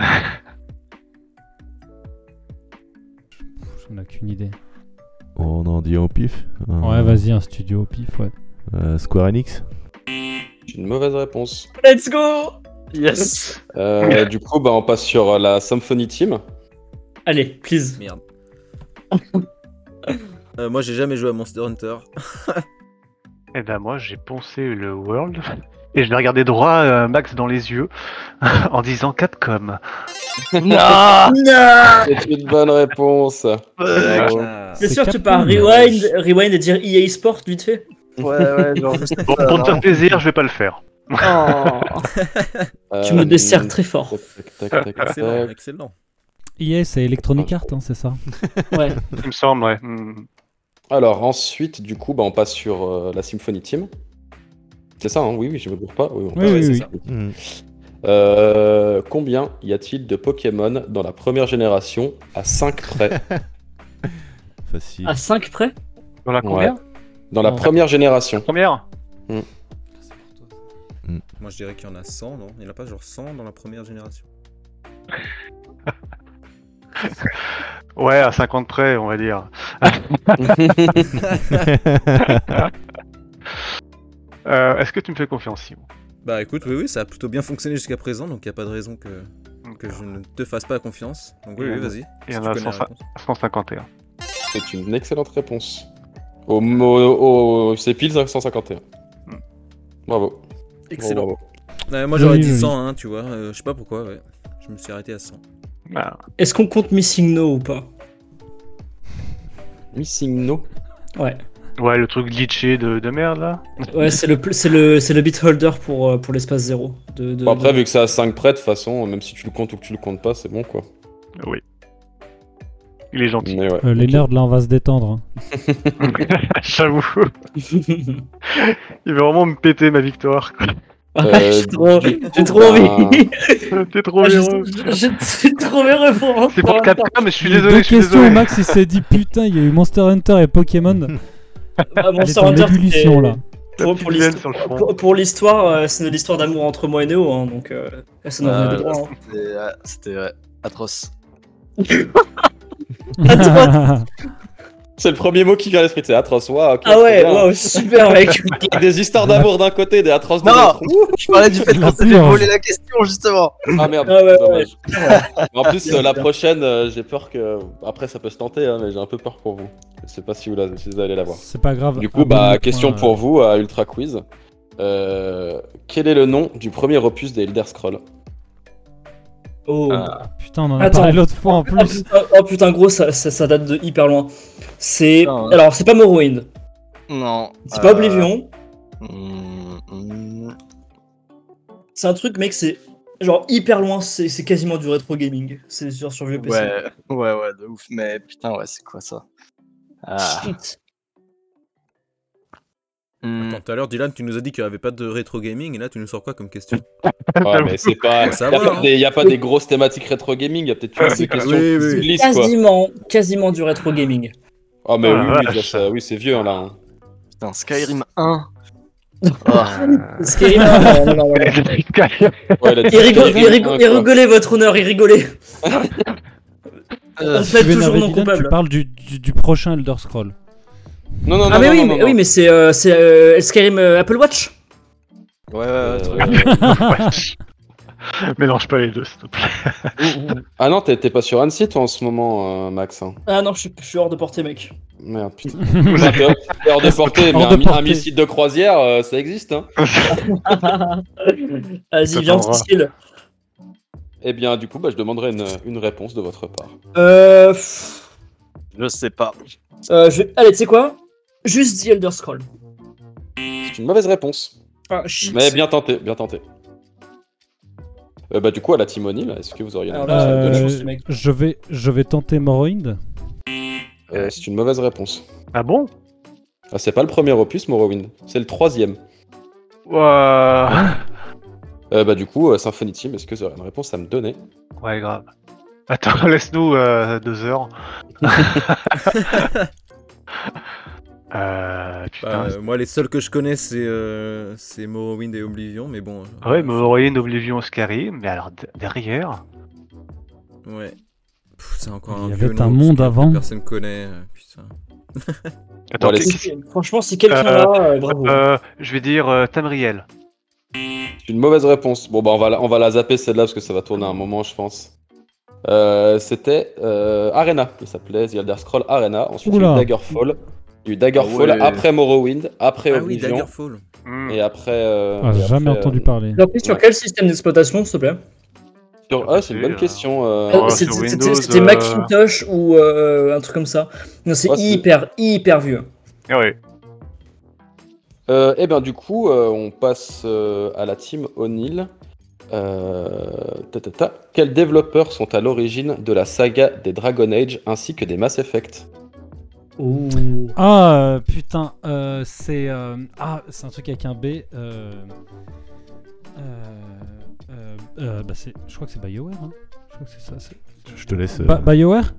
J'en ai aucune idée.
On en dit un au pif Un-
Ouais, vas-y, un studio au pif, ouais.
euh, Square Enix
C'est une mauvaise réponse.
Let's go
Yes
Euh, du coup, bah, on passe sur euh, la Symphony Team.
Allez, please.
Merde. Euh, moi, j'ai jamais joué à Monster Hunter.
Eh ben moi j'ai poncé le World <laughs> et je l'ai regardé droit euh, Max dans les yeux <laughs> en disant Capcom. Ah.
Non
C'est une bonne réponse.
Euh,
Bravo.
Ah.
Bien
C'est
sûr, tu
Capcom.
pars rewind, rewind et dire EA Sport vite fait.
Ouais, ouais, genre juste.
Bon,
ça,
pour te faire
non.
plaisir, je vais pas le faire.
Euh,
tu me desserres très fort.
Tac, tac, tac, tac,
Excellent,
tac.
excellent.
EA, c'est Electronic Arts, hein, c'est ça
Ouais.
Il me semble, ouais. Hmm.
Alors ensuite, du coup, bah, on passe sur euh, la Symphony Team. C'est ça, hein oui, oui, je me gourre pas. Oui, on
Oui,
passe-
oui,
c'est
oui.
ça. Euh, combien y a-t-il de Pokémon dans la première génération à 5 près
Facile.
<laughs> À 5 près
Dans la combien
Ouais. Dans la
Non.
première génération.
Première
Moi, je dirais qu'il y en a 100, non Il n'y en a pas genre 100 dans la première génération
Ouais, à 50 près, on va dire.
<laughs>
Euh, Est-ce que tu me fais confiance, Simon
Bah écoute, oui, oui, ça a plutôt bien fonctionné jusqu'à présent, donc il n'y a pas de raison que,
euh,
que je ne te fasse pas confiance. Donc oui, oui, vas-y.
Il y
si
en
tu
a
connais la
105.
réponse.
151.
C'est une excellente réponse. Au, au, au- c'est pile 551. Bravo.
Excellent.
Bravo, bravo.
Ouais, moi, j'aurais
Joli,
dit
joli.
100, hein, tu vois. euh, je sais pas pourquoi, ouais. Je me suis arrêté à 100.
Ah.
Est-ce qu'on compte Missing No ou pas
Missing No.
Ouais.
Ouais, le truc glitché de, de merde là.
Ouais, c'est le, pl- c'est le, c'est le bit holder pour, euh, pour l'espace zéro. De, de-
Bon, après,
de-
vu que c'est à 5 près, de toute façon, même si tu le comptes ou que tu le comptes pas, c'est bon quoi.
Oui. Il est gentil.
Mais ouais.
Euh, Les
ok.
nerds là, on va se détendre. hein.
<laughs> J'avoue. Il veut vraiment me péter ma
<laughs>
victoire.
<laughs>
Ah,
Ouais, j'ai trop,
Euh, du bah,
<laughs> j'ai trop envie.
T'es trop
Ah, j'ai-
heureux.
j'ai- J'ai trop heureux pour un
C'est pour le
point.
Capcom, mais je suis
Il y a
désolé,
Deux
je suis
questions
désolé.
où Max il s'est dit putain, il y a eu Monster Hunter et Pokémon.
Ah,
Elle est
Monster
en
Hunter,
ébullition
c'est-
là.
Pour,
Petite
pour
veine
l'histoire-
sur le front. <laughs>
pour- pour l'histoire, euh, c'est de l'histoire d'amour entre moi et Neo, hein, donc euh, ça n'en
Euh,
venait pas. hein.
c'était, euh, C'était ouais, atroce.
<laughs>
C'est le premier mot qui vient à l'esprit, c'est atroce. Waouh, ok,
Ah ouais,
c'est bien.
waouh, super
<laughs>
mec.
Ah.
Des histoires d'amour d'un côté, des atroces de
Non.
l'autre.
Je parlais du fait
La
qu'on s'était
purge.
volé la question justement.
Ah merde,
Ah ouais,
dommage. En
<laughs>
plus,
Bien,
euh, la
bien.
prochaine, euh, j'ai peur que. Après, ça peut se tenter, hein, mais j'ai un peu peur pour vous. Je sais pas si vous, la- si vous allez la voir.
C'est pas grave.
Du coup,
Abonne-toi,
bah, question
euh,
pour vous à Ultra Quiz. Euh, quel est le nom du premier opus des Elder Scrolls
Oh.
Putain, on en a
Attends.
parlé l'autre fois en
Ah,
plus.
putain, oh, putain, gros, ça, ça- ça date de hyper loin. C'est.
Putain.
Alors, c'est pas Morrowind,
Non.
c'est pas
euh,
Oblivion,
mm, mm,
c'est un truc, mec, c'est. Genre hyper loin, c'est c'est quasiment du rétro gaming. C'est sur, sur vieux PC.
Ouais, ouais, ouais, de ouf. Mais putain, ouais, c'est quoi ça Ah,
Shit.
mm,
Attends, Tout à l'heure, Dylan, tu nous as dit qu'il n'y avait pas de rétro gaming, et là, tu nous sors quoi comme question Ah,
Ouais, mais c'est pas.
<laughs> Faut
Il n'y a,
savoir,
pas
hein. Ah,
des- y a pas des grosses thématiques rétro gaming, il y a peut-être une des questions
oui,
qui se
oui.
glissent, quoi.
Quasiment, quasiment du rétro gaming.
Ah, mais
Oh
oui,
la
oui,
vache.
déjà, ça- oui, c'est vieux, hein, là. hein.
<laughs>
putain, Skyrim 1. Ah,
Skyrim,
<laughs>
non, non, non, non.
Ouais, la-
hein, Et, rigole-
la-
et rigole-
hein,
et
quoi.
rigolez, votre honneur, et
<laughs>
rigolez. On
Tu
plaide toujours
veux énerver
non
Dylan,
coupable.
Tu parles du, du, du prochain
<laughs>
Elder Scroll.
Non, non, non.
Ah, mais
non,
oui,
non,
mais,
non.
oui, mais c'est euh, c'est, euh, Skyrim euh, Apple Watch
Ouais, ouais, ouais, truc.
Euh,
<laughs> Mélange pas les deux, s'il te plaît.
<laughs>
Ah non, t'es t'es pas sur Annecy, toi, en ce moment, euh, Max. hein.
Ah non, je suis, je suis hors de portée, mec.
Merde, putain. <laughs> Enfin, T'es t'es hors de portée, mais
Hors
un,
de
mi-
portée.
un missile de croisière, euh, ça existe. Hein.
Vas-y, viens, on se
t'entendra.
skill.
Eh bien, du coup, bah, je demanderai une, une réponse de votre part.
Euh, pff,
Je sais pas.
euh, je vais- Allez, tu sais quoi Juste The Elder Scroll.
C'est une mauvaise réponse.
Ah, shit.
Mais bien tenté, bien tenté. Euh, bah, du coup, à la Timonie, là, est-ce que vous auriez une
Alors
réponse à me
là,
donner
chose,
Euh,
mec.
je, vais, je vais tenter Morrowind.
Euh, C'est une mauvaise réponse.
Ah bon
Ah, c'est pas le premier opus, Morrowind. C'est le troisième.
Ouah.
Euh, bah, du coup, euh, Symphony Team, est-ce que vous auriez une réponse à me donner
Ouais, grave. Attends, <laughs> laisse-nous euh, deux <laughs> heures. euh, putain.
Bah, euh, Moi, les seuls que je connais, c'est euh, c'est Morrowind et Oblivion, mais bon. euh,
Ah ouais, Morrowind, Oblivion, Skyrim, mais alors de- derrière.
Ouais. Pff, C'est encore
Il y
un
avait
vieux
un
nom,
monde
parce que
avant.
Personne connaît, euh, putain.
Attends,
Bon, allez,
qu'est-
c'est-
Franchement, si quelqu'un là, bravo.
euh, je vais dire euh, Tamriel.
C'est une mauvaise réponse. Bon, bah, on va, la- on va la zapper celle-là parce que ça va tourner un moment, je pense. Euh, C'était euh, Arena, il s'appelait The Elder Scroll Arena. Ensuite, il y a eu
Oula.
Daggerfall. Il y a eu Daggerfall
Ah ouais.
après Morrowind, après
Ah oui,
Oblivion
Daggerfall.
Hmm.
et après. euh,
Ah,
et
j'ai jamais
après,
entendu
euh,
parler.
T'as appuyé sur
ouais.
quel système d'exploitation, s'il te plaît
sur- Ah, c'est une bonne
Euh,
question. euh,
Oh,
Euh,
sur
c'est- c'est-
Windows,
c'est- C'était
euh,
Macintosh ou euh, un truc comme ça. Non, c'est
Ouais, c'est-
hyper, hyper vieux.
Ah ouais.
Euh, eh bien, du coup, euh, on passe euh, à la team O'Neill. Euh, ta, ta, ta. Quels développeurs sont à l'origine de la saga des Dragon Age ainsi que des Mass Effect
Ah euh, putain, euh, c'est euh, ah c'est un truc avec un B. euh, euh, euh, euh, bah c'est, je crois que c'est Bioware. Hein. Je crois que c'est ça. c'est-
<laughs> Je te laisse. euh,
Ba- Bioware.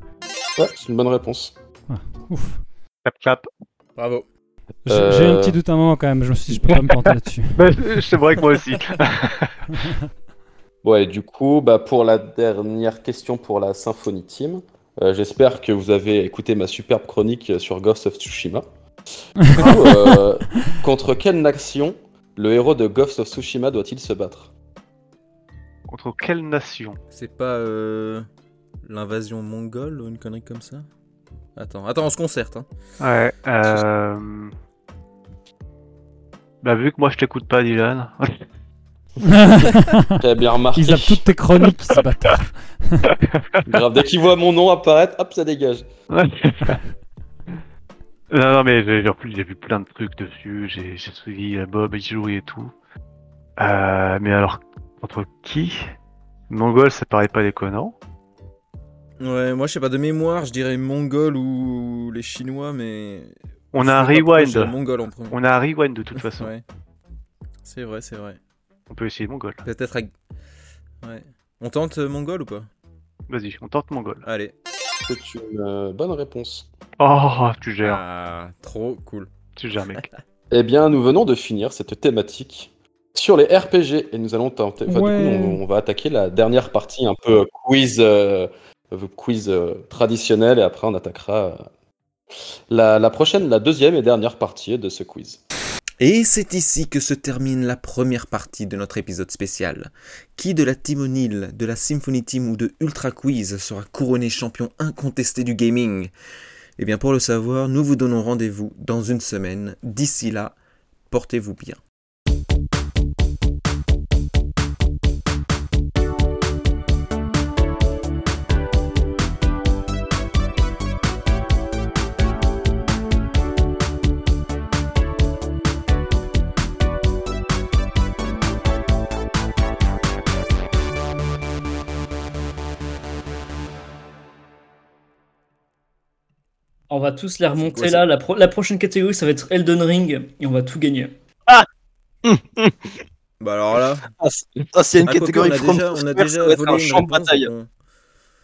Ouais, c'est une bonne réponse.
Ouf.
Clap, clap.
Bravo.
J'ai
Euh.
j'ai un petit doute un moment quand même. Je me suis, dit, je peux pas me planter
<laughs>
là-dessus. <laughs>
Bah, c'est vrai que moi <laughs> aussi.
Ouais, du coup, bah, pour la dernière question pour la Symphony Team, euh, j'espère que vous avez écouté ma superbe chronique sur Ghost of Tsushima. Du coup, euh, contre quelle nation le héros de Ghost of Tsushima doit-il se battre
Contre quelle nation
C'est pas euh, l'invasion mongole ou une connerie comme ça Attends, attends, on se concerte. Hein.
Ouais. Euh... Bah, vu que moi je t'écoute pas, Dylan.
T'as bien remarqué.
Ils a toutes tes chroniques, ce bâtard.
Grave, dès qu'il voit mon nom apparaître, hop, ça dégage.
Ouais. non, non, mais j'ai- en plus, j'ai vu plein de trucs dessus. J'ai j'ai suivi euh, Bob et joué et tout. Euh, mais alors, contre qui Mongol, ça paraît pas déconnant.
Ouais, moi, je sais pas, de mémoire, je dirais mongol ou les chinois, mais.
On a un
Je sais pas pourquoi, je dirais
rewind.
Mongol en premier.
On a un rewind de toute façon.
Ouais. C'est vrai, c'est vrai.
On peut essayer Mongol.
Peut-être à... Ouais. On tente euh, mongol ou pas
Vas-y, on tente Mongol.
Allez.
C'est une euh, bonne réponse.
Oh, tu gères.
Ah, trop cool.
Tu gères, mec.
Eh bien, nous venons de finir cette thématique sur les RPG et nous allons tenter. enfin,
Ouais.
Du coup, on, on va attaquer la dernière partie un peu quiz, euh, euh, quiz euh, traditionnel et après on attaquera euh, la, la prochaine, la deuxième et dernière partie de ce quiz.
Et c'est ici que se termine la première partie de notre épisode spécial. Qui de la Team O'Neill, de la Symphony Team ou de Ultra Quiz sera couronné champion incontesté du gaming Eh bien pour le savoir, nous vous donnons rendez-vous dans une semaine. D'ici là, portez-vous bien.
On va tous les remonter
quoi, ça
là. La, pro- la prochaine catégorie, ça va être Elden Ring et on va tout gagner.
Bah alors là,
Ah, c'est- ah, s'il y a une
ah, quoique,
catégorie
on a
From
déjà, on a
Software, ça
déjà
va être
volé
un
une
champ de
réponse,
bataille.
donc on-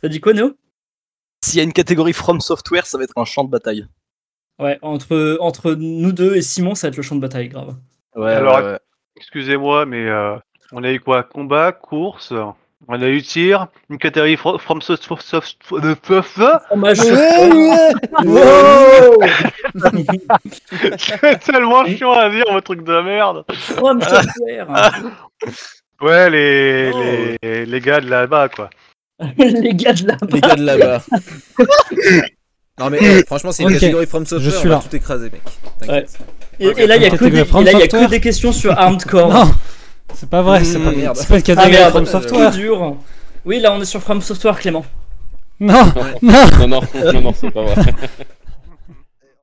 T'as dit quoi, Néo
S'il y a une catégorie From Software, ça va être un champ de bataille.
Ouais, entre, entre nous deux et Simon, ça va être le champ de bataille, grave.
Ouais,
Alors,
ouais, ouais.
Excusez-moi, mais euh, on a eu quoi Combat, course, on a eu tir, une catégorie fro- from soft soft soft de feu feu. <laughs>
Fromage.
euh,
<laughs>
C'est tellement chiant à dire, votre truc de merde.
From software.
Ouais, les, les, les gars de là-bas, quoi.
<laughs> Les gars de là.
Les gars de là-bas. <laughs> non mais eh, franchement, c'est une
Ok,
catégorie From Software,
je suis
on va
là.
tout écraser, mec. T'inquiète.
Et, et là, il y a que
Catégorie
des,
From
et là, il y a que
Software.
des questions sur Armed Core.
Non C'est pas vrai, c'est
Mmh,
pas,
merde.
c'est pas une
Ah,
catégorie
merde,
From
euh,
Software.
Trop dur. Oui, là, on est sur From Software, Clément.
Non,
Ouais.
non,
<laughs> Non, non, non, non, c'est pas vrai.